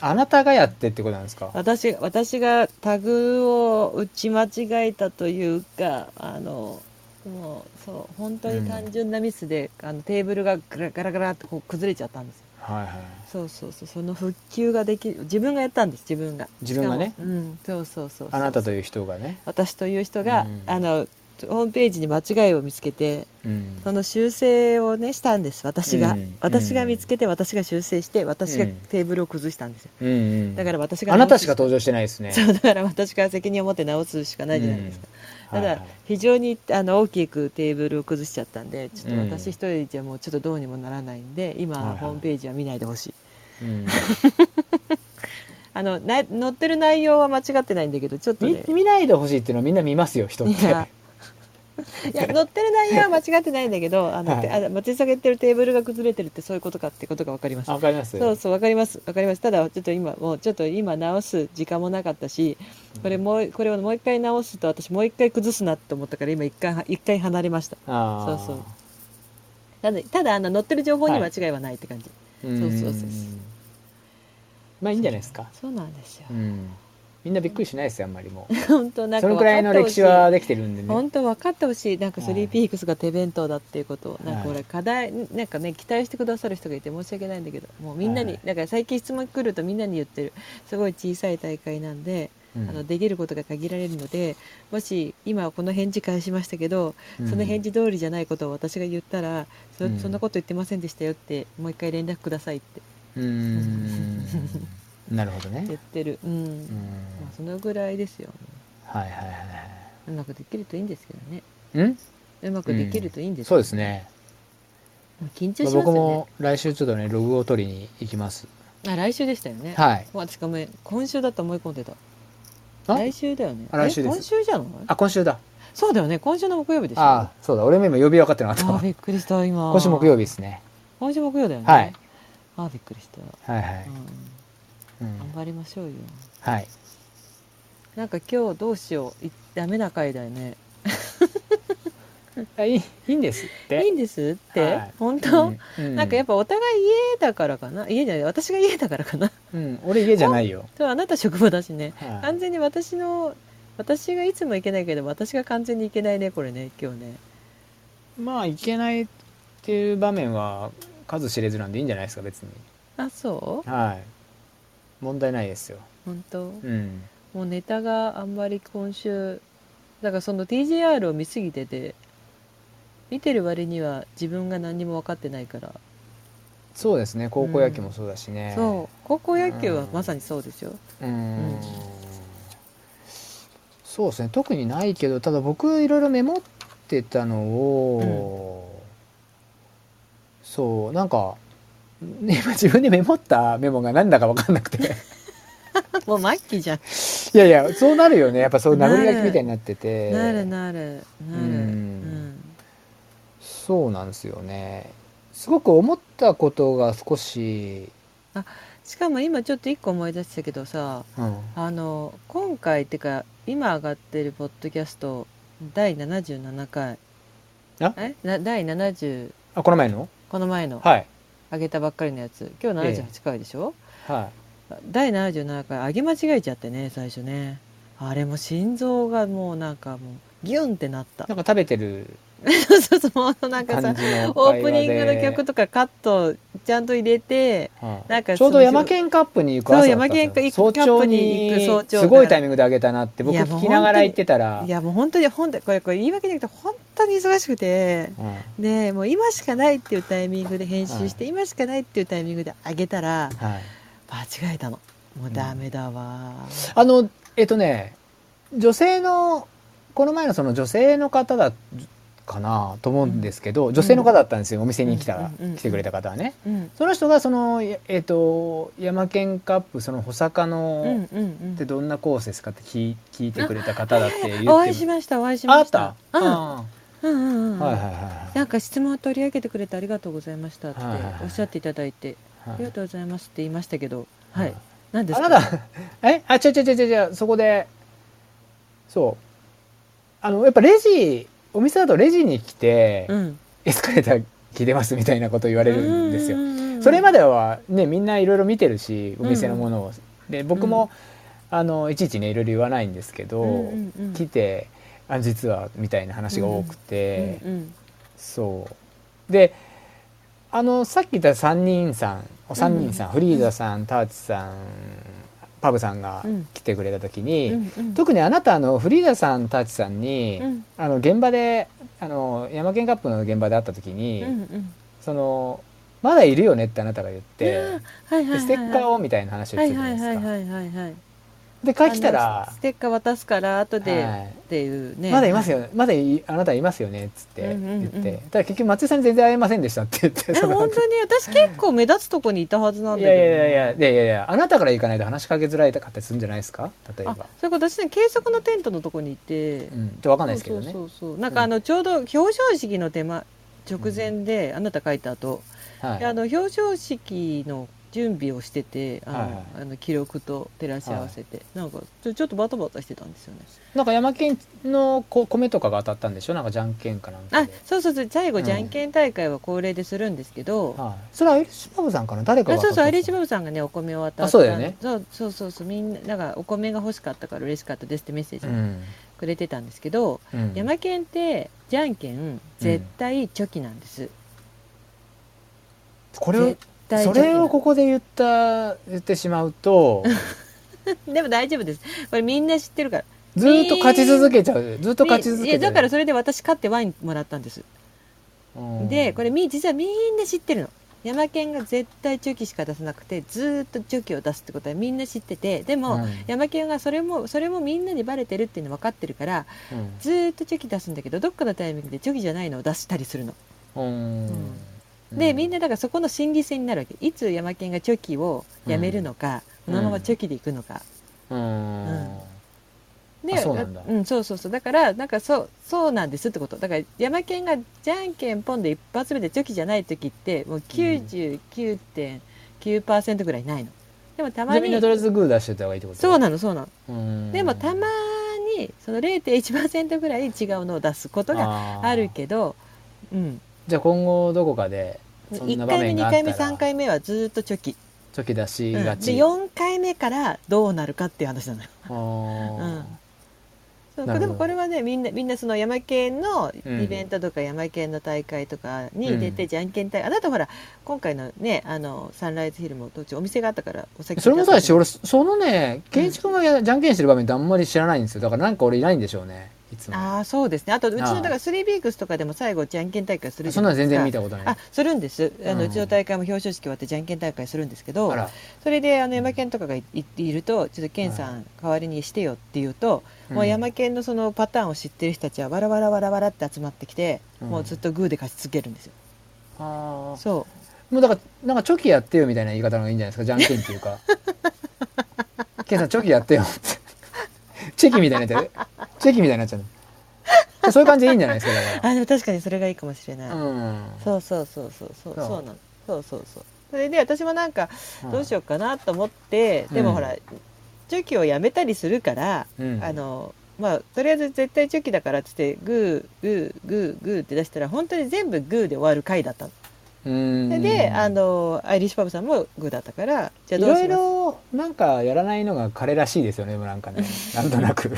Speaker 2: あなたがやってってことなんですか
Speaker 1: 私私がタグを打ち間違えたというかあのもうそう本当に単純なミスで、あのテーブルがガラガラガラってこう崩れちゃったんですよ
Speaker 2: はいはい
Speaker 1: そうそうそうその復旧ができる自分がやったんです自分が
Speaker 2: 自分がね
Speaker 1: しかもうんそうそうそうそう
Speaker 2: あなたという人がね、
Speaker 1: 私という人が、
Speaker 2: うん
Speaker 1: あのホームページに間違いを見つけて
Speaker 2: うん、
Speaker 1: その修正をねしたんです私が、
Speaker 2: うん
Speaker 1: 私が見つけて私が修正して私がテーブルを崩したんですよ、
Speaker 2: うんうん
Speaker 1: だから私が
Speaker 2: あなたしか
Speaker 1: 直
Speaker 2: 登場してないですね
Speaker 1: すそうだから私が責任を持って直すしかないじゃないですか、
Speaker 2: うん
Speaker 1: た
Speaker 2: はい
Speaker 1: だ
Speaker 2: はい
Speaker 1: 非常にあの大きくテーブルを崩しちゃったんでちょっと
Speaker 2: うん
Speaker 1: 私一人じゃもうちょっとどうにもならないんで今、
Speaker 2: はいはい
Speaker 1: ホームページは見ないでほしい
Speaker 2: うん
Speaker 1: あのな載ってる内容は間違ってないんだけどちょっとね
Speaker 2: み見ないでほしいっていうのはみんな見ますよ人って
Speaker 1: いやいや載ってる内容は間違ってないんだけどあの、
Speaker 2: はい
Speaker 1: てあの持ち下げてるテーブルが崩れてるってそういうことかってことが分かります
Speaker 2: あわかります
Speaker 1: そうそう分かります分かりますただちょっと今もうちょっと今直す時間もなかったしこれもうこれをもう一回直すと私もう一回崩すなと思ったから今一回一回離れました
Speaker 2: あー
Speaker 1: そうただただあの載ってる情報に間違いはないって感じ、
Speaker 2: うん
Speaker 1: そうそうそう
Speaker 2: まあいいんじゃないですか
Speaker 1: そうなんですよ
Speaker 2: う、んみんなびっくりしないですよあんまりもう
Speaker 1: 本当なん
Speaker 2: そ
Speaker 1: か
Speaker 2: のくらいの
Speaker 1: 分かってほ
Speaker 2: 歴
Speaker 1: し
Speaker 2: 史はできてるんでね
Speaker 1: 本当分かってほしいなんか
Speaker 2: はい
Speaker 1: スリーピークスが手弁当だっていうことをなんか
Speaker 2: はい
Speaker 1: 俺課題なんかね期待してくださる人がいて申し訳ないんだけどもうみんなに、
Speaker 2: はい
Speaker 1: なんか最近質問来るとみんなに言ってるすごい小さい大会なんで、
Speaker 2: うん
Speaker 1: あのできることが限られるのでもし今この返事返しましたけど、その返事通りじゃないことを私が言ったらそ,、
Speaker 2: うん
Speaker 1: ん、そんなこと言ってませんでしたよってもう一回連絡くださいって
Speaker 2: うんなる ほど
Speaker 1: 言っ
Speaker 2: ね
Speaker 1: てるうん、
Speaker 2: うん
Speaker 1: まあ、そのぐらいですよ
Speaker 2: はいはいは
Speaker 1: うまくできるといいんですけどね
Speaker 2: いうん
Speaker 1: うまくできるといいんですけ
Speaker 2: そ
Speaker 1: ど
Speaker 2: うですね
Speaker 1: もう緊張し
Speaker 2: ま
Speaker 1: ま
Speaker 2: あ
Speaker 1: すよね、
Speaker 2: 僕も来週ちょっとねログを取りに行きます
Speaker 1: あ来週でしたよね。
Speaker 2: はい
Speaker 1: もう私ごめん今週だと思い込んでた。
Speaker 2: あ
Speaker 1: 来週だよね。
Speaker 2: あ来週です
Speaker 1: え今週じゃない？
Speaker 2: あ今週だ
Speaker 1: そうだよね。今週の木曜日でしょ。
Speaker 2: あーそうだ俺も今曜日分かってなか
Speaker 1: あ
Speaker 2: っ
Speaker 1: ーび
Speaker 2: た
Speaker 1: っくりした今。
Speaker 2: 今週木曜日ですね
Speaker 1: 今週木曜だよね。
Speaker 2: はい。
Speaker 1: あーびっくりした。う
Speaker 2: はいはい
Speaker 1: ん、
Speaker 2: うん
Speaker 1: 頑張りましょうよ。
Speaker 2: はい
Speaker 1: なんか今日どうしよういダメな回だよね。
Speaker 2: あいいいいんですって
Speaker 1: いいんですって、
Speaker 2: はい
Speaker 1: 本当、
Speaker 2: うんうん
Speaker 1: なんかやっぱお互い家だからかな家じゃない私が家だからかな
Speaker 2: うん、俺家じゃないよ。
Speaker 1: とあなた職場だしね
Speaker 2: はい
Speaker 1: 完全に私の私がいつも行けないけど私が完全に行けないねこれね今日ね
Speaker 2: まあいけないっていう場面は数知れずなんでいいんじゃないですか別に。
Speaker 1: あそう
Speaker 2: はい。問題ないですよ。
Speaker 1: 本当
Speaker 2: うん。
Speaker 1: もうネタがあんまり今週だからその TJR を見すぎてて見てる割には自分が何にも分かってないから、
Speaker 2: そうですね。高校野球もそうだしね。
Speaker 1: そう高校野球は
Speaker 2: うん
Speaker 1: まさにそうですよ、
Speaker 2: う。ん
Speaker 1: うん。
Speaker 2: そうですね。特にないけど、ただ僕いろいろメモってたのを、そうなんか。ね 今自分でメモったメモが何だか分かんなくて
Speaker 1: もう末期じゃん、
Speaker 2: いやいやそうなるよねやっぱそう名残書きみたいになってて
Speaker 1: なるなるなる、う
Speaker 2: うん
Speaker 1: ん
Speaker 2: そうなんですよね。すごく思ったことが少し、
Speaker 1: しかも今ちょっと一個思い出したけどさ
Speaker 2: うん、
Speaker 1: あの今回ってか今上がってるポッドキャスト第77回
Speaker 2: あ
Speaker 1: えな第70
Speaker 2: あこの前の
Speaker 1: この前の
Speaker 2: はい
Speaker 1: 上げたばっかりのやつ今日
Speaker 2: ええ
Speaker 1: 78回でしょ、
Speaker 2: は
Speaker 1: 第77回上げ間違えちゃってね最初ねあれも心臓がもうなんかもうギュンってなっ
Speaker 2: い
Speaker 1: た
Speaker 2: なんか食べてる
Speaker 1: そうそうそうもうなんかさ
Speaker 2: 感じの
Speaker 1: オ
Speaker 2: 会話で
Speaker 1: ープニングの曲とかカットちゃんと入れて
Speaker 2: はい
Speaker 1: なんか
Speaker 2: ちょうど山県カップに行く朝だったんですよ
Speaker 1: そう山県カッ
Speaker 2: 早朝
Speaker 1: プに行く
Speaker 2: に
Speaker 1: 早朝から
Speaker 2: すごいタイミングであげたなって
Speaker 1: い
Speaker 2: 僕
Speaker 1: やもう
Speaker 2: 聞きながら行ってたら
Speaker 1: いやもう本当に本当にこれこれ言い訳じゃなくて本当に忙しくて
Speaker 2: うん
Speaker 1: でもう今しかないっていうタイミングで編集して、今しかないっていうタイミングで上げたら
Speaker 2: はい、
Speaker 1: 間違えたのもうダメだわ、
Speaker 2: あのえっとね女性のこの前のその女性の方だかなと思うんですけど、女性の方だったんですよお店に来たら、
Speaker 1: うんうんうん
Speaker 2: 来てくれた方はね
Speaker 1: うん、うん
Speaker 2: その人がその、やえっと山県カップその保坂の、
Speaker 1: うんう
Speaker 2: って
Speaker 1: ん
Speaker 2: どんなコースですかって聞い聞いてくれた方だって言って
Speaker 1: お会いしましたお会いし
Speaker 2: あ
Speaker 1: ま
Speaker 2: っ
Speaker 1: したた
Speaker 2: あ
Speaker 1: うん
Speaker 2: あ
Speaker 1: うんうんうん
Speaker 2: はいはいはい
Speaker 1: な
Speaker 2: は
Speaker 1: んか質問を取り上げてくれてありがとうございましたって
Speaker 2: はいはいはい
Speaker 1: おっしゃっていただいて、
Speaker 2: い
Speaker 1: ありがとうございますって言いましたけど、
Speaker 2: は
Speaker 1: はいい、何です
Speaker 2: あ
Speaker 1: か？
Speaker 2: なたえあ違う違う違う違うそこでそうあのやっぱレジお店だとレジに来て、
Speaker 1: うん、
Speaker 2: エスカレーター切れますみたいなこと言われるんですよ、
Speaker 1: よ
Speaker 2: それま
Speaker 1: で、
Speaker 2: ではねみんないろいろ見てるしお店のものを、で僕も、あのいちいちねいろいろ言わないんですけど、
Speaker 1: うんうんうん
Speaker 2: 来てあ実はみたいな話が多くて、
Speaker 1: うんうん
Speaker 2: そうであのさっき言った3人さんお三人さん、フリーザさんターチさんパブさんが
Speaker 1: うん
Speaker 2: 来てくれた時に、
Speaker 1: うんうん
Speaker 2: 特にあなたあのフリーザさんターチさんに、
Speaker 1: うん
Speaker 2: あの現場であの山県カップの現場で会った時
Speaker 1: う
Speaker 2: に、
Speaker 1: んうん
Speaker 2: そのまだいるよねってあなたが言って、
Speaker 1: はいはいはいは
Speaker 2: で
Speaker 1: い
Speaker 2: ステッカーをみたいな話を
Speaker 1: は
Speaker 2: して
Speaker 1: い
Speaker 2: たじゃ
Speaker 1: は
Speaker 2: な
Speaker 1: い
Speaker 2: いですか。
Speaker 1: はいはいはいはい
Speaker 2: で帰ってきたら
Speaker 1: あのステッカー渡すから後で、
Speaker 2: はい
Speaker 1: っていうね
Speaker 2: まだいますよね、まだいあなたいますよねっつって
Speaker 1: うんうんうん
Speaker 2: 言って、ただ結局松井さんに全然会えませんでしたって言って
Speaker 1: え
Speaker 2: その
Speaker 1: 本当に私結構目立つとこにいたはずなん
Speaker 2: い
Speaker 1: だけど
Speaker 2: やい
Speaker 1: な
Speaker 2: やいやいやいやいやあなたから行かないと話しかけづらいかったりするんじゃないですか例えば
Speaker 1: あ、それから私ね計測のテントのとこにいて、
Speaker 2: うん、ちょっとわかんないですけど
Speaker 1: そ
Speaker 2: ね
Speaker 1: うそうそうなんかあの、ちょうど表彰式の手間直前で、あなた書いた後、
Speaker 2: はい
Speaker 1: であの表彰式の準備をしててあの、
Speaker 2: はいはい
Speaker 1: あの記録と照らし合わせて、なんかちょちょっとバタバタしてたんですよね
Speaker 2: なんか山県のこ米とかが当たったんでしょなんかじゃんけんかなんか
Speaker 1: あ
Speaker 2: で
Speaker 1: そうそうそう最後
Speaker 2: うん
Speaker 1: じゃんけん大会は恒例でするんですけど、
Speaker 2: はい、それはアイリッシュパブさんかな誰か
Speaker 1: あ
Speaker 2: が
Speaker 1: そうそうアイリッシュ
Speaker 2: ブ
Speaker 1: バブさんがねお米を渡った
Speaker 2: あそうだよね
Speaker 1: そうそうそうそうみんながお米が欲しかったから嬉しかったですってメッセージ
Speaker 2: うん、
Speaker 1: くれてたんですけど、
Speaker 2: うん、
Speaker 1: 山県ってじゃんけん絶対チョキなんです、
Speaker 2: これを
Speaker 1: 絶対チョ
Speaker 2: そ
Speaker 1: キな
Speaker 2: れをここで言った言ってしまうと
Speaker 1: でも大丈夫ですこれみんな知ってるから
Speaker 2: ずーっと勝ち続けちゃうずっと勝ち続
Speaker 1: い
Speaker 2: けちゃ
Speaker 1: や
Speaker 2: う
Speaker 1: だからそれで私買ってワインもらったんです、
Speaker 2: うん
Speaker 1: でこれみ実はみんな知ってるの山県が絶対チョキしか出さなくてずーっとチョキを出すってことはみんな知っててでも、
Speaker 2: うん
Speaker 1: 山県がそれもそれもみんなにバレてるっていうの分かってるから
Speaker 2: うん
Speaker 1: ずーっとチョキ出すんだけどどっかのタイミングでチョキじゃないのを出したりするの。
Speaker 2: うん
Speaker 1: でみんなだからそこの心理戦になるわけいつ山県がチョキをやめるのか、
Speaker 2: うん
Speaker 1: このままチョキでいくのか、
Speaker 2: うん、
Speaker 1: うん
Speaker 2: あ
Speaker 1: で
Speaker 2: そうなんだ
Speaker 1: うん、そうそうそうだからなんかそうそうなんですってことだから山県がじゃんけんポンで一発目でチョキじゃない時ってもう99.9%ぐらいないのでもた
Speaker 2: じゃ
Speaker 1: ま
Speaker 2: あみんな
Speaker 1: に
Speaker 2: とりあえずグー出しておいた方がいいってこと
Speaker 1: そうなのそうなの
Speaker 2: うん
Speaker 1: でもたまにその0.1%ぐらい違うのを出すことが
Speaker 2: あー
Speaker 1: あるけどうん
Speaker 2: じゃあ今後どこかでそんな
Speaker 1: 1
Speaker 2: 場
Speaker 1: 回目
Speaker 2: 面が
Speaker 1: 2
Speaker 2: あ
Speaker 1: 回
Speaker 2: ったら
Speaker 1: 目3回目はずーっとチョキ、
Speaker 2: チョキ出し
Speaker 1: うん、で
Speaker 2: がち、
Speaker 1: 4回目からどうなるかっていう話なのよ
Speaker 2: あー
Speaker 1: うんそう
Speaker 2: なるほど
Speaker 1: でもこれはねみんなみんなその山県の
Speaker 2: うん
Speaker 1: イベントとか山県の大会とかに出て、
Speaker 2: うん
Speaker 1: じゃんけん大会あなたほら今回のねあのサンライズヒルもどっちお店があったからお酒
Speaker 2: それもそうだし
Speaker 1: う
Speaker 2: 俺そのね建築もやじゃんけんしてる場面ってあんまり知らないんですよだからなんか俺いないんでしょうねいつも
Speaker 1: ああそうですねあとうち
Speaker 2: ああ
Speaker 1: のだからスリービークスとかでも最後じゃんけん大会するじ
Speaker 2: そ
Speaker 1: ゃ
Speaker 2: ん
Speaker 1: な
Speaker 2: な
Speaker 1: い
Speaker 2: の
Speaker 1: です
Speaker 2: 全
Speaker 1: か
Speaker 2: 然見たことない
Speaker 1: あするんですあの、う
Speaker 2: う
Speaker 1: んちの大会も表彰式終わってじゃんけん大会するんですけど
Speaker 2: あら、
Speaker 1: それであの山県とかがいいいるとちょっと健さん代わりにしてよって言うと、もう山県のそのパターンを知ってる人たちはわらわらわらわらって集まってきて、
Speaker 2: うん
Speaker 1: もうずっとグーで勝ち続けるんですよ。
Speaker 2: あー
Speaker 1: そ
Speaker 2: もうだからなんかチョキやってよみたいな言い方の方がいいんじゃないですかじゃんけんってい うかケンさんチョキやってよってチェキみたいになっちゃうチェキみたいになっちゃうそういう感じでいいんじゃないですかだ
Speaker 1: う
Speaker 2: か
Speaker 1: あでも確かにそれがいいかもしれ ない、
Speaker 2: らうん
Speaker 1: そうそうそうそうそう
Speaker 2: そう
Speaker 1: そうなのそうそうそうそれで私もなんかどうしようかなと思って、
Speaker 2: うん
Speaker 1: でもほらチョキをやめたりするから、
Speaker 2: うん
Speaker 1: あのまあとりあえず絶対チョキだからっつってグーグーグーグーって出したら本当に全部グーで終わる回だったの、
Speaker 2: うん
Speaker 1: でであのアイリッシュパブさんもグーだったからじゃあ
Speaker 2: い
Speaker 1: どう
Speaker 2: ろい
Speaker 1: します
Speaker 2: ろなんかやらないのが彼らしいですよねなんかねなんとなく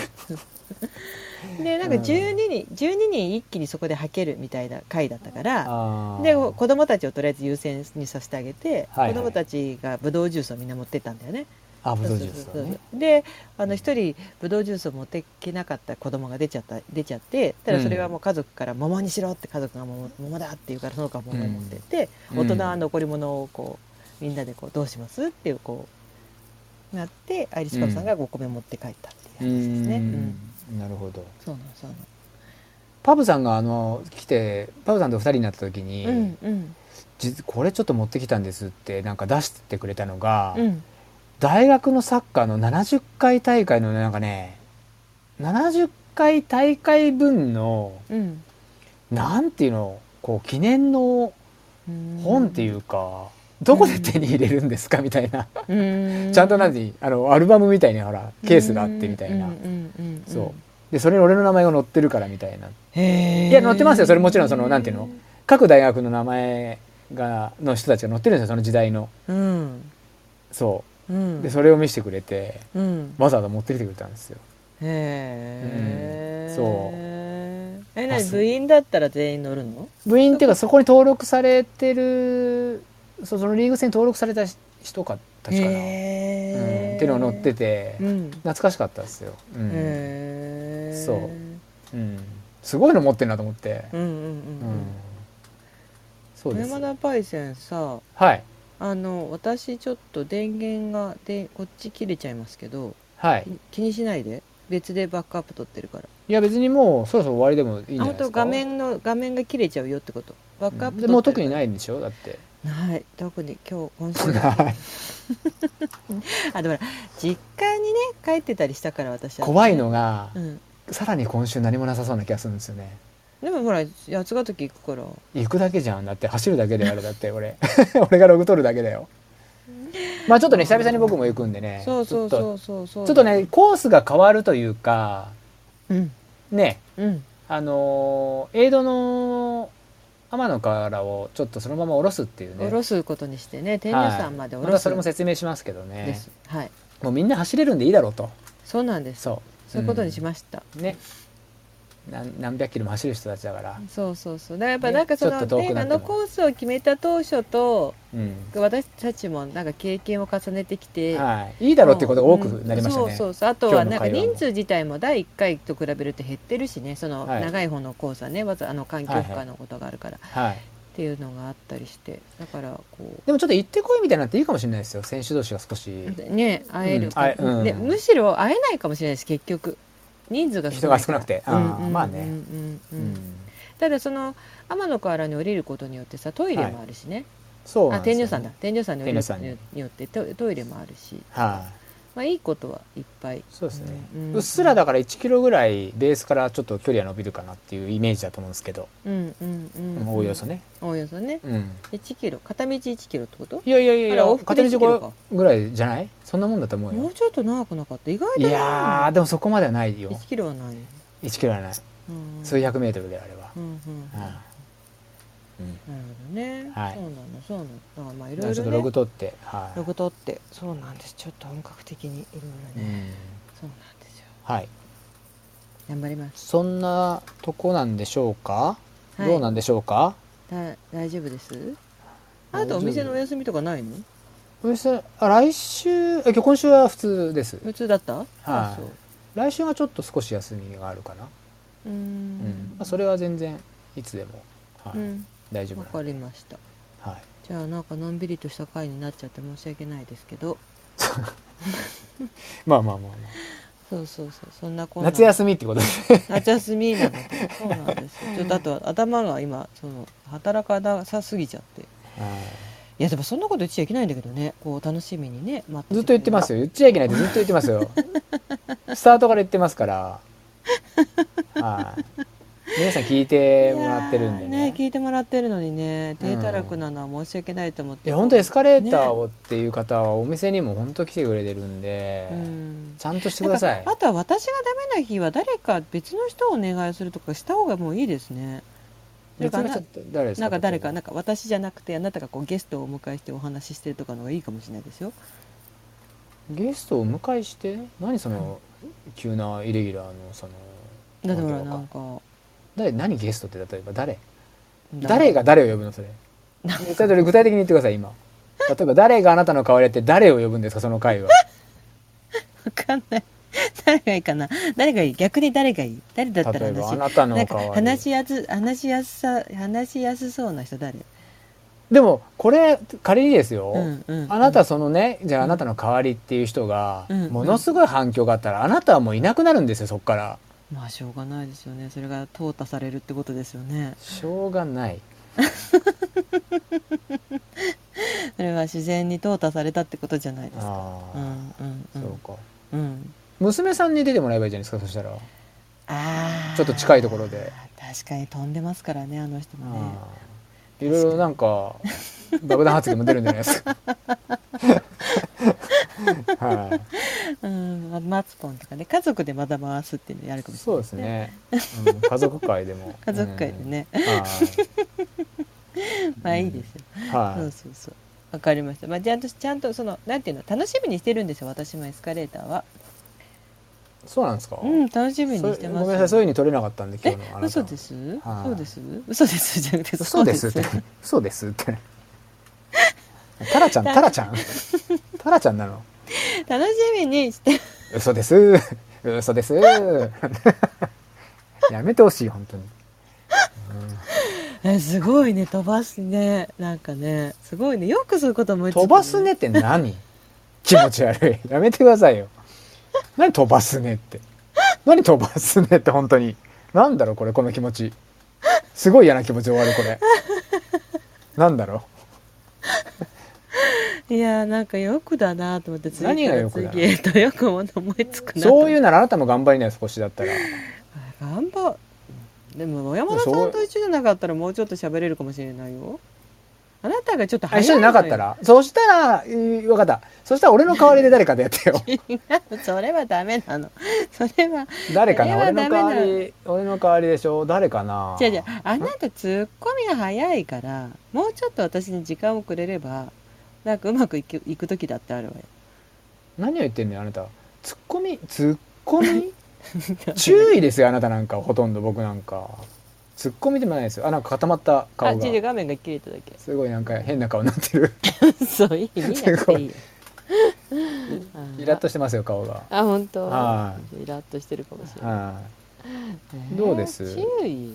Speaker 1: でなんか
Speaker 2: う
Speaker 1: 12
Speaker 2: ん
Speaker 1: 人、12人一気にそこではけるみたいな回だったから
Speaker 2: あー
Speaker 1: で子供たちをとりあえず優先にさせてあげて、
Speaker 2: はいはい
Speaker 1: 子供たちがブドウジュースをみんな持ってったんだよね。
Speaker 2: あブドウジュー
Speaker 1: そう
Speaker 2: ス
Speaker 1: そう
Speaker 2: だ
Speaker 1: そう
Speaker 2: ね
Speaker 1: であの一人ブドウジュースを持ってきなかった子供が出ちゃった出ちゃってただそれはもう家族から「桃にしろ」って家族が桃「桃だ」って言うからその子は桃を持ってって、
Speaker 2: うん
Speaker 1: 大人は残り物をこうみんなでこう「どうします?」っていうこうなってアイリスパブさんがお米持って帰ったってい
Speaker 2: う
Speaker 1: う話ですね。うんん
Speaker 2: なるほど
Speaker 1: そうなのそうなの
Speaker 2: パブさんがあの来てパブさんと二人になった時に、
Speaker 1: うんうん
Speaker 2: 実これちょっと持ってきたんですってなんか出してくれたのが、
Speaker 1: うん
Speaker 2: 大学のサッカーの70回大会のねなんかね70回大会分の
Speaker 1: うん
Speaker 2: なんていうのこう記念の
Speaker 1: うん
Speaker 2: 本っていうか、どこで手に入れるんですかみたいな、
Speaker 1: うー
Speaker 2: ちゃんと何あのアルバムみたいにほらケースがあってみたいな、
Speaker 1: うんうんうんうん
Speaker 2: そうでそれに俺の名前が載ってるからみたいな
Speaker 1: へー
Speaker 2: いや載ってますよそれもちろんそのなんていうの各大学の名前がの人たちが載ってるんですよその時代の
Speaker 1: うん
Speaker 2: そううんでそれを見せてくれて
Speaker 1: うん
Speaker 2: わざわざ持ってきてくれたんですよ
Speaker 1: へえ、
Speaker 2: うんそう
Speaker 1: ええ
Speaker 2: パ
Speaker 1: 何
Speaker 2: ス
Speaker 1: 部員だったら全員乗るの
Speaker 2: 部員っていうかそこに登録されてるそうそのリーグ戦に登録された人かたちかな、うん、
Speaker 1: へー
Speaker 2: っていうのが載ってて
Speaker 1: うん
Speaker 2: 懐かしかったですよ、うん
Speaker 1: へー
Speaker 2: そううん、すごいの持ってるなと思って、
Speaker 1: うんうんう
Speaker 2: う
Speaker 1: んん
Speaker 2: そううんです
Speaker 1: 山田パイセンさ
Speaker 2: はい
Speaker 1: あの私ちょっと電源がでこっち切れちゃいますけど
Speaker 2: はい
Speaker 1: 気にしないで別でバックアップ取ってるから
Speaker 2: いや別にもうそろそろ終わりでもいいんじゃ
Speaker 1: あ
Speaker 2: ない
Speaker 1: 本
Speaker 2: で
Speaker 1: 当
Speaker 2: すか
Speaker 1: 画面の画面が切れちゃうよってことバックアップ
Speaker 2: でもう特
Speaker 1: に
Speaker 2: にないんでしょだって
Speaker 1: ない特に今日今週だ あでもほら実家にね帰ってたりしたから私は、
Speaker 2: 怖いのが、
Speaker 1: うん
Speaker 2: さらに今週何もなさそうな気がするんですよね
Speaker 1: でもほら八ヶ岳行くから
Speaker 2: 行くだけじゃんだって走るだけであれだって俺 俺がログ取るだけだよまあちょっとね久々に僕も行くんでね
Speaker 1: そうそう
Speaker 2: ちょっと
Speaker 1: そうそうそう
Speaker 2: ちょっとねコースが変わるというか
Speaker 1: うん
Speaker 2: ね
Speaker 1: うん
Speaker 2: あのー、エイドの天の川をちょっとそのまま下ろすっていうね
Speaker 1: 下ろすことにしてね天女山まで
Speaker 2: は
Speaker 1: 下
Speaker 2: いま
Speaker 1: ろ
Speaker 2: た
Speaker 1: す
Speaker 2: そ
Speaker 1: ん
Speaker 2: れも説明しますけど
Speaker 1: で
Speaker 2: ね
Speaker 1: すはい
Speaker 2: もうみんな走れるんでいいだろうと
Speaker 1: そうなんです
Speaker 2: そう
Speaker 1: そういうことにしました、
Speaker 2: すね何何百キロも走る人たちだから、
Speaker 1: そうそうそうだからやっぱ
Speaker 2: ね
Speaker 1: なんかそ
Speaker 2: ちょっ
Speaker 1: の、
Speaker 2: と遠
Speaker 1: ね
Speaker 2: くな
Speaker 1: あ
Speaker 2: っても
Speaker 1: のコースを決めた当初と
Speaker 2: うん
Speaker 1: 私たちもなんか経験を重ねてきて、
Speaker 2: はい、いいだろうってことが多くなりましたね、
Speaker 1: うんそうそうそうあとはなんか
Speaker 2: 今日の会話も
Speaker 1: 人数自体も第1回と比べると減ってるしねその
Speaker 2: はい
Speaker 1: 長い方のコースはねまずあの環境負
Speaker 2: はいは
Speaker 1: 荷
Speaker 2: い
Speaker 1: のことがあるから、
Speaker 2: はい、
Speaker 1: っていうのがあったりしてだからこ
Speaker 2: でもちょっと行ってこいみたいになっていいかもしれないですよ選手同士が少し
Speaker 1: うね会える、
Speaker 2: うんあうん
Speaker 1: でむしろ会えないかもしれないです結局人数が
Speaker 2: 人が少なく
Speaker 1: て
Speaker 2: て、あーまあね、
Speaker 1: う
Speaker 2: うんん
Speaker 1: うんうんただその天の川原に降りることによってさトイレもあるしね、
Speaker 2: そうな
Speaker 1: あ
Speaker 2: です
Speaker 1: 天
Speaker 2: よ
Speaker 1: 女山だ天女山に降りること
Speaker 2: 天女山
Speaker 1: によってトトイレもあるし、
Speaker 2: はい、
Speaker 1: まあ、いいことはいっぱい
Speaker 2: そうですね、
Speaker 1: う
Speaker 2: うんっすらだから1キロぐらいベースからちょっと距離が伸びるかなっていうイメージだと思うんですけど、
Speaker 1: うんうんうんうん
Speaker 2: おおよそね、
Speaker 1: おおよそね
Speaker 2: うん、
Speaker 1: 1キロ片道1キロってこと
Speaker 2: いやいやいやい
Speaker 1: あ
Speaker 2: や
Speaker 1: ら往復で
Speaker 2: 片
Speaker 1: 1キ
Speaker 2: 道
Speaker 1: ロ
Speaker 2: こ
Speaker 1: か
Speaker 2: ぐらいじゃないそんなもんだと思う
Speaker 1: も
Speaker 2: よ
Speaker 1: うちょっと長くなかった意外と
Speaker 2: いやーでもそこまではないよ
Speaker 1: 1キロはない、
Speaker 2: 1キロはない
Speaker 1: うん、
Speaker 2: 数百メートルであれば
Speaker 1: う、んうんなる
Speaker 2: うんうん
Speaker 1: ほどね、
Speaker 2: はい
Speaker 1: そうなのそうなのだからまあい
Speaker 2: だか
Speaker 1: ろ
Speaker 2: ら
Speaker 1: い
Speaker 2: ち
Speaker 1: ろ
Speaker 2: ょ
Speaker 1: ね
Speaker 2: っとログ取って、はい
Speaker 1: ログ取ってそうなんですちょっと本格的にいろいろ
Speaker 2: う
Speaker 1: ね、
Speaker 2: ん
Speaker 1: そうなんですよ
Speaker 2: はい
Speaker 1: 頑張ります
Speaker 2: そんなとこなんでしょうか、
Speaker 1: はい
Speaker 2: どうなんでしょうか
Speaker 1: だ大丈夫ですあなたお店のお休みとかないの
Speaker 2: そしてあ来週あ今日今週は普通です
Speaker 1: 普通だったはいあそう
Speaker 2: 来週はちょっと少し休みがあるかな、
Speaker 1: うー
Speaker 2: うん
Speaker 1: ん
Speaker 2: まあ、それは全然いつでも、はい
Speaker 1: うん
Speaker 2: 大丈夫
Speaker 1: わ
Speaker 2: なん
Speaker 1: か
Speaker 2: で、
Speaker 1: りました
Speaker 2: はい、
Speaker 1: じゃあなんかのんびりとした回になっちゃって申し訳ないですけど
Speaker 2: まあまあまあ、ま
Speaker 1: そうそうそうそんなこ
Speaker 2: あ、
Speaker 1: んな
Speaker 2: 夏休みってことで
Speaker 1: 夏休みなのでそうなんです よちょっとあと頭が今その働かなさすぎちゃってい
Speaker 2: はい
Speaker 1: やでもそんなこと言っちゃいけないんだけどねこう楽しみにね待って
Speaker 2: ずっと言ってますよ言っちゃいけないってずっと言ってま すよスタートから言ってますから、はい、皆さん聞いてもらってるんで
Speaker 1: いやー
Speaker 2: ね
Speaker 1: 聞いてもらってるのにね低たらくなのは申し訳ないと思っ
Speaker 2: い
Speaker 1: て、
Speaker 2: や本当エスカレーターをっていう方はお店にも本当来てくれてるんで、
Speaker 1: うん
Speaker 2: ちゃんとしてください
Speaker 1: あとは私がダメな日は誰か別の人をお願いするとかした方がもういいですね。
Speaker 2: 別の人って誰ですか
Speaker 1: なんか誰か
Speaker 2: 例
Speaker 1: な
Speaker 2: え
Speaker 1: んか私じゃなくてあなたがこうゲストをお迎えしてお話ししてるとかの方がいいかもしれないですよ。
Speaker 2: ばゲストをお迎えして何その急なイレギュラーのその
Speaker 1: だってほらなんか
Speaker 2: 誰何ゲストって例えば誰誰が誰を呼ぶのそれちょっと具体的に言ってください今例えば誰があなたの代わりって誰を呼ぶんですかその会は
Speaker 1: わかんない。誰がいいかな誰がいい逆に誰がいい誰だったら
Speaker 2: 例えばあ
Speaker 1: 話
Speaker 2: なたの
Speaker 1: なん
Speaker 2: 代
Speaker 1: か
Speaker 2: わり
Speaker 1: 話しやす話しやすさ話しやすそうな人誰
Speaker 2: でもこれ仮にですよ、
Speaker 1: うんうんうん
Speaker 2: あなたそのねじゃああなたの代わりっていう人が
Speaker 1: うん
Speaker 2: ものすごい反響があったらあなたはもういなくなるんですよそこから
Speaker 1: まあしょうがないですよねそれが淘汰されるってことですよね
Speaker 2: しょうがない
Speaker 1: それは自然に淘汰されたってことじゃないですか
Speaker 2: あ
Speaker 1: う
Speaker 2: あ、
Speaker 1: んうんう
Speaker 2: そうんか
Speaker 1: うん
Speaker 2: 娘さんに出てもらえばいいじゃないですかそしたら、
Speaker 1: あー
Speaker 2: ちょっと近いところで
Speaker 1: 確かに飛んでますからねあの人もね
Speaker 2: ああいろいろなんか爆弾発言も出るんじゃないです かは
Speaker 1: うんまマツポンとかね家族でまだ回すっていうのやるか
Speaker 2: い
Speaker 1: もしれ
Speaker 2: そう
Speaker 1: ない
Speaker 2: ですね、うん家族会でも
Speaker 1: 家族会でね、
Speaker 2: うんは
Speaker 1: まあいいですよ、
Speaker 2: いは
Speaker 1: そうそうそうわかりましたまあちゃんとちゃんとそのなんていうの楽しみにしてるんですよ私もエスカレーターはい
Speaker 2: そうなんですか。
Speaker 1: うん、楽しみに
Speaker 2: それ
Speaker 1: してます。
Speaker 2: ごめんなさい、そういうふうに取れなかったんで、今
Speaker 1: え
Speaker 2: 日のあなた
Speaker 1: 嘘
Speaker 2: の。
Speaker 1: です、
Speaker 2: はい
Speaker 1: そうです嘘ですじゃなくて
Speaker 2: そうですって。そうですって。タラちゃん、タラちゃん。タラちゃんなの。
Speaker 1: 楽しみにして
Speaker 2: 嘘です。嘘 です。やめてほしい、本当に。
Speaker 1: えすごいね飛ばすねなんかねすごいねよくそういうことも
Speaker 2: 飛ばすねって何。気持ち悪い。やめてくださいよ。何飛ばすねって。何飛ばすねって、本当に。なんだろう、これ、この気持ち。すごい嫌な気持ちで終わる、これ。なんだろう。
Speaker 1: いやなんかよくだなと思って次
Speaker 2: 何が
Speaker 1: から
Speaker 2: よくだな
Speaker 1: 次へとよくもの思いつくなと
Speaker 2: そういうならあなたも頑張りなよ少しだったら
Speaker 1: 頑張でも山田さんと一緒じゃなかったらもうちょっと喋れるかもしれないよあなたがちょっと
Speaker 2: あ
Speaker 1: 早い
Speaker 2: 一緒になかったらそうしたら分かったそしたら俺の代わりで誰かでやって よ
Speaker 1: 違うそれはダメなのそれは
Speaker 2: 誰かな
Speaker 1: それは
Speaker 2: 俺
Speaker 1: ダ
Speaker 2: の
Speaker 1: メ
Speaker 2: 代
Speaker 1: なの
Speaker 2: わり俺の代わりでしょ誰かな
Speaker 1: 違う違うあなたツッコミが早いからもうちょっと私に時間をくれればなんかうまくいくいく時だってあるわ よ
Speaker 2: 何を言ってんのよあなたツッコミツッコ ミ注意ですよあなたなんかほとんど僕なんかツッコミでもないですよあなんか固まった
Speaker 1: あ
Speaker 2: 顔が
Speaker 1: 違う画面が切れただけ
Speaker 2: すごいなんか変な顔になってる
Speaker 1: そういい見なくていいよ。
Speaker 2: イラッとしてますよ顔が
Speaker 1: あ本当。
Speaker 2: は
Speaker 1: イラッとしてるかもしれない。
Speaker 2: は
Speaker 1: ね
Speaker 2: どうです
Speaker 1: 注意？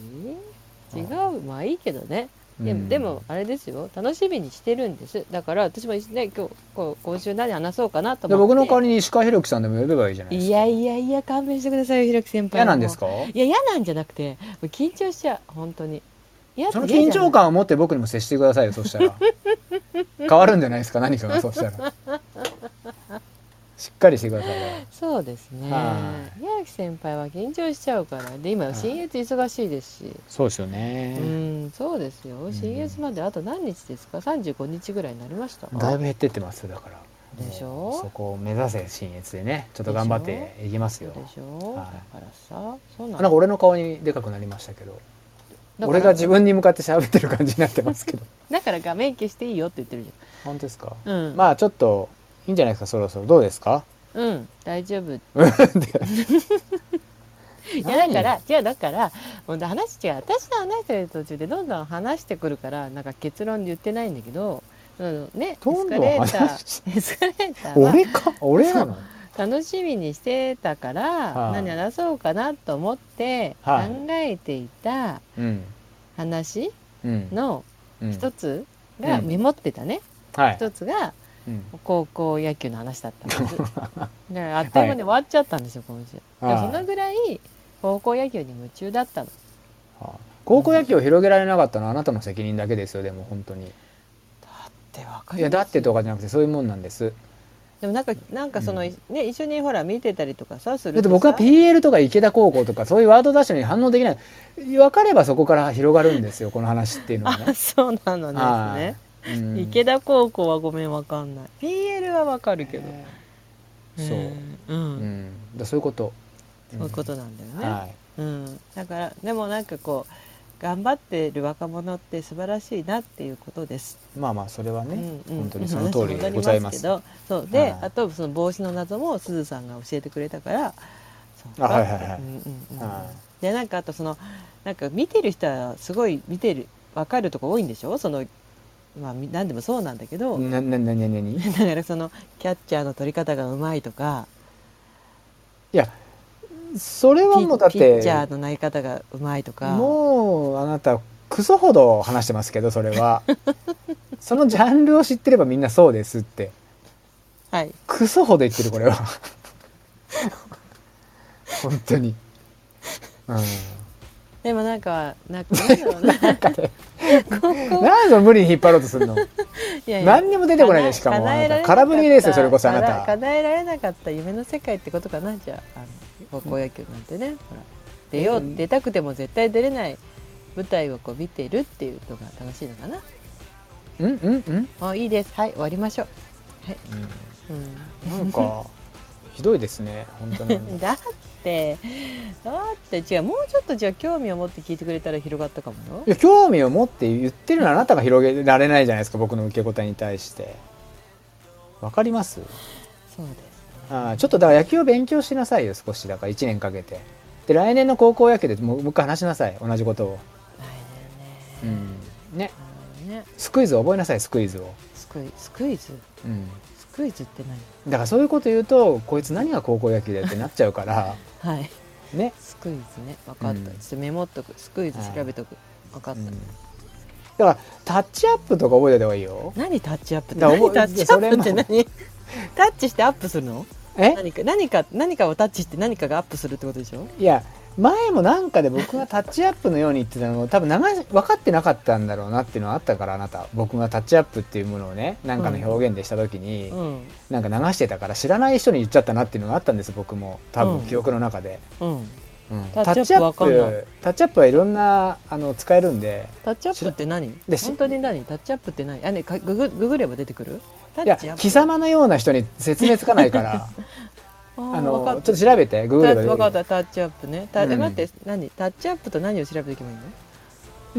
Speaker 1: 違うまあいいけどね。
Speaker 2: い
Speaker 1: で
Speaker 2: うん
Speaker 1: もでもあれですよ楽しみにしてるんです。だから私もね今日こう今週何話そうかなと
Speaker 2: で
Speaker 1: 思って。
Speaker 2: 僕の代わりに石川博樹さんでも呼べばいいじゃないですか
Speaker 1: いやいやいや勘弁してくださいよひろき先輩。
Speaker 2: 嫌なんです
Speaker 1: か？
Speaker 2: か
Speaker 1: いや嫌なんじゃなくてもう緊張しちゃう本当に。嫌
Speaker 2: その
Speaker 1: 嫌じ
Speaker 2: 緊
Speaker 1: ゃない
Speaker 2: 張感を持って僕にも接してくださいよそしたら 変わるんじゃないですか何かがそうしたらしっかりしてくださいよ
Speaker 1: そうですね
Speaker 2: は。
Speaker 1: 宮城先輩は緊張しちゃうからで今
Speaker 2: い
Speaker 1: 新越忙しいですし。
Speaker 2: そうですよね
Speaker 1: うん、そうですよ。
Speaker 2: ん
Speaker 1: 新月まであと何日ですか？三十五日ぐらいになりましたか。
Speaker 2: だいぶ減ってってますだから
Speaker 1: でしょ
Speaker 2: もうそこを目指せ新越でねちょっと頑張っていきます
Speaker 1: そう
Speaker 2: よ
Speaker 1: でしょ。だ
Speaker 2: は
Speaker 1: からさ、そうな
Speaker 2: なんか
Speaker 1: の。
Speaker 2: 俺の顔にでかくなりましたけど
Speaker 1: だから
Speaker 2: 俺が自分に向かって喋ってる感じになってます けど
Speaker 1: だから画面消していいよって言ってるじ
Speaker 2: 本当ですか、
Speaker 1: ゃん。うん。
Speaker 2: まあちょっといいんじゃないですかそろそろどうですか
Speaker 1: うん、大丈 夫。い
Speaker 2: い
Speaker 1: やだから、じゃあだから、もう話違う。私の話してる途中でどんどん話してくるから、なんか結論言ってないんだけど、うんね、
Speaker 2: ど
Speaker 1: エ
Speaker 2: ん
Speaker 1: ス
Speaker 2: ど
Speaker 1: カ
Speaker 2: ん
Speaker 1: レータ
Speaker 2: 話し
Speaker 1: ー、エスカレーターは
Speaker 2: 俺か俺なの
Speaker 1: 楽しみにしてたから、
Speaker 2: はい
Speaker 1: 何話そうかなと思って考
Speaker 2: はい
Speaker 1: えていた
Speaker 2: うん
Speaker 1: 話
Speaker 2: うん
Speaker 1: の
Speaker 2: うん
Speaker 1: 一つが、
Speaker 2: うん
Speaker 1: メモってたね
Speaker 2: はい
Speaker 1: 一つが
Speaker 2: うん
Speaker 1: 高校野球の話だったん ですだからあっという間に終わっちゃったんですよ今週、でも
Speaker 2: はい
Speaker 1: そのぐらい高校野球に夢中だったの
Speaker 2: はい高校野球を広げられなかったのはあなたの責任だけですよでも本当に
Speaker 1: でわか
Speaker 2: いやだってとかじゃなくてそういうもんなんです
Speaker 1: でもなんかなんかその、
Speaker 2: うん
Speaker 1: ね一緒にほら見てたりとかさする
Speaker 2: だって
Speaker 1: さ
Speaker 2: 僕は PL とか池田高校とかそういうワードダッシュに反応できない分かればそこから広がるんですよこの話っていうのは
Speaker 1: あ
Speaker 2: ね
Speaker 1: そうなのですね
Speaker 2: はいうん
Speaker 1: 池田高校はごめんわかんない PL はわかるけど、
Speaker 2: そう
Speaker 1: うん、
Speaker 2: う
Speaker 1: うん
Speaker 2: んだからそういうこと
Speaker 1: そういうことなんだよね、
Speaker 2: はい
Speaker 1: うん、だからでもなんかこう頑張ってる若者って素晴らしいなっていうことです。
Speaker 2: まあまあそれはね
Speaker 1: うんうん、
Speaker 2: 本当にその通りでございます
Speaker 1: 話戻りけどそうで、
Speaker 2: はい
Speaker 1: あとその帽子の謎もすずさんが教えてくれたから。そう
Speaker 2: あはいはいはい
Speaker 1: うんうんうん
Speaker 2: はい
Speaker 1: でなんかあとそのなんか見てる人はすごい見てるわかるとこ多いんでしょそのまあみ何でもそうなんだけど、
Speaker 2: なななななにい
Speaker 1: だからそのキャッチャーの取り方がうまいとか
Speaker 2: やそれは
Speaker 1: ピ
Speaker 2: もうだっ
Speaker 1: ピッチャ
Speaker 2: て
Speaker 1: ーの投げ方がうまいとか
Speaker 2: もうあなたクソほど話してますけどそれ はそのジャンルを知ってればみんなそうですって
Speaker 1: はい
Speaker 2: クソほど言ってるこれは本当に、う
Speaker 1: でもなんかなんかなんだろうな高
Speaker 2: ん、
Speaker 1: 校
Speaker 2: 何で無理に引っ張ろうとするの
Speaker 1: いやいや
Speaker 2: 何にも出てこないでしかも
Speaker 1: 叶
Speaker 2: あ
Speaker 1: えら
Speaker 2: な
Speaker 1: れ
Speaker 2: た
Speaker 1: な
Speaker 2: 空振りですよそれこそあな
Speaker 1: 叶え
Speaker 2: た
Speaker 1: 叶えられなかった夢の世界ってことかなじゃああの高校野球なんてねほら出よう
Speaker 2: うん
Speaker 1: 出たくても絶対出れない舞台をこう見てるっていうのが楽しいのかな
Speaker 2: うんうんうん
Speaker 1: もういいですはい終わりましょうはい、
Speaker 2: なんかひどいですね本当
Speaker 1: う
Speaker 2: に
Speaker 1: ん、だってだって違うもうちょっとじゃあ興味を持って聞いてくれたら広がったかもよ
Speaker 2: いや興味を持って言ってるのはあなたが広げられないじゃないですか僕の受け答えに対してわかります
Speaker 1: そうですね
Speaker 2: あーちょっとだから野球を勉強しなさいよ少しだから1年かけてで来年の高校野球でもうもう一回話しなさい同じことを、
Speaker 1: 来
Speaker 2: う
Speaker 1: 年ね、
Speaker 2: ん、ね
Speaker 1: なるほどね
Speaker 2: スクイズ覚えなさいスクイズを、
Speaker 1: スクイスクイズ
Speaker 2: うん、
Speaker 1: スクイズって
Speaker 2: だからそういうこと言うとこいつ何が高校野球だよってなっちゃうから
Speaker 1: 何はい
Speaker 2: ね、
Speaker 1: スクイズね分かった、
Speaker 2: うん
Speaker 1: ちょっとメモっとくスクイズ調べとく分か
Speaker 2: う
Speaker 1: った、
Speaker 2: ん、だからタッチアップとか覚えておいた方がいいよ
Speaker 1: 何タッチアップって
Speaker 2: だから
Speaker 1: 何
Speaker 2: 覚え
Speaker 1: タッチアップって何 タッチしてアップするの
Speaker 2: え
Speaker 1: 何か何か何かをタッチして何かがアップするってことでしょ
Speaker 2: いや前もなんかで僕がタッチアップのように言ってたのも多分長い分かってなかったんだろうなっていうのはあったからあなた僕がタッチアップっていうものをねなんかの表現でした時に、
Speaker 1: うん
Speaker 2: なんか流してたから知らない人に言っちゃったなっていうのがあったんです僕も多
Speaker 1: うん
Speaker 2: 分記憶の中で、
Speaker 1: うん
Speaker 2: うん
Speaker 1: タッチアップ
Speaker 2: タッチアップタッチアップはいろんなあの使えるんで
Speaker 1: タッチアップって何
Speaker 2: でし
Speaker 1: 本当に何タッチアップって何あねかググググれば出てくるタ
Speaker 2: いや
Speaker 1: ッチアップ
Speaker 2: 貴様のような人に説明つかないから
Speaker 1: あ
Speaker 2: あ
Speaker 1: の
Speaker 2: の
Speaker 1: 分かっ
Speaker 2: ちょ
Speaker 1: た
Speaker 2: っと調べてグーグル
Speaker 1: 分かっ
Speaker 2: で
Speaker 1: たタッチアップねタッ
Speaker 2: うん
Speaker 1: 待って何タッチアップと何を調べていけばいいの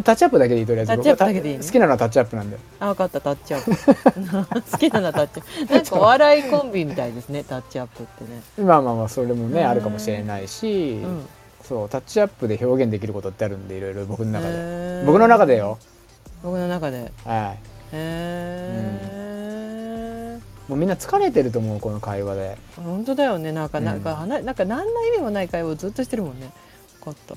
Speaker 2: タッチアップだけでいいとりあえず
Speaker 1: タッチアップだけでいいの
Speaker 2: 僕は好きなのはタッチアップなんで
Speaker 1: あ分かったタッチアップ 好きなのはタッチア ップなんかお笑いコンビみたいですねタッチアップってね
Speaker 2: まあまあまあそれもね
Speaker 1: うん
Speaker 2: あるかもしれないし、
Speaker 1: うん
Speaker 2: そうタッチアップで表現できることってあるんでいろいろ僕の中
Speaker 1: へ
Speaker 2: で、
Speaker 1: ー
Speaker 2: 僕の中でよ、
Speaker 1: 僕の中で
Speaker 2: は
Speaker 1: へえ、
Speaker 2: い、もうみんな疲れてると思うこの会話で
Speaker 1: 本当だよねなんか
Speaker 2: うん
Speaker 1: なんか、話なんか何の意味もない会話をずっとしてるもんねコット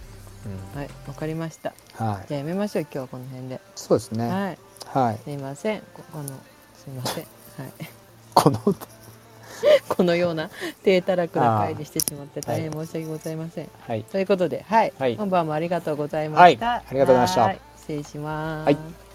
Speaker 2: うん
Speaker 1: はいわかりました
Speaker 2: はい
Speaker 1: じゃあやめましょう今日はこの辺で、
Speaker 2: そうですね
Speaker 1: はい
Speaker 2: はい
Speaker 1: すいませんここのすいませんはい
Speaker 2: この
Speaker 1: このような 低たらくな会にしてしまって大変申し訳ございません、
Speaker 2: はい
Speaker 1: ということではい、
Speaker 2: はい
Speaker 1: 今晩もありがとうございました
Speaker 2: はいありがとうございました
Speaker 1: は失礼します、
Speaker 2: はい